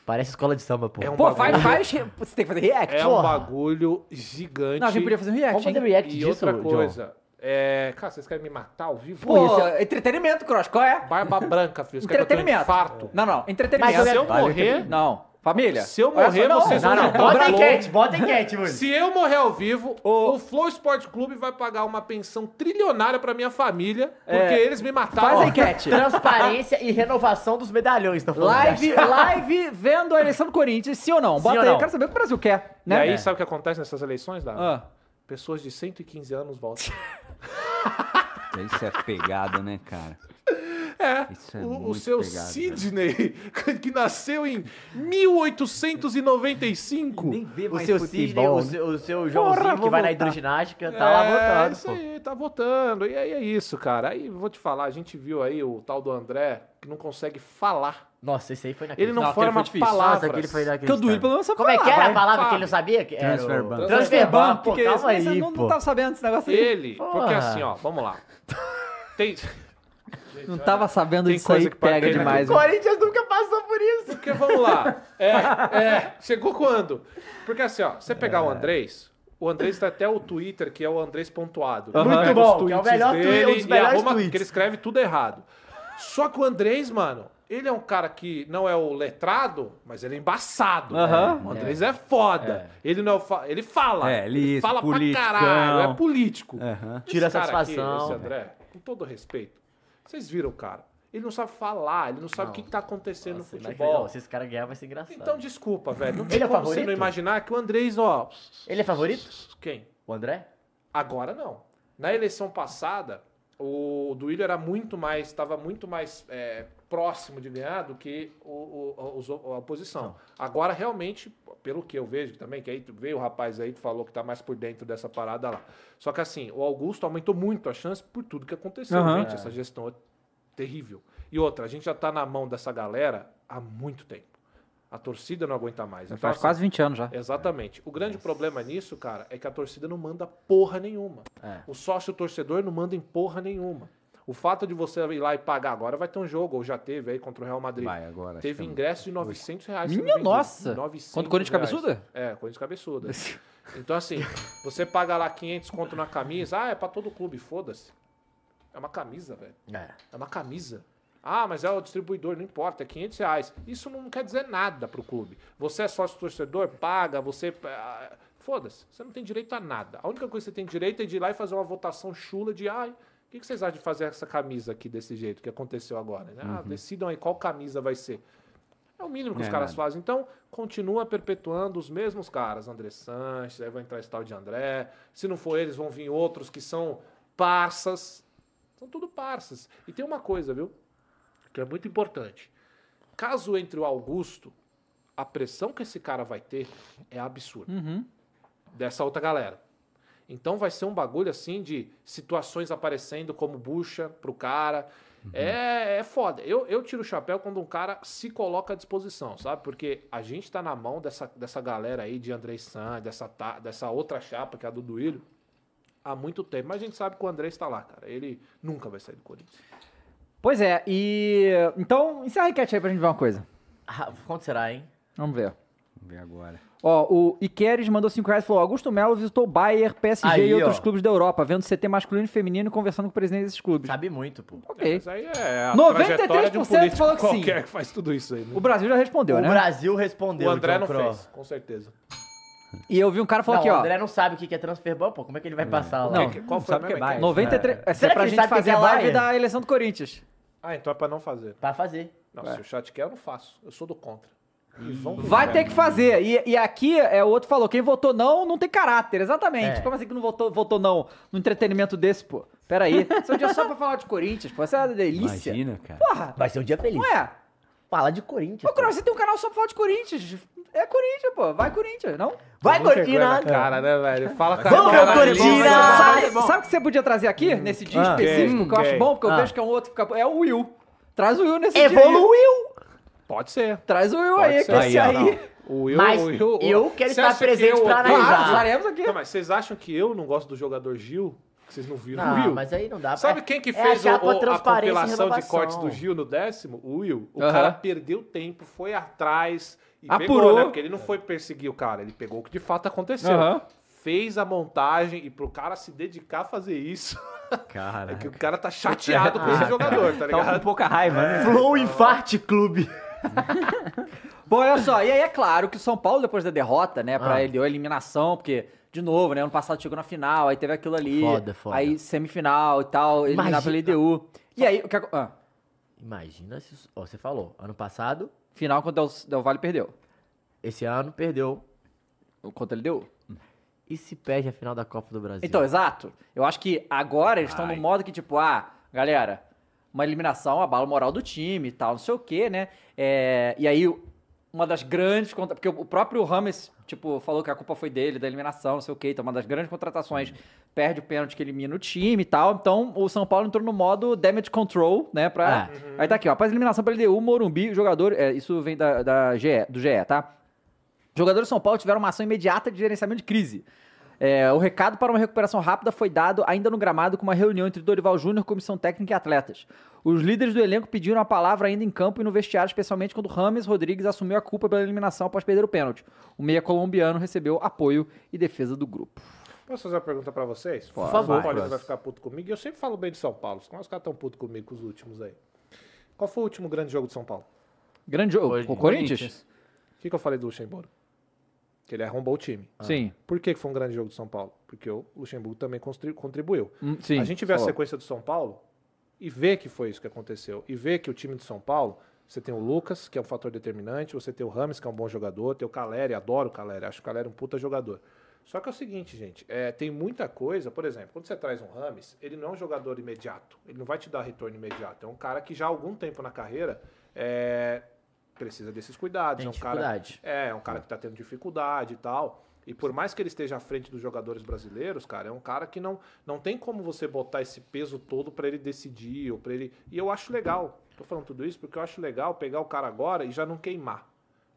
Parece escola de samba, pô.
É um
Pô,
bagulho-
faz, faz. Você tem que fazer react,
É um
porra.
bagulho gigante.
Não, a gente podia fazer um react,
Vamos fazer
hein?
react
e
disso,
outra
John?
coisa, é... Cara, vocês querem me matar ao vivo?
Pô,
é
entretenimento, Cross, qual é?
Barba branca, filho. Vocês querem que eu tenha um
Entretenimento.
infarto?
Não, não, entretenimento.
Mas se eu morrer-
Não, família.
Se eu
É. olha só,
morrer,
não,
vocês
não,
vão
não,
juntar
não,
o
não,
valor.
enquete,
Se eu morrer ao vivo, o Flow Sport Clube vai pagar uma pensão trilionária pra minha família, porque
É.
eles me mataram.
Faz
Ó,
a enquete. Transparência e renovação dos medalhões, tá falando?
Live,
Acho.
live vendo a eleição do Corinthians, sim ou não?
Sim
Bota
ou
aí,
não?
eu quero saber o que o Brasil quer,
E
né?
aí, sabe o que acontece nessas eleições, Dado?
Ah.
Pessoas de 115 anos voltam.
Isso é pegado, né, cara?
É,
Isso é
o, o
muito né?
seu
pegado,
Sidney, que nasceu em 1895. Nem vê
O seu Sidney, o seu, o seu Joãozinho
Porra,
que
vou
vai na
votar.
hidroginástica, tá lá
É
votando,
isso
pô.
aí, tá votando. E aí é isso, cara. Aí vou te falar, a gente viu aí o tal do André que não consegue falar.
Nossa, esse aí foi
Ele não,
aquele
forma
foi difícil.
palavras.
Nossa, aquele foi
Porque o Duílio pelo menos sabe
Como é que
falar,
era a
vai.
palavra que
Sabe.
ele não sabia? Que era o-
Transferban.
Transferban,
Porque
pô,
esse-
calma
esse
aí,
não, não
pô.
tá
tava sabendo esse negócio aí.
Ele, porque
Porra.
assim, ó, vamos lá. Tem...
Não tava sabendo disso
coisa
aí,
que pra
pega
quem não-
demais.
O
né?
Corinthians nunca passou por isso.
Porque vamos lá. É, é, chegou quando? Porque assim, ó, você pegar
É.
o Andrés, o Andrés tem até o Twitter, que é o Andrés pontuado.
Muito
Ele pega
bom,
os
que é o
tweets
melhor
dele
tweet, um dos
e
melhores
arruma-
tweets.
Que ele escreve tudo errado. Só que o Andrés, mano, ele é um cara que não é o letrado, mas ele é embaçado.
Aham.
O Andrés é, foda. Ele não é o fa- ele fala.
É, ele
ele
isso,
fala pra
politicão.
caralho, é político.
Aham.
Esse
Tira a
cara aqui,
satisfação.
esse André, com todo respeito, vocês viram o cara. Ele não sabe falar, ele não sabe o que, que tá acontecendo no futebol.
se esse cara ganhar, vai ser engraçado.
Então, desculpa, velho. Não tem
Ele é
como você
favorito?
não imaginar que o Andrés, ó.
Ele é favorito?
Quem?
O André?
Agora não. Na eleição passada, o Duílio era muito mais. estava muito mais é, próximo de ganhar do que o- o- os- a oposição. Agora, realmente, pelo que eu vejo também, que aí tu- veio o rapaz aí que falou que tá mais por dentro dessa parada lá. Só que assim, o Augusto aumentou muito a chance por tudo que aconteceu,
Aham.
gente. Essa gestão é terrível. E outra, a gente já tá na mão dessa galera há muito tempo. A torcida não aguenta mais. Então,
Faz
assim,
É quase 20 anos já.
Exatamente. O grande problema nisso, cara, é que a torcida não manda porra nenhuma.
É.
O sócio torcedor não manda em porra nenhuma. O fato de você ir lá e pagar agora vai ter um jogo, ou já teve aí contra o Real Madrid.
Vai, agora, acho
Teve
que é
ingresso de 900 reais.
Minha
sendo vendido.
nossa!
900
Contra o Corinthians
reais.
Cabeçuda?
É, Corinthians Cabeçuda. Então, assim, você paga lá 500 conto na camisa, ah, é pra todo clube, foda-se. É uma camisa, velho.
É.
É uma camisa. Ah, mas é o distribuidor, não importa, é 500 reais. Isso não quer dizer nada pro clube. Você é sócio torcedor, paga, você. ah, Foda-se, você não tem direito a nada. A única coisa que você tem direito é de ir lá e fazer uma votação chula de. Ai, o que que vocês acham de fazer essa camisa aqui desse jeito que aconteceu agora? né? Ah,
Uhum.
decidam aí qual camisa vai ser. É o mínimo que
É
os caras
nada.
fazem. Então, continua perpetuando os mesmos caras. André Sanches, aí vai entrar esse tal de André. Se não for eles, vão vir outros que são parças. São tudo parças. E tem uma coisa, viu? Que é muito importante. Caso entre o Augusto, a pressão que esse cara vai ter é absurda. Dessa outra galera. Então vai ser um bagulho assim de situações aparecendo como bucha pro cara. É, é foda. Eu, eu tiro o chapéu quando um cara se coloca à disposição, sabe? Porque a gente tá na mão dessa, dessa galera aí de Andrei San, dessa, ta- dessa outra chapa que é a do Duílio, há muito tempo. Mas a gente sabe que o Andrei está lá, cara. Ele nunca vai sair do Corinthians.
Pois é, e. Então, encerra a enquete aí pra gente ver uma coisa.
Ah, Quanto será, hein?
Vamos ver.
Vamos ver agora.
Ó, o Iqueres mandou 5 reais e falou: Augusto Melo visitou Bayer, PSG
Aí,
e outros
ó.
clubes da Europa, vendo CT masculino e feminino e conversando com o presidente desses clubes.
Sabe muito, pô.
Ok.
Mas aí é a
93%
trajetória de um político
falou que sim.
qualquer que faz tudo isso aí. né?
O Brasil já respondeu,
o então,
né?
Brasil respondeu.
O André
John
não
Cross.
fez, com certeza.
E eu vi um cara falar
não,
aqui,
O
ó.
André não sabe o que que é transfer ban, pô. Como é que ele vai passar lá?
Não,
que- qual foi a mesma enquete?
93.
É.
Essa é
Será
pra
que ele
gente
sabe
fazer
quem é
live
Bayer?
da eleição do Corinthians.
Ah, então é pra não fazer.
Pra fazer.
Não, se o chat quer, eu não faço. Eu sou do contra. E vão- né?
Vai ter que fazer. E, e aqui, é, o outro falou: quem votou não, não tem caráter. Exatamente.
É.
Como assim que não votou, votou não no entretenimento desse, pô? Pera aí. Isso é um dia só pra falar de Corinthians, pô. Essa é uma delícia. é?
Imagina, cara.
Porra!
Vai ser um dia feliz.
Ué,
Falar de Corinthians.
ô, Cross, você tem um canal só pra falar de Corinthians. É Corinthians, pô. Vai, Corinthians, não?
Vai,
Muita vergonha na
Cortina!
é Cara, né, velho? Fala com a
Vamos, meu
cara ali,
Cortina!
Sabe, sabe o que você podia trazer aqui, nesse dia
Ah.
específico,
Quem?
que eu acho
Quem?
bom, porque eu
Ah.
vejo que é um outro. fica- É o Will. Traz o Will nesse dia. aí.
Evoluiu!
Pode ser.
Traz o Will
Pode
aí,
ser.
que esse
Aí, ó,
aí.
O Will,
Mas
o Will-
eu quero
Você
estar
acha que
presente
eu-
pra
Claro,
analisar.
claro.
Estaremos aqui.
Não, mas vocês acham que eu não gosto do jogador Gil? Que vocês não viram o
Não,
Will?
mas aí não dá.
Sabe
É-
quem que
é
fez o-
chapa
o- a
transparência e
compilação de
renovação.
cortes do Gil no décimo? O Will. O
Aham.
cara perdeu tempo, foi atrás e
Apurou.
pegou, né? Porque ele não foi perseguir o cara, ele pegou o que de fato aconteceu.
Aham.
Fez a montagem e pro cara se dedicar a fazer isso,
Cara.
é que o cara tá chateado com esse jogador, tá
Tá com
ligado?
pouca raiva, né?
Flow Infarte Clube.
Bom, olha só, e aí é claro que o São Paulo, depois da derrota, né, pra
Ah.
ele deu a eliminação, porque, de novo, né, ano passado chegou na final, aí teve aquilo ali.
Foda, foda.
Aí semifinal e tal, eliminado pela
Imagina-
LDU. E aí, o que acon- ah,
Imagina se. isso- Ó, você falou, ano passado,
Final quando o Del Valle perdeu.
esse ano perdeu.
Contra a LDU.
E se perde a final da Copa do Brasil?
Então, exato. Eu acho que agora eles estão
Ai.
no modo que, tipo, ah, galera, uma eliminação abala o moral do time e tal, não sei o quê, né? É, e aí, uma das grandes. contra- Porque o próprio Rames, tipo, falou que a culpa foi dele, da eliminação, não sei o quê. Então, uma das grandes contratações perde o pênalti que elimina o time e tal. Então, o São Paulo entrou no modo damage control, né? Pra...
Ah.
Aí tá aqui, ó. Após a eliminação pra LDU, Morumbi, jogador. é, isso vem da, da GE, do GE, tá? Jogadores de São Paulo tiveram uma ação imediata de gerenciamento de crise. É, o recado para uma recuperação rápida foi dado ainda no gramado com uma reunião entre Dorival Júnior, comissão técnica e atletas. Os líderes do elenco pediram a palavra ainda em campo e no vestiário, especialmente quando Rames Rodrigues assumiu a culpa pela eliminação após perder o pênalti. O meia colombiano recebeu apoio e defesa do grupo.
Posso fazer uma pergunta pra vocês?
Por favor.
O Paulista
Vai.
vai ficar puto comigo. E eu sempre falo bem de São Paulo. Como é os caras tão putos comigo com os últimos aí? Qual foi o último grande jogo de São Paulo?
Grande jogo. Com o Corinthians?
O que, que eu falei do Luxemburgo? Que ele arrombou o time.
Sim.
Por que que foi um grande jogo de São Paulo? Porque o Luxemburgo também constri- contribuiu.
Hum, sim,
a gente vê a
falou.
sequência do São Paulo e vê que foi isso que aconteceu. E vê que o time de São Paulo, você tem o Lucas, que é um fator determinante, você tem o Rames, que é um bom jogador, tem o Caleri, adoro o Caleri, acho o Caleri um puta jogador. Só que é o seguinte, gente, é, tem muita coisa, por exemplo, quando você traz um Rames, ele não é um jogador imediato, ele não vai te dar retorno imediato. É um cara que já há algum tempo na carreira é, precisa desses cuidados.
Tem
é um cara,
dificuldade.
é, é um cara que tá tendo dificuldade e tal. E por mais que ele esteja à frente dos jogadores brasileiros, cara, é um cara que não, não tem como você botar esse peso todo pra ele decidir ou para ele. E eu acho legal. Tô falando tudo isso porque eu acho legal pegar o cara agora e já não queimar.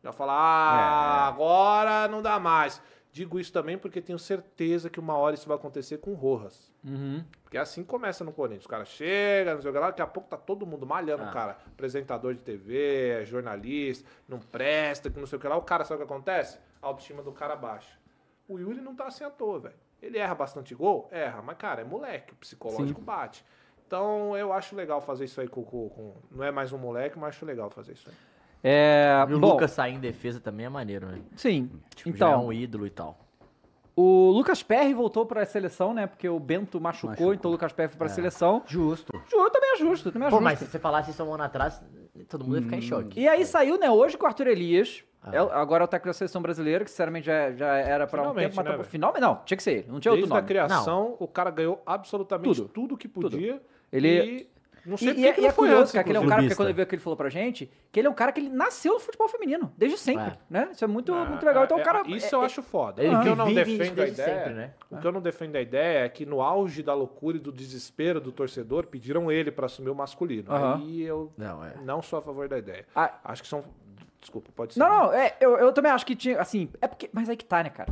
Já falar, ah, agora não dá mais. Digo isso também porque tenho certeza que uma hora isso vai acontecer com o Rojas.
Uhum.
Porque assim começa no Corinthians. O cara chega, não sei o que lá, daqui a pouco tá todo mundo malhando
Ah.
o cara. Apresentador de TV, jornalista, não presta, que não sei o que lá. O cara sabe o que acontece? A autoestima do cara baixa. O Yuri não tá assim à toa, velho. Ele erra bastante gol? Erra, mas, cara, é moleque, o psicológico
Sim.
bate. Então eu acho legal fazer isso aí com, com- com- Não é mais um moleque, mas acho legal fazer isso aí.
É,
E o
bom,
Lucas sair em defesa também é maneiro, né?
Sim.
Hum.
Tipo,
então,
já é um ídolo e tal.
O Lucas Perry voltou pra seleção, né? Porque o Bento machucou, então o Lucas Perry
É.
foi pra seleção. Justo. Eu também ajusto, justo, também é
Pô,
justo.
mas se você falasse isso há um ano atrás, todo mundo ia ficar em choque.
E aí saiu, né, hoje com o Arthur Elias. É o- agora é o técnico da seleção brasileira, que sinceramente já, já era pra um
Finalmente,
tempo, mas
né,
tá-
velho?
finalmente não, tinha que ser ele, não tinha
Desde
outro nome.
a criação,
Não.
o cara ganhou absolutamente
Tudo.
tudo, que podia.
Ele-
E não sei
e,
por
e
que
é-
que
e
não
é
foi
curioso,
antes,
cara, que ele é um
inclusive.
cara que quando ele veio que ele falou pra gente, que ele é um cara que ele nasceu no futebol feminino, desde sempre, né? Isso é muito, muito legal. Então
é,
o cara... Ah.
Isso eu acho foda.
Ele
o que eu não
vive
defendo a
desde
ideia. é,
sempre, né?
O que eu não defendo a ideia é que no auge da loucura e do desespero do torcedor, pediram ele pra assumir o masculino.
Aham. Ah.
Aí eu
não, é.
sou a favor da ideia. Acho que são. Desculpa, pode ser.
Não, não, é, eu, eu também acho que tinha, assim, é porque, mas aí que tá, né, cara?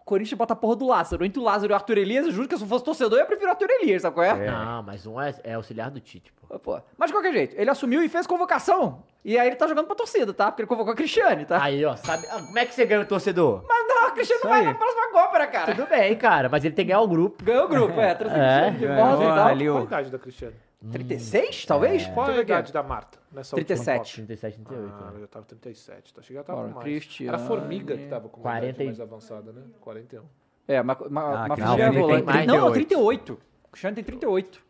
O Corinthians bota a porra do Lázaro, entre o Lázaro e o Arthur Elias, eu juro que se eu fosse torcedor, eu prefiro o Arthur Elias, sabe qual é?
Não, mas um é, é auxiliar do Tite, pô.
Pô, Mas de qualquer jeito, ele assumiu e fez convocação. E aí ele tá jogando pra torcida, tá? Porque ele convocou a Cristiane, tá?
Aí, ó, sabe. ah, Como é que você ganha o torcedor?
Mas não, a Cristiane vai na próxima compra, cara.
Tudo bem, cara, mas ele tem que ganhar o grupo.
Ganhou o grupo, é, trouxe o Cristiano de volta e tal.
Qual a idade da Cristiane?
36, talvez?
Qual
Deixa eu ver
é a
aqui.
idade da Marta? Nessa última
37.
Copa?
37, 38.
Ah, eu tava 37. Tá chegando, tava
Ora,
com mais.
Cristiane.
Era a Formiga que tava com uma
40
idade
e- um.
mais avançada, né? 41.
É, mas ma,
Ah,
ma,
que
não,
não, ele tem
volante.
mais
não, é
38.
38. O Cristiano tem 38.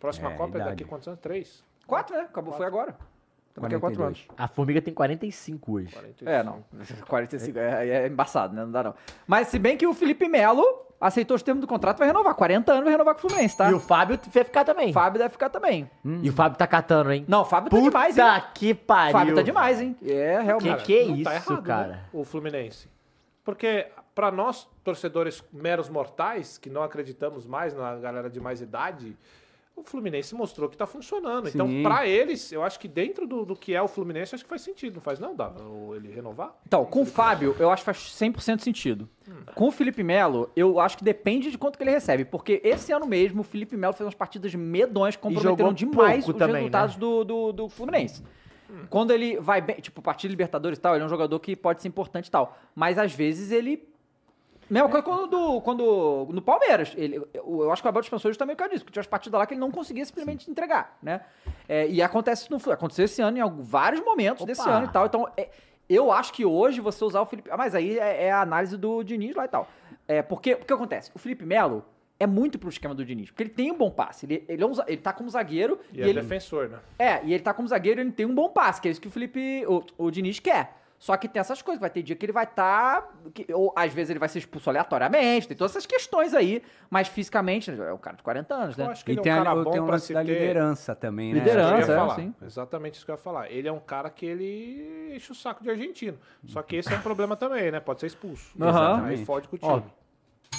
Próxima
É,
Copa é
idade.
daqui quantos anos? Três?
4, né? Acabou, foi agora. Daqui a 4 anos.
A Formiga tem 45 hoje.
É, não. 45 é, é embaçado, né? Não dá, não. Mas se bem que o Felipe Melo aceitou os termos do contrato, vai renovar. 40 anos vai renovar com o Fluminense, tá? E o
Fábio vai ficar também.
Fábio deve ficar também.
E o Fábio tá catando, hein?
Não, o Fábio
Puta
tá demais, hein?
que pariu.
Fábio tá demais, hein? É, realmente.
Cara, não tá errado, né, o Fluminense. Porque pra nós, torcedores meros mortais, que não acreditamos mais na galera de mais idade, o Fluminense mostrou que tá funcionando.
Sim.
Então, pra eles, eu acho que dentro do, do que é o Fluminense, acho que faz sentido. Não faz não, Dava, o- ele renovar?
Então, com o Fábio, eu acho que faz 100% sentido. Com o Felipe Melo, eu acho que depende de quanto que ele recebe. Porque esse ano mesmo, o Felipe Melo fez umas partidas medões, comprometeram
jogou
demais os
pouco também, né?
resultados do, do, do Fluminense. Quando ele vai bem, tipo, partida de Libertadores e tal, ele é um jogador que pode ser importante e tal. Mas às vezes ele. Mesma coisa quando, do- quando no Palmeiras. Ele, eu, eu acho que o Abel dispensou justamente por causa disso, porque tinha umas partidas lá que ele não conseguia simplesmente entregar, né? É, e acontece no Flu- aconteceu esse ano em algum- vários momentos desse ano e tal. Então, é, eu acho que hoje você usar o Felipe. ah, Mas aí é, é a análise do Diniz lá e tal. É, porque o que acontece? O Felipe Melo é muito pro esquema do Diniz, porque ele tem um bom passe. Ele, ele, é um za- ele tá como zagueiro
E,
e,
é
ele
defensor, né?
é, e ele tá como zagueiro, ele tem um bom passe, que é isso que o Felipe, o, o Diniz quer. Só que tem essas coisas, vai ter dia que ele vai estar. ou às vezes ele vai ser expulso aleatoriamente, tem todas essas questões aí, mas fisicamente, né, é um cara de 40 anos, né?
Eu acho que ele é um cara bom
tem um
pra
lance
se
da
ter.
liderança também, né?
Isso que eu ia
Liderança,
falar.
é, sim.
Exatamente isso que eu ia falar. Ele é um cara que ele enche o saco de argentino. Só que esse é um problema também, né? Pode ser expulso.
Aham.
Aí fode com o time.
Ó,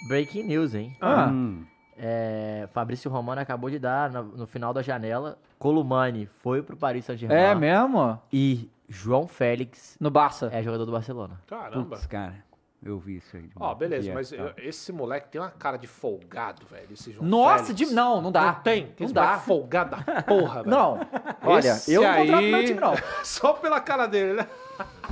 Breaking news, hein?
Ah.
Hum,
É, Fabrício Romano acabou de dar no, no final da janela. Columani foi pro Paris
Ah.
Saint-Germain.
É mesmo?
E João Félix.
No Barça.
É jogador do Barcelona.
Caramba.
cara. Eu vi isso aí.
Ó, beleza,
Yeah,
mas
tá.
eu- esse moleque tem uma cara de folgado, velho. Esse João
Nossa,
Félix.
de- não, não dá.
Não tem.
Não
Esse
dá.
moleque é folgado da porra, É, velho.
Não. Olha,
Esse
eu não
aí...
contrato meu time, não.
Só pela cara dele, né?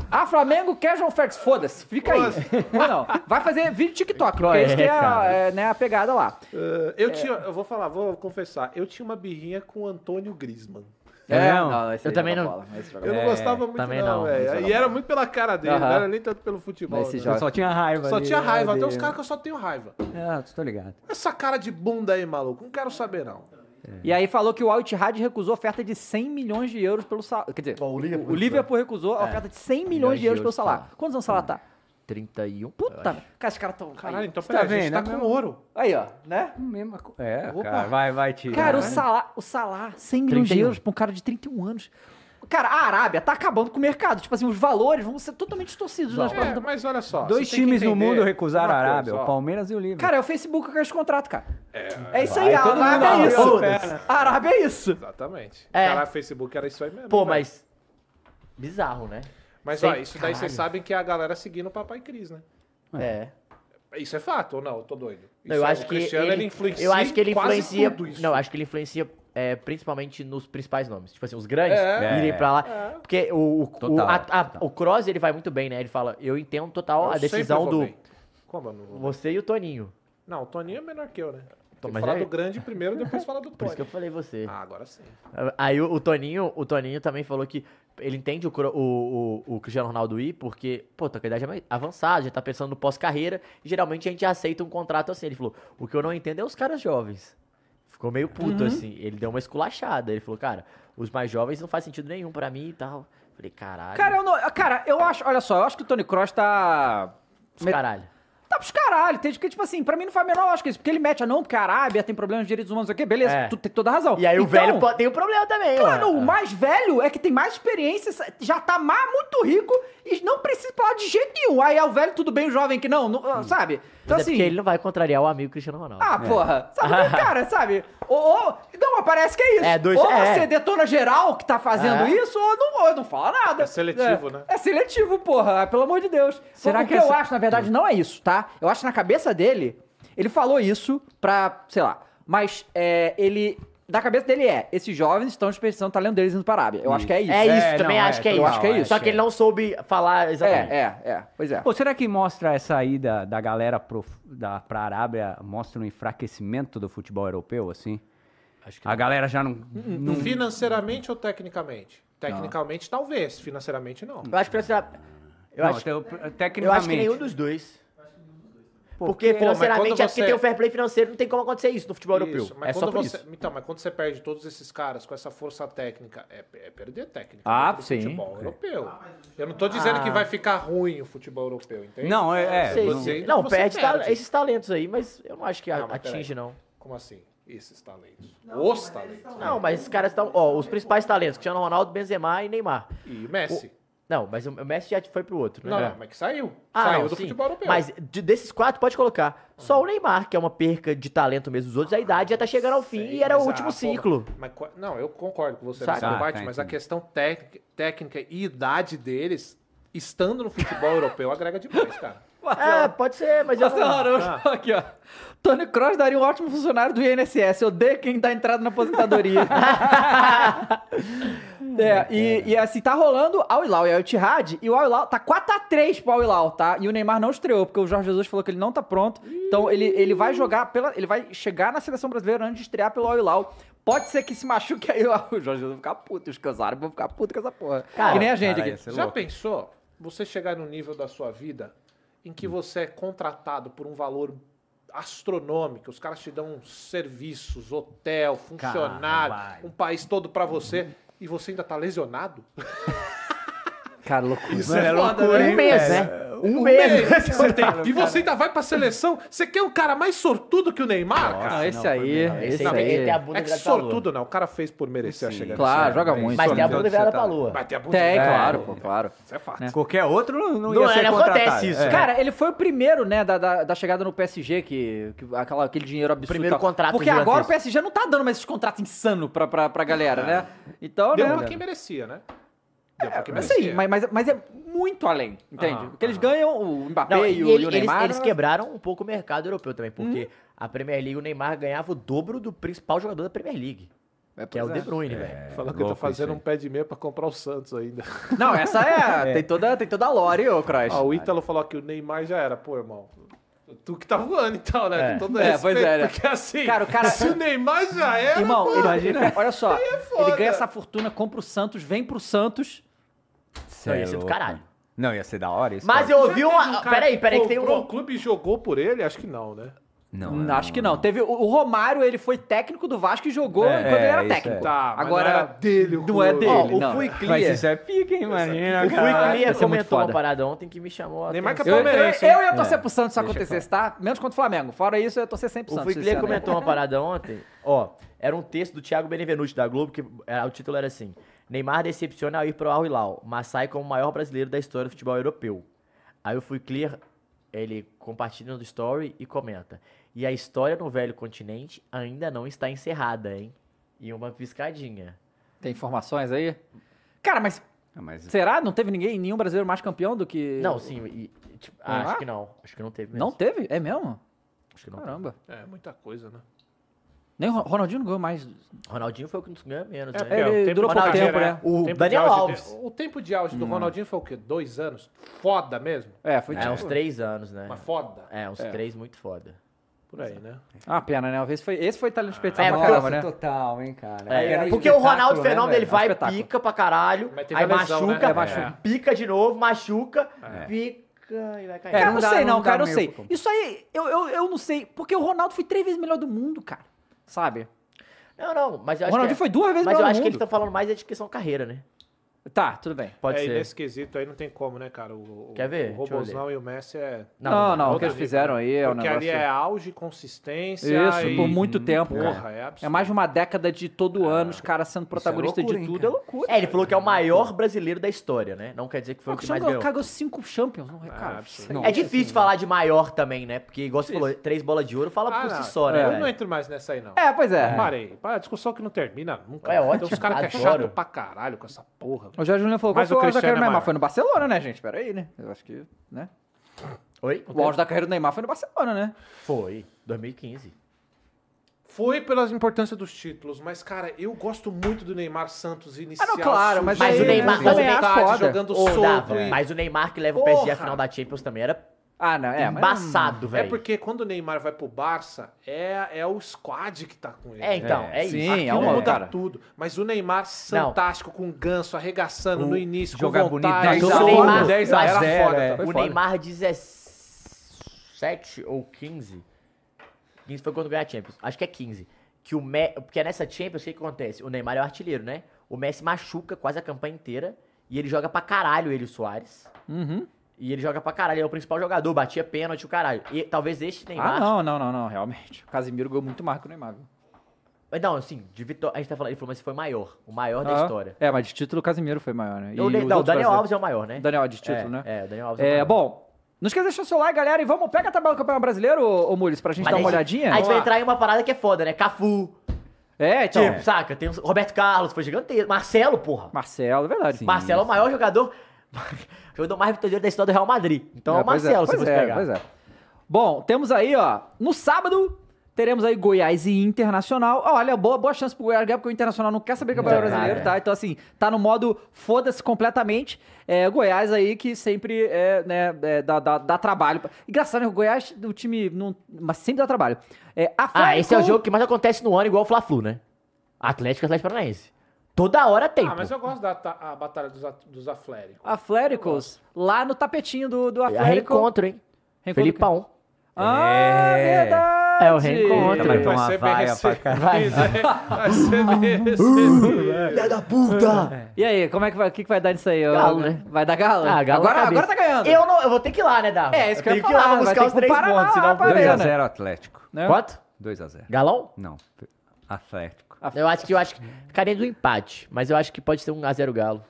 Ah, Flamengo quer João Félix, foda-se, fica aí. Não, não, vai fazer vídeo TikTok, porque
É,
isso que é, a,
cara.
é, né, a pegada lá.
Eh, eu
É.
tinha, eu vou falar, vou confessar, eu tinha uma birrinha com o Antônio Griezmann.
É, não, não, esse
eu
aí
também
joga
não.
bola, esse joga
Eu não
bola.
gostava
É,
muito
também
não,
não, esse
velho.
joga
E era
bola.
muito pela cara dele,
Aham.
não era nem tanto pelo futebol.
Esse
né?
joga. Só tinha raiva
Só
ali,
tinha raiva,
né,
até uns
dele.
caras que eu só tenho raiva.
Ah, tô ligado.
Essa cara de bunda aí, maluco, não quero saber não.
E aí falou que o Al Ittihad recusou a oferta de 100 milhões de euros pelo salário. Quer dizer, o Liverpool, recusou a
É.
oferta de 100 milhões, de euros pelo salário. Quantos anos o salário tá?
31.
Puta, cara, esses caras tão...
Caralho, então
Você
peraí, a gente tá
né,
com
meu?
ouro.
Aí, ó, né?
Mesma coisa. É,
Opa.
cara, vai, vai, tira.
Cara, o Salah, o Salah, 100 milhões de
31.
euros pra um cara de 31 anos. Cara, a Arábia tá acabando com o mercado. Tipo assim, os valores vão ser totalmente distorcidos. nas
É,
próximas-
mas olha só.
Dois
você tem que
times no
entender
mundo recusaram a
uma
Arábia,
coisa,
o
ó.
Palmeiras e o Liverpool.
Cara, é o Facebook que quer esse contrato, cara. É, isso
Vai,
aí, a
todo mundo
Arábia é
abre
isso.
as pernas.
A Arábia é isso.
Exatamente.
É.
Caralho, Facebook era isso aí mesmo.
Pô,
hein, velho?
mas. Bizarro, né?
Mas
Sem-
ó, isso daí vocês
Caralho.
sabem que é a galera seguindo o Papai Cris, né?
É.
Isso é fato ou não? Eu tô doido.
Não,
Isso
eu
é-
acho
o
que
Cristiano,
ele,
ele influencia
eu acho que ele
quase
influencia,
tudo isso.
não, eu acho que ele influencia é, principalmente nos principais nomes, tipo assim, os grandes
É.
irem
É.
pra lá, porque o o, o,
Total,
a- a- o Kroos, ele vai muito bem, né? Ele fala, eu entendo total
Eu
a
sempre
decisão
vou
do
bem. Como eu não vou?
você e o Toninho.
Não, o Toninho é menor que eu, né? Tem que
mas
falar
é-
do grande primeiro, depois falar do Tony.
Por isso que eu falei você.
Ah, agora sim.
Aí o, o Toninho, o Toninho também falou que ele entende o, Cro- o, o, o Cristiano Ronaldo ir porque, pô, tá com a idade mais avançada, já tá pensando no pós-carreira, e geralmente a gente aceita um contrato assim. Ele falou, o que eu não entendo é os caras jovens. Ficou meio puto
Uhum.
assim, ele deu uma esculachada, ele falou, cara, os mais jovens não faz sentido nenhum pra mim e tal. Falei, caralho.
Cara, eu não. Cara, eu acho. Olha só, eu acho que o Tony Cross tá.
Os caralho.
Tá pros caralho, entende? Porque, tipo assim, pra mim não faz a menor lógica isso. Porque ele mete a não, porque a Arábia tem problemas de direitos humanos, não sei o quê, beleza,
É.
tu tem toda a razão.
E aí o velho pode- tem um problema também,
Claro,
ó.
então, o
É.
mais velho é que tem mais experiência, sa- já tá mais muito rico e não precisa falar de jeito nenhum. Aí é o velho, tudo bem, o jovem que não, não, sabe? Então
Mas
assim.
é porque ele não vai contrariar o amigo Cristiano Ronaldo.
Ah, porra! Sabe, cara, sabe? Ou, ou- Não, mas parece que é isso.
É, dois-
ou
é.
você detona geral que tá fazendo
É.
isso, ou não, ou não fala nada. É
seletivo, né?
É seletivo, porra. Pelo amor de Deus. o
Será que
que eu
essa-
acho, na verdade, não é isso, tá? Eu acho que na cabeça dele, ele falou isso pra, sei lá, mas é, ele... Da cabeça dele é, esses jovens estão desperdiçando o talento deles indo pra Arábia. Eu acho que é isso.
É isso, também acho que é isso.
Eu acho que é isso.
Só que ele não soube falar exatamente.
É, é, é. Pois é.
Pô, será que mostra essa ida da galera pro, da, pra Arábia, mostra um enfraquecimento do futebol europeu, assim? a galera já
Hum,
não... não-
Financeiramente ou tecnicamente? Tecnicamente, talvez. Financeiramente, não.
Eu acho que essa-
é
eu
Não,
acho,
te-
eu acho que
tecnicamente.
nenhum dos dois.
Porque-
Porque
Pô, mas quando
financeiramente é porque
você-
tem o fair play financeiro, não tem como acontecer isso no futebol europeu.
mas
é só
quando
por
você,
isso.
Então, mas quando você perde todos esses caras com essa força técnica, é, é perder técnica.
Ah,
dentro do
sim.
futebol europeu. Eu não tô dizendo
É. Ah.
que vai ficar ruim o futebol europeu, entende?
Não, é- é,
Eu tô
Sei,
dizendo
sei.
que
Não,
você
perde, ta- esses talentos aí, mas eu não acho que a-
Não, mas peraí.
atinge, não.
Como assim? Esses talentos. Os talentos.
Não, mas esses caras estão. Ó, os principais talentos: Cristiano Ronaldo, Benzema e Neymar.
E Messi.
O- não, mas o o Messi já foi pro outro, né?
Não,
É.
não, mas que saiu.
Ah,
saiu
não,
do
sim.
futebol europeu.
Mas de- desses quatro, pode colocar. Só o Neymar, que é uma perca de talento mesmo. Os outros, a idade já tá chegando ao fim e era o
Mas,
último
ah,
ciclo.
pô, mas qua- não, eu concordo com você
Saca?
nessa
Tá,
parte,
tá,
mas a
entendi.
questão tec- técnica e idade deles, estando no futebol europeu, agrega demais, cara.
É, pode ser, mas eu
Marcelo
não-
Araújo
Ah.
falou aqui, ó. Tony Cross daria um ótimo funcionário do INSS. Odeio quem dá entrada na aposentadoria. é, e, e assim, tá rolando Al Hilal e Al Ittihad. E o Al Hilal tá 4x3 pro Al Hilal, tá? E o Neymar não estreou, porque o Jorge Jesus falou que ele não tá pronto. Então ele, ele vai jogar pela... Ele vai chegar na seleção brasileira antes de estrear pelo Al Hilal. Pode ser que se machuque aí o Jorge Jesus vai ficar puto. Os casaram vão ficar puto com essa porra. que nem a gente aqui.
Já pensou você chegar no nível da sua vida em que você é contratado por um valor astronômico, os caras te dão serviços, hotel, funcionário, um país todo pra você e você ainda tá lesionado?
Cara, loucura.
Isso
Mano,
é
é
foda,
loucura,
né?
hein, velho? Um mês.
Você tem- E você ainda vai pra seleção? Você quer um cara mais sortudo que o Neymar, cara?
não, Ah, esse aí, esse
Não,
aí.
É,
bunda
que
virada pra lua.
sortudo não, o cara fez por merecer a chegada.
Claro,
nesse
joga
nível.
muito.
Mas tem a bunda virada pra lua.
tá- Mas tem a bunda
Tem,
virada.
claro, pô, claro. Né?
Isso é fato.
Qualquer outro não, não,
Não,
ia ser
não
contratado.
acontece isso,
É.
Cara, ele foi o primeiro, né, da, da, da chegada no PSG, que, que aquela- aquele dinheiro absurdo.
Primeiro
e tal.
contrato
Porque agora o
gigantesco.
PSG não tá dando mais esses contratos insanos pra, pra, pra galera, né? Então,
Deu
né?
pra quem merecia, né? Deu pra quem
Mas
merecia.
Sim, mas, mas, mas é muito além, entende?
Aham,
Porque eles ganham o Mbappé
Não,
e,
e
o,
ele-
e o
eles,
Neymar. né? Uhum.
eles quebraram um pouco o mercado europeu também, porque a Premier League, o Neymar ganhava o dobro do principal jogador da Premier League. que é o De Bruyne, velho.
Falou que eu tô fazendo um pé de meia pra comprar o Santos ainda.
Não, essa é, Tem, toda, tem toda a lore, ô Croix.
Ó, Ah, o Ítalo falou que o Neymar já era. Pô, irmão, tu que tá voando então,
É.
né? Com todo
É,
respeito,
pois é, né?
Porque assim,
Cara, o cara-
se o Neymar já era,
Irmão,
pô,
ele, ele- olha só, ele
foda.
ganha essa fortuna, compra o Santos, vem pro Santos.
Cê é louco. Não, ia ser da hora isso.
Mas
cara.
eu ouvi
Já
uma-
teve
peraí, peraí, que tem um-
comprou um clube e jogou por ele? Acho que não, né?
Não, é
Hum, acho que não. Teve o o Romário, ele foi técnico do Vasco e jogou
É,
quando ele
é,
era
isso
técnico.
é. Tá,
mas
Agora
não era dele o
não é
clube.
dele.
Ó, o
não.
Fui
Mas isso é pica, hein, imagina,
O
cara.
Fui Clear
Isso é muito
comentou uma
foda.
parada ontem que me chamou a
Neymar que é
atenção.
palmeirense, Eu- eu- hein? eu ia torcer pro Santos se
Deixa
acontecesse,
eu
tá? Menos contra o Flamengo. Fora isso, eu ia torcer sempre pro
O
Santos.
Fui
esse
Clear
ano aí.
comentou uma parada ontem, ó, era um texto do Thiago Benevenuti da Globo, que era- o título era assim, Neymar decepciona ao ir pro Al Hilal, mas sai como o maior brasileiro da história do futebol europeu. Aí o Fui Clear, ele compartilha no story e comenta, e a história no velho continente ainda não está encerrada, hein? E uma piscadinha.
Tem informações aí? Cara, mas, será? Não teve ninguém, nenhum brasileiro mais campeão do que.
Não, sim, e, tipo, ah,
Neymar?
acho que não, acho que não teve mesmo.
é? Não teve? É mesmo?
Acho que não teve.
Caramba.
É, muita coisa, né?
Nem o Ron- Ronaldinho não ganhou mais.
Ronaldinho foi o que nos ganhou menos,
É,
né?
porque Ele o tempo durou de pouco auge, tempo, né? né?
O
Tempo de
Daniel
auge
Alves.
O tempo de auge do
Hum.
Ronaldinho foi o quê? Dois anos? Foda mesmo?
É, foi
É, uns três anos, né?
Mas foda.
É, uns
É.
três muito foda.
Por aí, né?
Ah, pena, né? Esse foi, esse foi talento
É,
desperdiçado pra
porque-
caramba, né?
Total, hein, cara.
É,
Era um
porque o
espetáculo,
Ronaldo
né,
Fenômeno,
velho?
ele
É um
vai,
espetáculo.
pica pra caralho,
Mas teve
aí
a lesão, né?
machuca,
É, machuca.
pica de novo, machuca,
É.
pica e vai cair.
cara, eu não, sei, não, cara, eu não sei. Isso aí, eu, eu, eu não sei. Porque o Ronaldo foi três vezes melhor do mundo, cara. Sabe?
Não, não, mas eu
O
acho
Ronaldinho
que é-
foi duas vezes
Mas eu
melhor do
acho que
mundo.
eles estão falando mais é de questão carreira, né?
Tá, tudo bem.
Pode
é, E
ser.
nesse quesito aí não tem como, né, cara? O, o-
Quer ver?
O
Deixa eu
Robozão e o Messi é.
Tá
Não, Não, não, não, o que eles fizeram aí é um
Porque ali
negócio-
é auge, consistência.
Isso,
e-
por muito tempo,
Porra,
cara.
é absurdo.
mais um de uma década de todo ano, os caras sendo protagonista
loucura,
de
hein,
tudo.
cara?
É loucura. Ah,
É, ele falou que é o maior brasileiro da história, né? Não quer dizer que foi o
O
que mais
Cristiano
ganhou.
cagou cinco Champions. Não, cara, não.
É difícil falar de maior também, né? Porque, igual você falou, três bolas de ouro fala
Ah,
por
não,
si só, né?
Eu
velho?
não entro mais nessa aí, não.
É, pois é.
Parei. Para, discussão que não termina nunca.
É
Tem
ótimo,
uns caras que é
adoro.
chato pra caralho com essa porra.
O Jorge Júnior falou
Mas
que o
o
auge da
Cristiano
carreira do
é
Neymar
maior.
foi no Barcelona, né, gente? Pera aí, né? Eu acho que, né?
Oi?
O auge da carreira do Neymar foi no Barcelona, né?
Foi, 2015.
Foi pela importância dos títulos, mas, cara, eu gosto muito do Neymar Santos inicial.
Ah, não, claro, mas
Mas
surgindo,
o Neymar, mas o
vontade,
Neymar
foda.
jogando
Ô,
soco.
Dava,
e-
Mas o Neymar que leva o PSG à
Porra!
final da Champions também era
Ah, não, é. mas-
embaçado,
É
velho.
porque quando o Neymar vai pro Barça, é, é o squad que tá com ele.
É, então, é, isso.
Sim, é
Aquilo
uma-
muda
cara.
tudo. Mas o Neymar fantástico, com ganso, arregaçando no início,
jogar
com
bonito,
vontade.
10 a
o
Jogo
Neymar,
10 a
era
0,
foda.
é.
O
Foi foda.
Neymar 17 ou 15. 15 foi quando ganhou a Champions. Acho que é 15. Que o Me... Porque é nessa Champions, o que, que acontece? O Neymar é o artilheiro, né? O Messi machuca quase a campanha inteira. E ele joga pra caralho ele, o Soares.
Uhum.
E ele joga pra caralho, ele é o principal jogador, batia pênalti, o caralho. E talvez este Neymar.
Ah, não, não, não, não, realmente. O Casimiro ganhou muito mais que o Neymar, viu?
Mas não, assim, de vitó- a gente tá falando, ele falou, mas foi o maior. O maior da
Ah,
história.
É, mas de título o Casimiro foi maior, né? E
O Ne-
os
não, o
outros
Daniel
brasileiros.
Alves é o maior, né?
Daniel de título,
É,
né?
É, o Daniel Alves é, o
É,
maior.
bom. Não esqueça de deixar seu like, galera, e vamos pega a tabela do Campeonato Brasileiro, ô, ô Mules, pra gente
Mas
dar uma
a gente-
olhadinha.
A gente vai
Vamos lá.
entrar em uma parada que é foda, né? Cafu.
É, então.
Tipo, saca? Tem os- Roberto Carlos, foi gigantesco. Marcelo, porra.
Marcelo, é verdade.
Marcelo é o maior jogador. jogador mais vitorioso da história do Real Madrid. Então é,
É,
o
pois é,
Marcelo, se
pois
você
é,
pegar.
Pois é. Bom, temos aí, ó, no sábado, teremos aí Goiás e Internacional. Olha, boa, boa chance pro Goiás ganhar, porque o Internacional não quer saber que é o
Não,
brasileiro,
nada.
tá? Então, assim, tá no modo foda-se completamente. É, Goiás aí que sempre é, né, é, dá, dá, dá trabalho. Engraçado, né? O Goiás, o time, não, mas sempre dá trabalho. É,
Ah, esse é o
Atlético-
jogo que mais acontece no ano, igual o Fla-Flu, né? Atlético e Atlético Paranaense. Toda hora tem.
Ah, mas
pô.
eu gosto da ta- a batalha dos, at- dos afléricos.
Atléticos, lá no tapetinho do, do
É
um Atlético. é.
reencontro, hein? Felipão.
Ah,
É.
verdade!
É o reencontro.
Vai tomar
Vai ser bem
vaia pra
recebido.
caralho.
Vai ser bem assim, né?
Uh,
recebido.
Filha da puta!
E aí, como é que vai, o que, que vai dar nisso aí? ô?
Galo, né?
Vai dar galo?
Ah, Galo
agora,
na cabeça.
agora tá ganhando.
Eu, não, eu vou ter que ir lá, né, Dava?
É, isso que eu
tenho
ia
que ir lá
falar,
pra
vai
buscar
ter
os
que ir
três
pro Paraná
pontos,
lá
senão
pra
fudeu.
ver.
2x0 Atlético.
Né?
Quanto?
2x0.
Galão?
Não, Atlético.
Eu acho que eu acho que ficaria do empate, mas eu acho que pode ser um a zero Galo.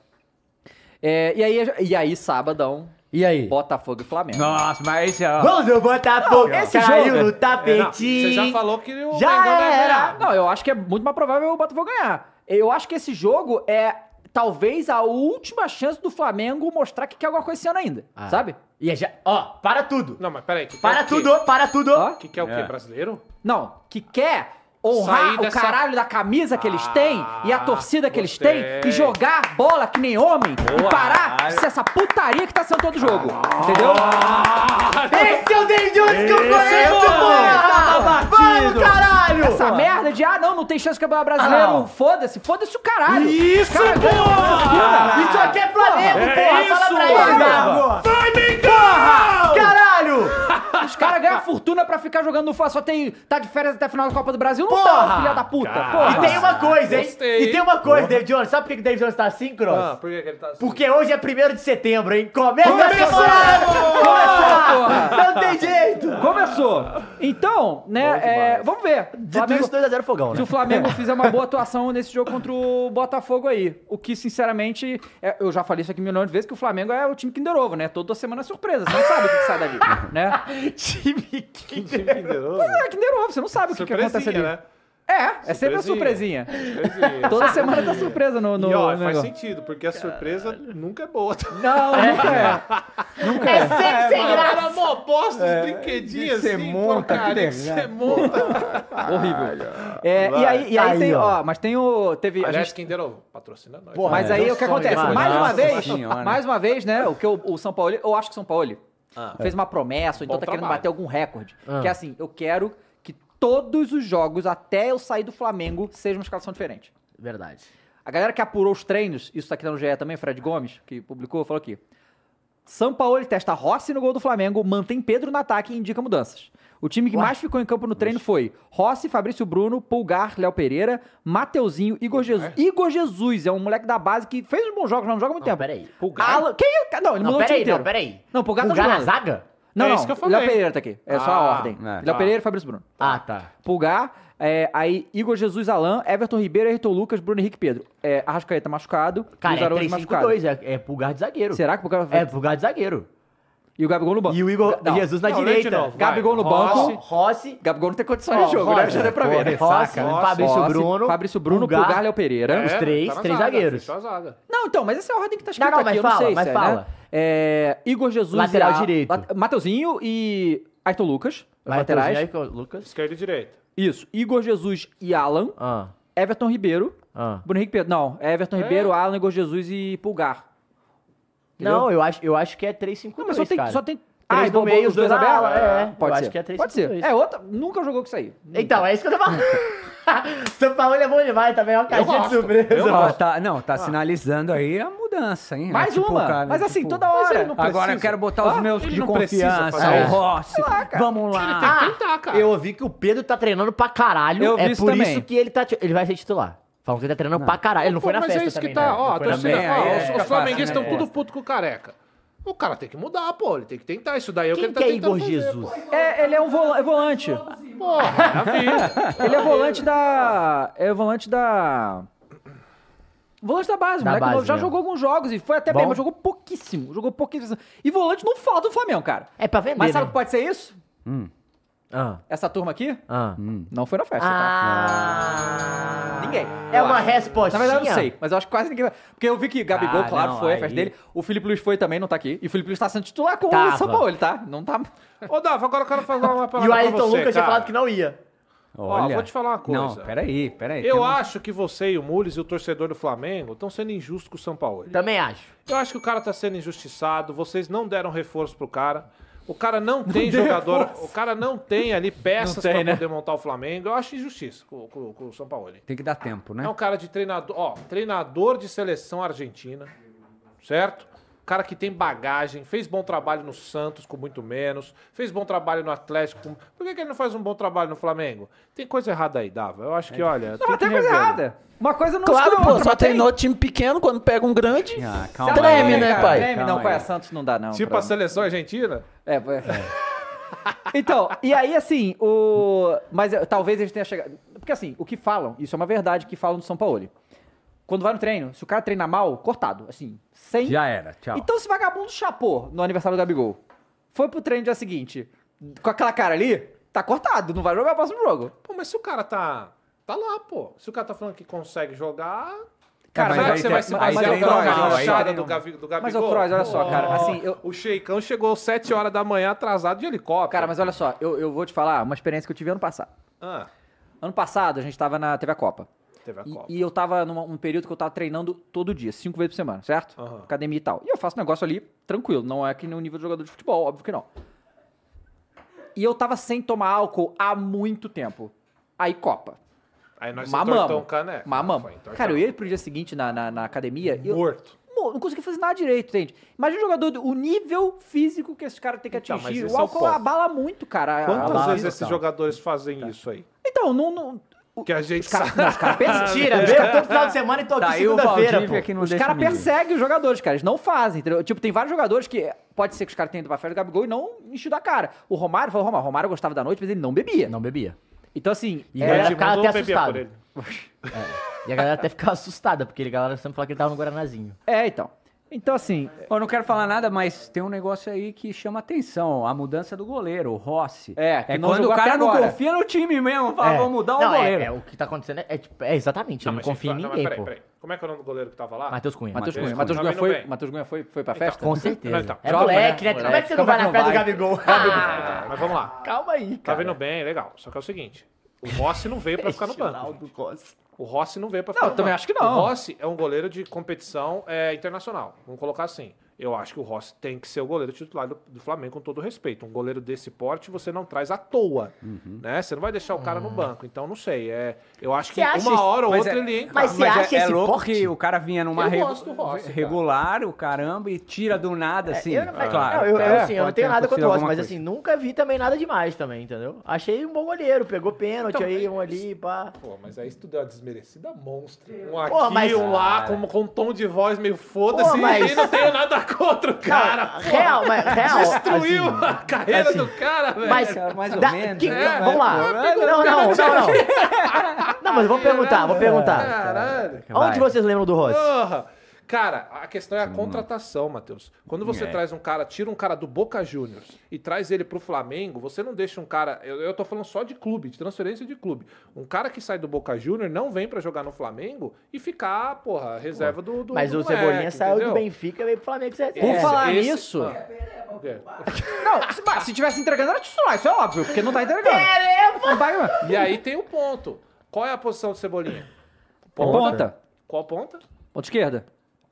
É, e, aí, e aí, sabadão,
E aí?
Botafogo e Flamengo.
Nossa, mas esse ó.
Vamos do Botafogo!
esse jogo-
Tá no
É, não, você já falou que o
Já
Mengão não é
era!
melhor.
Não, eu acho que é muito mais provável o Botafogo ganhar. Eu acho que esse jogo é talvez a última chance do Flamengo mostrar que quer alguma coisa esse ano ainda, sabe?
E é já, ó, para tudo.
Não, mas peraí. Que
Para
quer o quê?
tudo, para tudo.
Que quer o quê? Brasileiro?
Não, que quer honrar
Sair
o
dessa-
caralho da camisa que eles têm e a torcida que eles têm
gostei.
e jogar bola que nem homem e parar de ser essa putaria que tá sendo todo jogo. Entendeu?
Esse é o David Jones que eu
Esse
conheço,
é o
porra!
David Jones.
Vamos, caralho!
Essa merda de, ah, não, não tem chance de campeonato brasileiro.
Ah, não.
foda-se, foda-se o caralho.
Isso,
Cara,
porra!
ganha outra segunda.
Isso aqui é Flamengo,
Porra.
porra! Fala pra ele, Gabo!
Vai, Mengão! Caralho! Os caras ganham fortuna pra ficar jogando no Fla, só tem... Tá de férias até a final da Copa do Brasil? Não
Porra!
tá, filha da puta.
E tem uma coisa, hein?
Gostei,
E tem uma coisa, David Jones. Sabe por que que o David Jones tá assim, Cross?
Ah, por que que ele tá assim?
Porque hoje é 1 de setembro, hein? Começa a
Começou!
semana!
Começou, porra!
Começou! Não tem jeito!
Começou. Então, né, é, vamos ver.
Dito isso, 2x0 fogão,
Se
né?
o Flamengo fizer uma boa atuação nesse jogo contra o Botafogo aí. O que, sinceramente, é- eu já falei isso aqui milhões de vezes, que o Flamengo é o time Kinder Ovo, né? Toda semana é surpresa, você não sabe o que, que sai dali, né?
Time que...
Mas é Kinder Ovo, você não sabe o que, que acontece ali.
Surpresinha, né?
É, é sempre a surpresinha.
Surpresinha.
Toda semana tá surpresa no, no
e ó, faz
negócio.
sentido, porque a surpresa nunca é boa.
Não, nunca é. Nunca é.
sempre sem graça.
Era mó bosta os brinquedinhos
É, Você
assim,
monta, que
porcaria que você
legal.
monta.
Horrível. É, e aí, e aí,
Aí,
tem,
ó.
ó, mas tem o... Teve, a
Aliás,
gente-
quem deram patrocina nós.
Porra,
é.
mas aí o que acontece?
é, sonho,
mais uma
nossa
vez,
senhora.
mais uma vez, né? O que o, o São Paulo, eu acho que o São Paulo fez uma promessa, ou então
É. Bom
tá querendo
trabalho.
bater algum recorde.
Ah.
Que é assim, eu quero que todos os jogos, até eu sair do Flamengo, seja uma escalação diferente.
Verdade.
A galera que apurou os treinos, isso tá aqui no GE também, Fred Gomes, que publicou, falou aqui. São Paulo testa Rossi no gol do Flamengo, mantém Pedro no ataque e indica mudanças. O time que mais ficou em campo no treino foi Rossi, Fabrício Bruno, Pulgar, Léo Pereira, Mateuzinho, Igor Jesus. Igor Jesus é um moleque da base que fez uns bons jogos, mas não joga há muito tempo.
Peraí.
Pulgar? Alan... Quem é? Não, ele
Não,
mudou o time
peraí,
inteiro.
não, peraí.
Não, Pulgar, tá
Pulgar na
jogando.
zaga?
Não,
É
não.
isso que eu
Léo
falei.
Pereira tá aqui. É só
Ah,
a ordem.
é.
Léo
Ah.
Pereira e Fabrício Bruno.
Ah, tá.
Pulgar, é, aí Igor Jesus, Alain, Everton Ribeiro, Ayrton Lucas, Bruno Henrique Pedro. É, Arrascaeta machucado,
Cara,
Luiz
é
Araújo
352, é, é pulgar de zagueiro.
Será que o Pulgar vai-
É, pulgar de zagueiro.
E o Gabigol no banco.
E o Igor
Não.
Jesus na
Não, lê de
direita.
novo, vai. Gabigol no
Rossi,
banco.
Rossi.
Gabigol não tem condições de jogo, né? Já deu pra ver, né?
Rossi,
Rossi,
Fabrício
Rossi,
Bruno.
Fabrício Bruno, Pulgar, Léo Pereira.
Os
É,
três,
tá na
três
zaga,
zagueiros.
Fechou a zaga.
Não, então, mas essa é a ordem que tá escrita
Não, não, mas
aqui, eu não
fala,
sei
mas
se é,
fala.
né? É, Igor Jesus e
Lateral
a-
direito.
Lat- Mateuzinho e Ayrton Lucas, os laterais.
Mateuzinho, Ayrton Lucas.
Esquerda e direita.
Isso, Igor Jesus e Alan,
Ah,
Everton Ribeiro, Bruno Henrique Pedro. Não, é Everton Ribeiro, Alan, Igor Jesus e Pulgar. Entendeu?
Não, eu acho, eu acho que é 3-5-2,
Não, Ah, mas só tem,
cara.
só tem...
Três no
bo- bo-
meio, os dois na
abertos?
ala, é. Eu
Pode ser.
acho que é três
Pode ser.
contra dois.
É outra... Nunca jogou com isso aí.
Então, é isso que eu tô falando. São Paulo é bom demais também, é uma caixinha de surpresa.
Ó, tá, não, tá sinalizando aí a mudança, hein?
Mais
É tipo,
uma.
cara,
Mas assim,
tipo,
toda hora.
Agora eu quero botar os
Ah,
meus
ele
de
não precisa
confiança, É
fazer
o
isso.
Rossi. Vamos lá.
Ah,
tentar, cara.
Eu ouvi que o Pedro tá treinando pra caralho.
Eu vi
é
isso
por
também.
isso que ele, tá, ti- ele vai ser titular. Falam que ele tá treinando pra caralho. Ele não
Pô,
foi na
mas
festa
é isso
também,
que tá,
né?
ó,
Não
a
foi na
torcida,
festa.
ó,
é,
os-
fica
os,
fácil,
flamenguistas estão
né?
tudo puto com o careca. O cara tem que mudar, pô, ele tem que tentar isso daí. é o
Quem
ele tá
que é
tentando
Igor
fazer,
Jesus?
pô.
É, ele é um vola- é volante.
Porra, na vida.
Ele é volante da. É volante da. Volante da base,
Da
moleque
base
novo. Já
mesmo.
jogou alguns jogos e foi até bem,
Bom.
mas jogou pouquíssimo. Jogou pouquíssimo. E volante não fala do Flamengo, cara.
É pra vender,
Mas sabe o
né?
que pode ser isso?
Ah,
Essa turma aqui?
ah.
Não foi na festa, tá? Hum, Ninguém.
É
eu
uma
acho. Na
respostinha?
verdade, eu não sei, mas eu acho que quase ninguém vai. Porque eu vi que Gabigol,
Ah,
claro,
não,
foi a
aí-
festa dele. O Felipe Luiz foi também, não tá aqui. E o Felipe Luiz tá sendo titular com o
Tava.
São Paulo, tá? Não tá.
Ô, Dava, agora eu quero fazer uma
E
palavra
o
pra
Ayrton
você,
Lucas tinha
cara.
falado que não ia.
Ó, vou te falar uma coisa.
Não, peraí, peraí. um
Eu
temos-
acho que você e o Mules e o torcedor do Flamengo estão sendo injustos com o São Paulo.
Também acho.
Eu acho que o cara tá sendo injustiçado, vocês não deram reforço pro cara. O cara não tem jogador, o cara não tem ali peças
tem,
pra
né?
poder montar o Flamengo. Eu acho injustiça com, com- com o São Paulo.
Tem que dar tempo, né?
É um cara de treinador, ó, treinador de seleção argentina, certo? Cara que tem bagagem, fez bom trabalho no Santos com muito menos, fez bom trabalho no Atlético. Com... Por que, que ele não faz um bom trabalho no Flamengo? Tem coisa errada aí, Dava. Eu acho que, olha.
Não, mas tem coisa
rever. né?
errada. Uma coisa não
Claro,
exclui a
pô,
outra,
só
mas tem- Tá
treinou É time pequeno, quando pega um grande,
Ah, calma
treme,
aí,
né,
cara,
pai?
Treme, não,
Calma
pai, assim?
aí.
a Santos não dá, não.
Tipo
pra-
a seleção argentina?
É, foi- Então, e aí, assim, o. Mas eh, talvez eles tenham chegado. Porque, assim, o que falam, isso é uma verdade que falam do São Paulo. Quando vai no treino, se o cara treinar mal, cortado, assim, sem.
Já era, tchau.
Então, se vagabundo chapou no aniversário do Gabigol, foi pro treino no dia seguinte, com aquela cara ali, tá cortado, não vai jogar o
É,
próximo jogo.
Pô, mas se o cara tá. Tá lá, pô. Se o cara tá falando que consegue jogar.
Cara,
Será
É,
que
mas,
você vai se
mas, mas,
basear
um
mas,
na
mas,
carinhada do, Gavi, do Gabigol?
Mas, ô, Croz, olha só, cara,
Ó,
assim, eu-
O Sheikão chegou às 7 horas da manhã atrasado de helicóptero.
Cara, mas olha só, eu, eu vou te falar uma experiência que eu tive ano passado.
Ah,
Ano passado, a gente tava na TV a Copa.
teve a
E-
Copa.
E, eu tava num um período que eu tava treinando todo dia, cinco vezes por semana, certo?
Aham.
Academia e tal. E eu faço um negócio ali tranquilo, não é que nem o nível de jogador de futebol, óbvio que não. E eu tava sem tomar álcool há muito tempo. Aí Copa.
Aí nós entortamos
mamamos.
o um caneco. Ah,
Mamamos.
Foi, entortamos.
Cara, eu ia pro dia seguinte na, na, na academia. e eu-
Morto.
Mo- não consegui fazer nada direito, entende? Imagina o jogador, do- o nível físico que esses caras têm que
Então, mas
atingir. o
esse é o
álcool
ponto.
abala muito, cara. a-
Quantas
a-
vezes
a-
esses jogadores fazem isso aí?
Então, não. não
Que a gente
cara- assim,
sabe.
não, os caras pensam-
Mentira,
Os
fica
caras-
Então, é todo final de semana e tô
Tá
aqui
Daí o
segunda-feira,
Valdívia
pô.
que não os caras perseguem os jogadores, cara. Eles não fazem, entendeu? Tipo, tem vários jogadores que. Pode ser que os caras tenham ido pra festa do Gabigol e não enchido a cara. O Romário falou, Romário, o Romário gostava da noite, mas ele não bebia. Não
bebia.
Então, assim.
E a galera
é-
ficava até
um
Edmundo bebia
assustada.
por ele.
É. E a galera até ficava assustada, porque a galera sempre falava que ele tava no Guaranazinho.
É, então. Então, assim.
Eu não quero falar nada, mas tem um negócio aí que chama atenção: a mudança do goleiro, o Rossi.
É, que
é
não
quando
jogou
o cara
até
não
agora.
confia no time mesmo. Fala,
É.
vamos mudar
Não,
o
é-
goleiro.
É, o que tá acontecendo é, é tipo, é exatamente, eu não
mas
confio em
gente,
ninguém, pô.
Como é que é o nome do goleiro que tava lá?
Matheus Cunha.
Matheus Cunha.
Matheus
Matheus Cunha,
Cunha
foi,
também.
Matheus Cunha foi, foi pra
Então,
festa?
Com certeza.
então.
É
Joga,
moleque, né?
né?
Como é que você não vai na
Moleque,
festa do
não
Gabigol?
Ah, mas vamos lá.
É, Calma aí,
Tá
cara.
vindo bem, legal. Só que é o seguinte: o Rossi não veio pra ficar no banco.
Ronaldo Costa.
O Rossi não veio pra
Não,
ficar
eu
no
também
banco.
acho que não.
O Rossi é um goleiro de competição é, internacional. Vamos colocar assim. Eu acho que o Rossi tem que ser o goleiro titular do, do Flamengo, com todo respeito. Um goleiro desse porte você não traz à toa, né? Você não vai deixar o cara no banco. Então, não sei. É, eu acho que
Ah. Você acha
uma hora ou
Mas
outra
é-
ele entra.
mas você
é-
acha
é,
esse
louco
porte?
que o cara vinha numa
Eu
regu-
gosto do Rossi, cara. É,
regular, o caramba, e tira do nada, assim.
Ah, Eu não, mas-
claro,
não, eu,
pode-
eu, assim, eu não
pode
tenho
ter
nada contra
acontecido
o Rossi,
alguma
mas
coisa.
assim, nunca vi também nada demais também, entendeu? Achei um bom goleiro, pegou pênalti aí, um ali, pá.
Pô, mas aí tu deu uma desmerecida monstro. Um aqui,
Pô, mas-
um lá, com, com um tom de voz meio foda-se.
Pô, mas-
E não tenho nada contra o cara. pô.
Real, mas real.
Destruiu
assim,
a carreira
assim,
do cara, velho.
Mas,
Cara, mais ou
da-
menos,
que-
né?
não,
Mas,
vamos lá.
pô,
Não, não, não, não. Não, mas eu vou perguntar, vou perguntar.
Caralho.
Onde
Vai.
vocês lembram do Rossi?
Porra. Cara, a questão é a contratação, Matheus. Quando você traz um cara, tira um cara do Boca Juniors e traz ele pro Flamengo, você não deixa um cara. Eu, eu tô falando só de clube, de transferência de clube. Um cara que sai do Boca Juniors não vem pra jogar no Flamengo e ficar, porra, reserva do. do
Mas
do
o
é,
Cebolinha
moleque,
saiu
entendeu?
do Benfica e veio pro Flamengo. Você
Por
é.
falar
esse-
nisso.
O quê?
Não, se, mas se tivesse entregando era titular, isso é óbvio, porque não tá entregando. Não tá entregando.
É. E aí tem o ponto. Qual é a posição do Cebolinha?
Ponta.
Qual ponta?
Ponta esquerda.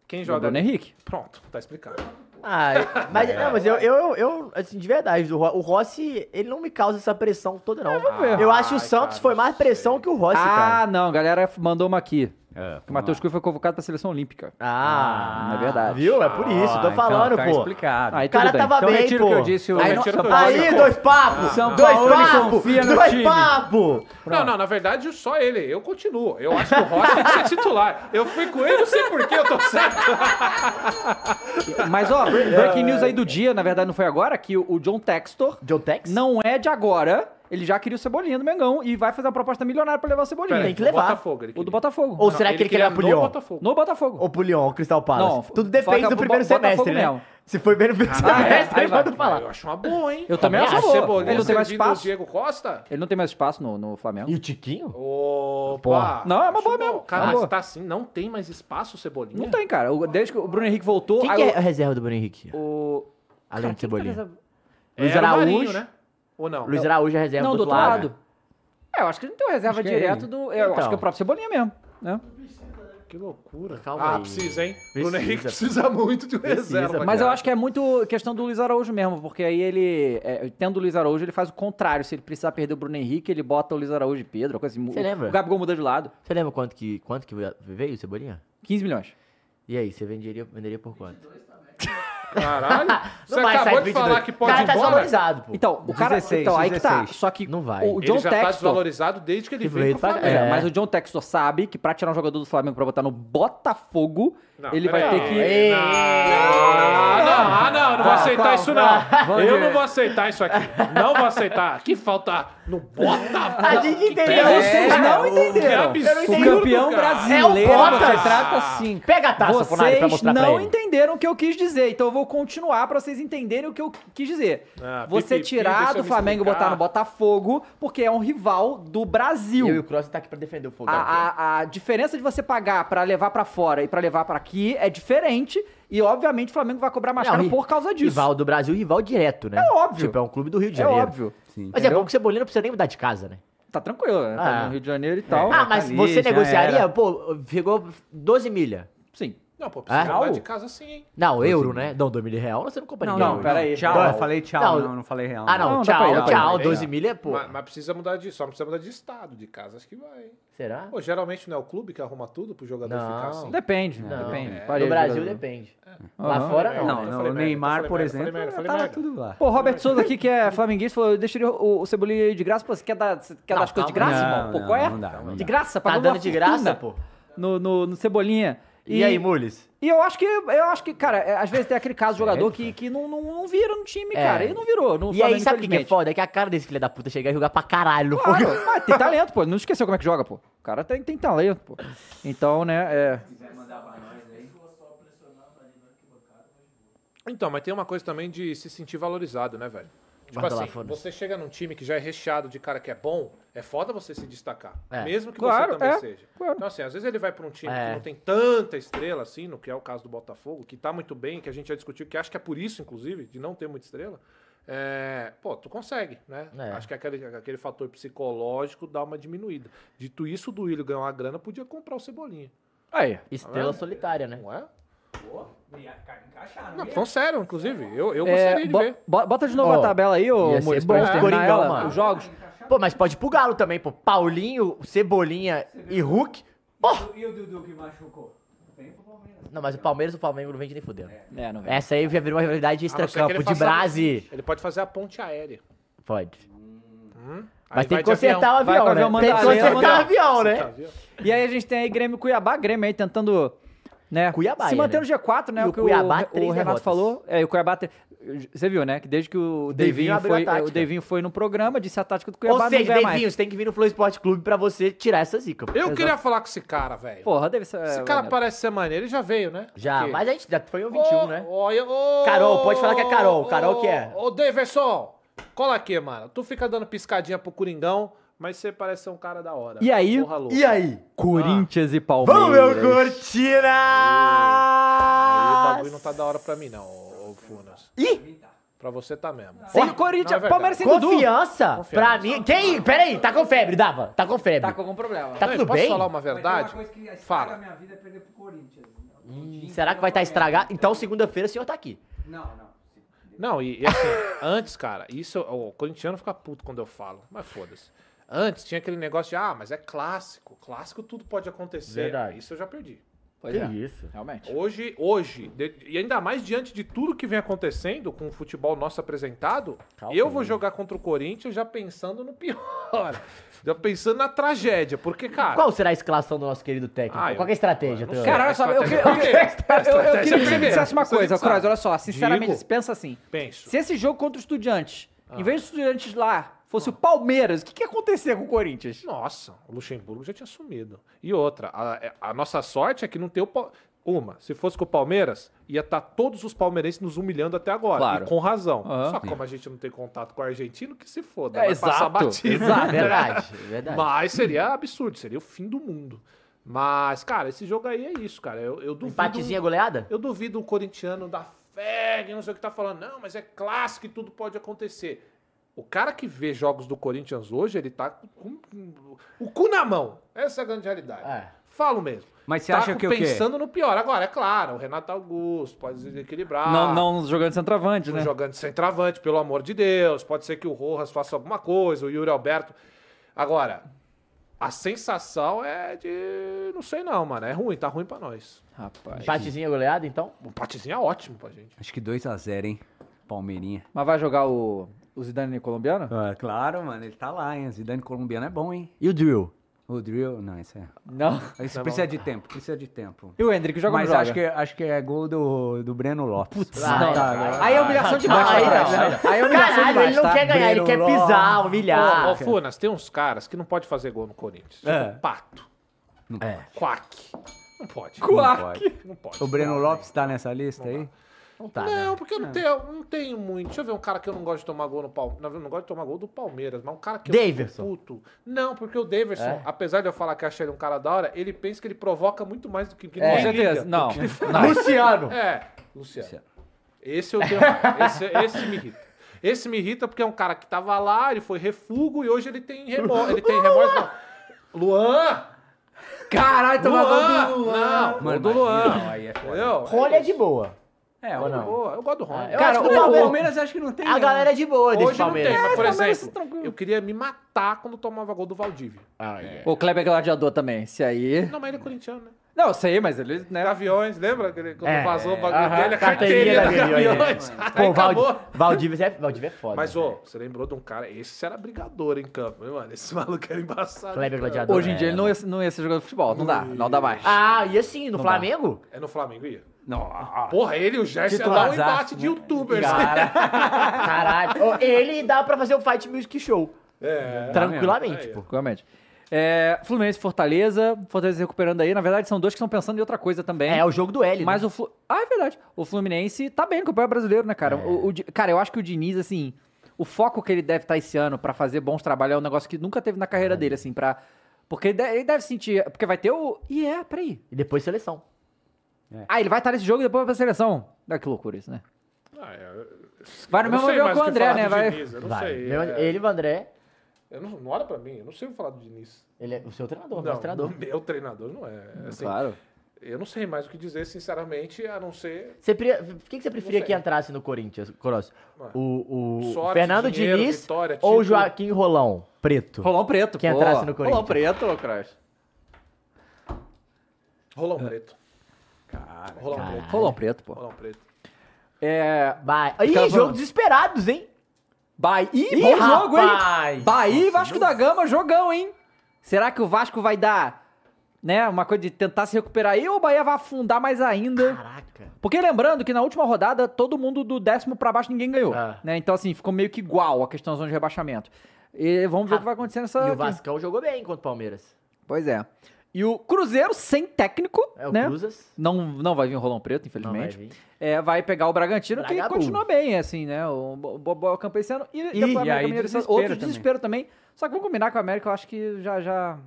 Quem
O
joga?
Bruno
ali?
Henrique.
Pronto, tá explicado.
Ah, mas, não, mas eu, eu, eu, assim, de verdade, o Ro- o Rossi, ele não me causa essa pressão toda, não.
ver.
eu acho que o
Ai,
Santos
cara,
foi
não
mais pressão que o Rossi,
ah,
cara.
não, a galera mandou uma aqui.
assim,
É,
Que o Matheus Cunha foi convocado pra seleção olímpica.
Ah,
é verdade.
Viu? É por isso, tô
então
falando,
tá
pô.
explicado.
Aí
O cara
tudo bem.
tava
Então
bem,
retiro
pô.
o que eu disse, o
Aí,
não-
São Paulo-
aí, dois papos,
São Paulo,
dois
ele
papos,
confia no
dois
time.
papos.
Não, não, na verdade só ele. Eu continuo. Eu acho que o Rossi tem que ser titular. Eu fui com ele, não sei por que eu tô certo.
Mas, ó, bre- breaking news aí do dia, na verdade não foi agora, que o o John Textor
John Tex?
não é de agora. Ele já queria o Cebolinha do Mengão e vai fazer uma proposta milionária pra levar o Cebolinha.
Tem que
O
levar.
Botafogo, ele
O do
queria.
Botafogo.
Ou será
Não,
que ele queria
no
pro Lyon?
Botafogo.
No Botafogo.
Ou pro Lyon, Crystal Palace?
Não,
Tudo depende
foca-
do primeiro
Botafogo
semestre, né?
mesmo.
Se foi bem no primeiro
aí
semestre, Ah, é? aí
vai.
pode falar.
É, Eu acho uma boa, hein?
Eu também acho
O
boa.
Cebolinha
Ele não tem mais
servindo
espaço.
o Diego Costa?
Ele não tem mais espaço no, no Flamengo.
E o Tiquinho?
Opa.
Porra.
Não, é uma
acho
boa
bom.
mesmo.
Cara,
Uma
mas
boa.
tá assim, não tem mais espaço o Cebolinha?
Não tem, cara. O- Desde que o Bruno Henrique voltou...
Quem
aí
que
o-
é a reserva do Bruno Henrique?
O... Cara,
Além do
quem tá
Cebolinha.
nessa-
Luiz
Luiz
Era Araújo,
Araújo.
né? Ou não?
Luiz Araújo é a reserva
Não,
do outro lado.
É, eu acho que ele não tem uma reserva
Acho que é
direto
ele.
do... Eu acho
Então.
que é o próprio Cebolinha mesmo, né?
Que loucura.
Calma
ah,
aí.
precisa, hein? Bruno
Precisa.
Henrique precisa muito de um
Precisa,
reserva.
Mas eu
cara.
acho que é muito questão do Luiz Araújo mesmo, porque aí ele, é, tendo o Luiz Araújo, ele faz o contrário. Se ele precisar perder o Bruno Henrique, ele bota o Luiz Araújo e Pedro, uma coisa assim.
Você
o,
lembra?
O Gabigol muda de lado.
Você lembra quanto que, quanto que veio o Cebolinha?
15 milhões.
E aí, você venderia, venderia por quanto?
Caralho. Você
vai
acabou
sair
de
22.
falar que pode
O
ir
cara tá
embora?
desvalorizado, pô.
Então, o cara.
16,
então, aí que tá.
16.
Só que
Não vai.
o
Ele
John
já tá
Textor.
desvalorizado desde que ele
Que
veio
veio
pro
pra
Flamengo.
cá.
é,
É.
mas o John Textor sabe que pra tirar um jogador do Flamengo pra botar no Botafogo,
Não,
ele vai
peraí.
ter que.
Ei,
Não, não, não, não, não, vai aceitar
qual?
isso, não.
Ah, vamos
eu
ver.
não vou aceitar isso aqui. Não vou aceitar. Que falta no bota.
A gente
então,
é
entendeu. É,
Que
Vocês
absurdo,
não
Que
entenderam.
absurdo,
O campeão
cara.
brasileiro
É o Bottas.
você
Ah.
trata assim.
Pega a taça, Funari, pra
Vocês
mostrar pra
não
ele.
entenderam o que eu quis dizer, então eu vou continuar pra vocês entenderem o que eu quis dizer.
Ah,
Você
pipipi,
tirar
deixa eu
do
me
Flamengo e
explicar.
botar no Botafogo, porque é um rival do Brasil.
Eu e o Cross tá aqui pra defender o fogo.
Ah, A, a- a diferença de você pagar pra levar pra fora e pra levar pra aqui é diferente. E, obviamente, o Flamengo vai cobrar mais
Não,
caro
ri-
por causa disso.
Rival do Brasil, rival direto, né?
É óbvio.
Tipo, é um clube do Rio de
É
Janeiro.
óbvio.
Mas é
Entendeu?
bom que o Cebolinha não precisa nem mudar de casa, né?
Tá tranquilo, né? Tá no Rio de Janeiro e tal.
Ah,
Tá
mas
ali,
você
já
negociaria?
era.
Pô, chegou 12 milha.
Sim.
Não, pô,
É?
precisa mudar de casa sim, hein?
Não, euro, né? Não, 12 milha real, você não compra
Não,
ninguém.
não,
hoje.
pera aí.
Tchau.
Não,
eu falei tchau, não, eu não falei real.
Ah, não,
Não, dá
tchau,
pra ir, dá pra ir,
tchau,
dá pra ir.
12 milha, pô.
Mas, mas precisa mudar de, só precisa mudar de estado, de casa, acho que vai.
Será?
Pô, geralmente não é o clube que arruma tudo pro jogador
Não.
ficar assim.
Depende, né? Depende.
É.
Parei
No
de
Brasil
jogador.
depende.
Aham.
Lá fora não.
Não,
né?
não,
falei
o
merda,
Neymar,
eu falei
por
merda, eu falei
exemplo,
merda, eu falei
tava
merda.
tudo lá.
Pô, Robert Souza aqui, que é flamenguista, falou, eu deixaria o, o Cebolinha aí de graça. Pô, você quer dar, você quer
Não,
dar as coisas de
calma.
graça,
Não,
irmão? Pô,
não,
qual é?
não dá, não
de
dá.
graça?
Tá
pagou
dando
uma
de
fortuna
graça, pô.
No, no, no Cebolinha.
E aí, Mules?
E eu acho que, eu acho que, cara, é, às vezes tem aquele caso do jogador que, que não, não, não vira no time,
É.
cara. Ele não virou. No
E
Flamengo,
aí, sabe o que que é
infelizmente.
foda? É que a cara desse filho da puta chegar e jogar pra caralho no
Claro,
fogo.
mas tem talento, pô. Não esqueceu como é que joga, pô. O cara tem, tem talento, pô. Então, né, é.
Então, mas tem uma coisa também de se sentir valorizado, né, velho? Tipo
Guarda lá,
assim,
foda-se.
você chega num time que já é recheado de cara que é bom, é foda você se destacar.
É.
Mesmo que
Claro,
você também
é,
seja.
claro.
Então, assim, às vezes ele vai pra um time
É.
que não tem tanta estrela assim, no que é o caso do Botafogo, que tá muito bem, que a gente já discutiu, que acho que é por isso, inclusive, de não ter muita estrela. É, pô, tu consegue, né?
É.
Acho que aquele, aquele fator psicológico dá uma diminuída. Dito isso, o Duílio ganhou uma grana, podia comprar o Cebolinha.
Aí.
Estrela solitária, né?
Não é? Não, falando sério, inclusive. Eu, eu
É,
gostaria de
bo-
ver.
bo- Bota de novo
Ó,
a tabela aí, ô
Ia ser
Muris,
bom,
pra gente
né?
terminar
Coringão,
ela,
mano.
os jogos.
Pô, mas pode ir pro Galo também, pô. Paulinho, Cebolinha e Hulk. Pô!
E o Dudu que machucou? Vem pro Palmeiras.
Não, mas o Palmeiras e o Flamengo não vende nem fudendo.
É, não vem.
Essa aí já virou uma rivalidade
A não ser que ele
extra-campo, de
faça-
Brase.
Ele pode fazer a ponte aérea.
Pode.
Aí
Mas tem que
vai de
consertar o
avião.
Vai com
avião,
avião
né? Tem que
Mandalena,
consertar o
Mandalena.
avião, né?
Tá, viu?
E aí a gente tem aí Grêmio e Cuiabá, Grêmio aí tentando. Né?
Cuiabá,
Se manter no
né?
G4, né?
E
o
o
que
Cuiabá,
o,
três
o Renato
derrotas.
falou. É, o Cuiabá. tem- Você viu, né? Que desde que o
Devinho
Devinho
abriu a
foi, é,
tática.
o Devinho foi no programa, disse a tática do Cuiabá
Ou seja,
não ganha
Devinho,
mais.
você tem que vir no Flow Esporte Clube pra você tirar essa zica. pô.
Eu queria falar com esse cara, velho.
Porra, deve ser.
Esse
é,
cara
né?
maneiro.
parece ser maneiro. Ele já veio, né?
Já,
Aqui.
mas a gente já foi o
Ô,
21, né?
olha, ô,
Carol, pode falar que é Carol. Carol
ô,
que é.
Ô, Daverson, cola aqui, mano. Tu fica dando piscadinha pro Coringão, mas você parece ser um cara da hora.
E aí?
Porra louca.
E aí? Ah.
Corinthians e Palmeiras.
Vamos, meu Cortina!
Aí o bagulho não tá da hora pra mim, não, ô, ô, Funas.
Ah, Ih!
Pra você tá mesmo.
Sem
Não, é
Corinthians,
verdade.
Palmeiras sem Dudu.
Confiança?
Dudu.
Pra mim. Quem? Pera aí, tá com febre, Dava. Tá com febre.
Tá com algum problema.
Tá
Ei,
tudo
posso
bem?
falar uma verdade? Fala.
minha vida é perder pro Corinthians.
Hum, Será que vai estar estragado? Então, segunda-feira, o senhor tá aqui.
Não, não.
Não, e, e assim, antes, cara, isso o corintiano fica puto quando eu falo, mas foda-se. Antes tinha aquele negócio de, ah, mas é clássico, clássico tudo pode acontecer.
Verdade.
Isso eu já perdi.
Pois é,
isso?
realmente.
Hoje, hoje, de- e ainda mais diante de tudo que vem acontecendo com o futebol nosso apresentado,
Calma
eu
aí.
vou jogar contra o Corinthians já pensando no pior. já pensando na tragédia, porque, cara.
Qual será a escalação do nosso querido técnico?
Ah, eu-
Qual que é a estratégia? Teodoro?
Cara, olha só, eu, que- eu, que- eu, eu queria
é
que você me dissesse uma
Isso a gente
coisa,
sabe.
Croz, olha só, sinceramente,
Digo.
pensa assim.
Penso.
Se esse jogo contra o Estudiantes,
Ah.
em vez do Estudiantes lá, fosse o Palmeiras, o que, que ia acontecer com o Corinthians?
Nossa, o Luxemburgo já tinha sumido. E outra, a, a nossa sorte é que não tem o. Pal- Uma, se fosse com o Palmeiras, ia estar todos os palmeirenses nos humilhando até agora.
Claro.
E com razão.
Aham.
Só que como a gente não tem contato com o argentino, que se foda.
É,
vai passar
exato,
batido.
exato. é
Verdade, verdade.
Mas seria absurdo, seria o fim do mundo. Mas, cara, esse jogo aí é isso, cara. Eu, eu duvido.
Empatezinha goleada?
Eu duvido o corintiano da fé, que não sei o que tá falando. Não, mas é clássico e tudo pode acontecer. O cara que vê jogos do Corinthians hoje, ele tá com, com- o cu na mão. Essa é a grande realidade.
É.
Falo mesmo.
Mas você
tá
acha
com-
que o quê?
pensando no pior. Agora, é claro, o Renato Augusto pode desequilibrar.
não jogando centroavante,
né?
Jogando Jogando de centroavante, pelo amor de Deus. Pode ser que o Rojas faça alguma coisa, o Yuri Alberto. Agora, a sensação é de. Não sei não, mano. É ruim, tá ruim pra nós.
Rapaz.
Empatezinha goleada, então?
Um empatezinho é ótimo pra gente.
Acho que 2x0, hein? Palmeirinha.
Mas vai jogar o, o Zidane colombiano?
Ah, claro, mano, ele tá lá, hein? Zidane colombiano é bom, hein?
E o Drill?
O drill, não, isso é.
Não.
Isso
Tá
precisa
bom.
de tempo, precisa de tempo.
E o Hendrick, joga ou
Mas
não joga?
acho que acho que é gol do, do Breno Lopes. tá, Putz,
não, aí é humilhação de baixo,
Aí
cara.
não.
Aí é humilhação de baixo, tá? Breno Lopes.
Ô,
Ah.
ô, Funas, tem uns caras que não pode fazer gol no Corinthians.
É.
Tipo, pato.
É.
Quack. Não pode. Não pode.
O Breno Lopes tá nessa lista aí?
Não
tá.
não,
né?
porque eu não tenho, não tenho muito. Deixa eu ver um cara que eu não gosto de tomar gol no Palmeiras. Não, eu não gosto de tomar gol do Palmeiras, mas um cara que
Daverson.
eu fico puto. Não, porque o Daverson,
É?
apesar de eu falar que eu achei ele um cara da hora, ele pensa que ele provoca muito mais do que, que
É,
ninguém
certeza.
liga.
Não.
O que ele faz.
Não. Luciano.
É, Luciano. Esse eu tenho. esse, esse me irrita. Esse me irrita porque é um cara que tava lá, ele foi refugo e hoje ele tem remorso. Ele tem remorso. não. Luan!
Caralho,
tomar
Luan!
gol do Luan.
Não,
Mano,
gol do Luan.
imagina, aí é foda.
Entendeu?
Rony é de boa.
É,
ou não?
Boa, eu gosto do Rony.
Eu acho que o Palmeiras
acho que não tem.
A galera é de boa desse
Hoje não tem,
Palmeiras.
mas, por
É, Palmeiras
exemplo, eu queria me matar quando tomava gol do Valdívia. Ah, é.
O Kleber Gladiador também, esse aí.
Não, mas ele é corintiano, né?
Não, eu sei, mas ele. Né?
Gaviões, É lembra? que ele- Quando
É,
vazou
é.
o bagulho
Aham,
dele, a
carteirinha
carteirinha da
da Gaviões.
Gaviões. Aí
Pô, Valdi-
acabou.
Valdívia é, Valdívia é foda.
Mas,
né?
ô, você lembrou de um cara? Esse era brigador em campo, hein, mano? Esse maluco era embaçado.
Kleber é
cara.
Gladiador. né?
Hoje em dia ele não ia, não ia ser jogador de futebol, não dá, não dá mais.
Ah, e assim, no
Não dá.
Flamengo?
É no Flamengo, ia?
Não.
Porra, ele e o Gerson ia dar um
Titularzaço,
embate de youtubers. né?
Cara, caralho. Ó, Ele dá pra fazer um Fight Music Show.
É.
Tranquilamente,
Aí,
pô.
Tranquilamente. É, Fluminense e Fortaleza, Fortaleza recuperando aí. Na verdade, são dois que estão pensando em outra coisa também.
É, é o jogo do L, né?
Mas o Flu... Ah, é verdade. O Fluminense tá bem no Campeonato Brasileiro, né, cara? O, o Di- cara, eu acho que o Diniz, assim, o foco que ele deve estar esse ano pra fazer bons trabalhos é um negócio que nunca teve na carreira dele, assim, pra. Porque ele de- ele deve sentir. Porque vai ter o. E é, peraí.
E depois seleção.
Ah, ele vai estar nesse jogo e depois vai pra seleção. Ah, que loucura isso, né?
Ah, é, eu-
Vai no
eu não
mesmo
sei
avião
mais
que o
que
André,
falar
né?
do
Vai.
Diniz, eu não
Vai.
sei,
Meu-
é.
Ele e o André.
Eu não, não olha pra mim, eu não sei falar do Diniz.
Ele é o seu treinador,
Não,
nosso treinador.
meu treinador não é. assim,
Hum, Claro.
Eu não sei mais o que dizer, sinceramente, a não ser.
Você pre- Por que, que você preferia
Não
que
sei.
entrasse no Corinthians, Corosso? O, o
Sorte,
Fernando
dinheiro,
Diniz
vitória,
ou
título.
Joaquim Rolão? Preto.
Rolão preto,
Que
pô.
entrasse no Corinthians.
Rolão preto, ô, Crash.
Rolão preto.
É. Cara.
Rolão
Caralho.
preto.
Rolão preto, pô.
Rolão preto.
É.
Bahia. Ih, jogo desesperados, hein?
Bahia. Ih,
Ih,
bom jogo, hein?
rapaz!
Bahia e Vasco da Gama, jogão, hein? Será que o Vasco vai dar, né, uma coisa de tentar se recuperar aí ou o Bahia vai afundar mais ainda?
Caraca.
Porque lembrando que na última rodada, todo mundo do décimo pra baixo ninguém ganhou.
É.
Né? Então, assim, ficou meio que igual a questão da zona de rebaixamento. E vamos ver o que vai acontecer nessa.
Ah, E o
aqui.
Vascão jogou bem contra o Palmeiras.
Pois é. E o Cruzeiro sem técnico,
É, o
né?
Cruzas.
Não, não vai vir o Rolão Preto, infelizmente.
vir.
É, vai pegar o Bragantino, que
Bragabu.
continua bem, assim, né? O bo- bo- bo- campo esse ano. E,
Ih,
depois o
e aí
América Mineiro, esse ano.
desespero
outro
também.
desespero também. Só que vamos combinar com o América, eu acho que já. já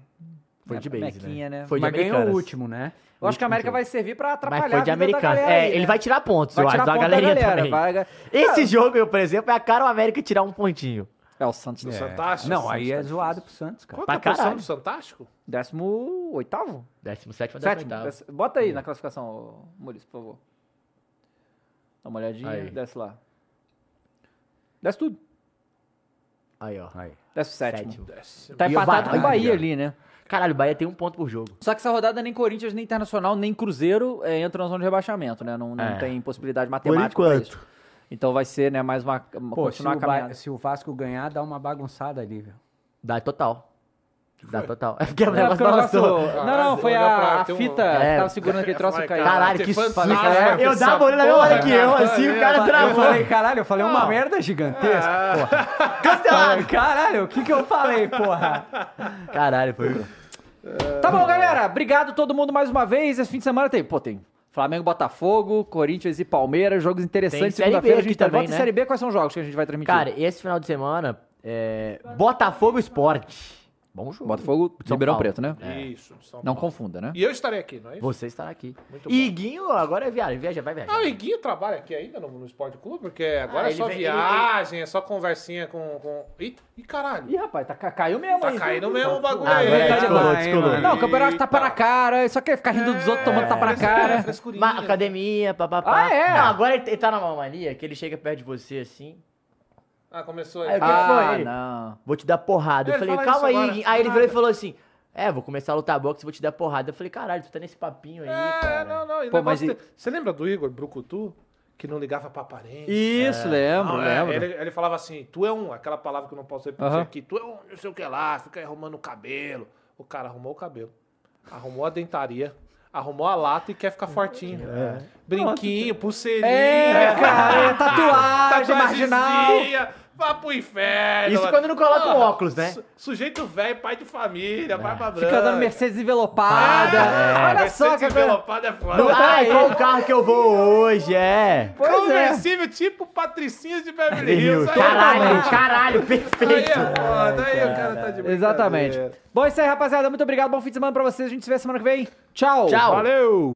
Foi
é,
de base,
mequinha, né?
né? Foi de
Mas ganhou o
Americanas.
último, né?
Eu acho que a América
jogo.
vai servir pra atrapalhar
Mas foi de
a vida da
americano.
galera
É,
aí,
ele
né?
vai tirar pontos,
Vai
eu
tirar
acho, da
ponto da
galerinha
galera,
também.
vai ga-
Esse
Ah.
jogo, eu, por exemplo, é a cara o América tirar um pontinho.
É o Santos do
É.
Fantástico.
Não, aí é zoado pro Santos, cara.
Qual que é a
Pra
posição
caralho.
do Santástico?
18?
17 ou
Sétimo.
18.
desce- Bota aí na classificação, ô, Muris, por favor. Dá uma olhadinha,
Aí.
desce lá. Desce tudo.
Aí, ó.
Desce o sétimo.
Sétimo.
Tá
E o
empatado com o Bahia
Bahia.
ali, né?
Caralho, o Bahia tem um ponto por jogo.
Só que essa rodada nem Corinthians, nem Internacional, nem Cruzeiro é, entram na zona de rebaixamento, né? Não, não
É.
tem possibilidade matemática. pra isso. Então vai ser, né, mais uma. uma-
Pô, se
continuar
o,
a
Ba-
caminhada.
se o Vasco ganhar, dá uma bagunçada ali, velho.
Dá total. Dá total. É porque o
Não,
negócio
porque o negócio-
balançou.
Não, não, foi
Olhou pra-
a, a
tem um-
fita que
É.
tava segurando aquele troço e caiu.
Caralho, que susto. Eu dava olhando na mesma
porra,
hora que eu, assim, o cara
Eu falei,
travou.
caralho, eu falei uma merda gigantesca, porra. Falei,
Ah.
Caralho, o que que eu falei, porra?
Caralho, foi.
Tá bom, galera. Obrigado todo mundo mais uma vez. Esse fim de semana tem. Pô, tem. Flamengo, Botafogo, Corinthians e Palmeiras, jogos interessantes.
Série B
Segunda-feira a
aqui
gente também,
também,
volta. E
né?
Série B, quais são os jogos que a gente vai transmitir?
Cara, esse final de semana é. Botafogo Esporte. Bom jogo.
Botafogo,
São
Ribeirão
Paulo. É.
Preto, né?
Isso, São
Não
Paulo.
confunda, né?
E eu estarei aqui, não é isso?
Você estará aqui.
Muito bom.
E Guinho agora é viagem, viaja, vai viajar.
Ah, o Iguinho trabalha aqui ainda no, no Esporte Clube, porque agora
Ah,
é
ele
só
vem- ele-
viagem, é só conversinha com. com... Ih, ih, caralho.
Ih, rapaz, tá, ca- caiu mesmo
Tá
aí.
caindo mesmo o bagulho
Ah,
aí. tá
agora
cara.
descolou,
Tá hein,
descolou.
mano?
Não, o campeonato tá pra na
Eita.
cara, só quer ficar rindo dos outros tomando
É.
tapa na cara.
tá Frescurinha.
Ma- academia, papapá.
Ah, é?
Não, agora ele tá numa mania que ele chega perto de você assim.
Ah, começou
Aí
aí.
o que que foi?
Ah,
Ele,
não.
Vou te dar porrada. Eu
Ele
falei,
fala isso
calma aí.
agora.
Guinho. Aí ele
Nada.
virou e falou assim: É, vou começar a lutar boxe, vou te dar porrada. Eu falei, caralho, tu tá nesse papinho aí,
É,
cara.
não, não. e
Pô,
o negócio
mas e-
tem- Você lembra do Igor Brucutu? Que não ligava pra aparência.
Isso, lembro,
Não, é,
lembro. né?
Ele, ele falava assim, tu é um, aquela palavra que eu não posso repetir
Aham.
aqui, tu é um, não sei o que lá, fica arrumando o cabelo. O cara arrumou o cabelo, arrumou a dentaria, arrumou a lata e quer ficar fortinho. É. Brinquinho, pulseirinha.
É, cara, é
tá
tatuagem,
tatuagemzinha,
marginal.
Vá pro inferno.
Isso quando não coloca um
Porra,
óculos, né? É.
su- Sujeito velho, pai de família, barba branca.
Fica dando Mercedes envelopada.
Ah, é.
Olha só,
Mercedes
cara.
envelopada é foda.
Não, ah, é qual o carro que eu vou hoje, é.
Conversível tipo Patricinhas de Beverly Hills. Aí,
Caralho,
tá
caralho, perfeito.
Aí é foda, aí o cara tá de brincadeira.
Exatamente. Bom, é isso aí, rapaziada. Muito obrigado. Bom fim de semana pra vocês. A gente se vê semana que vem. Tchau.
Tchau.
Valeu.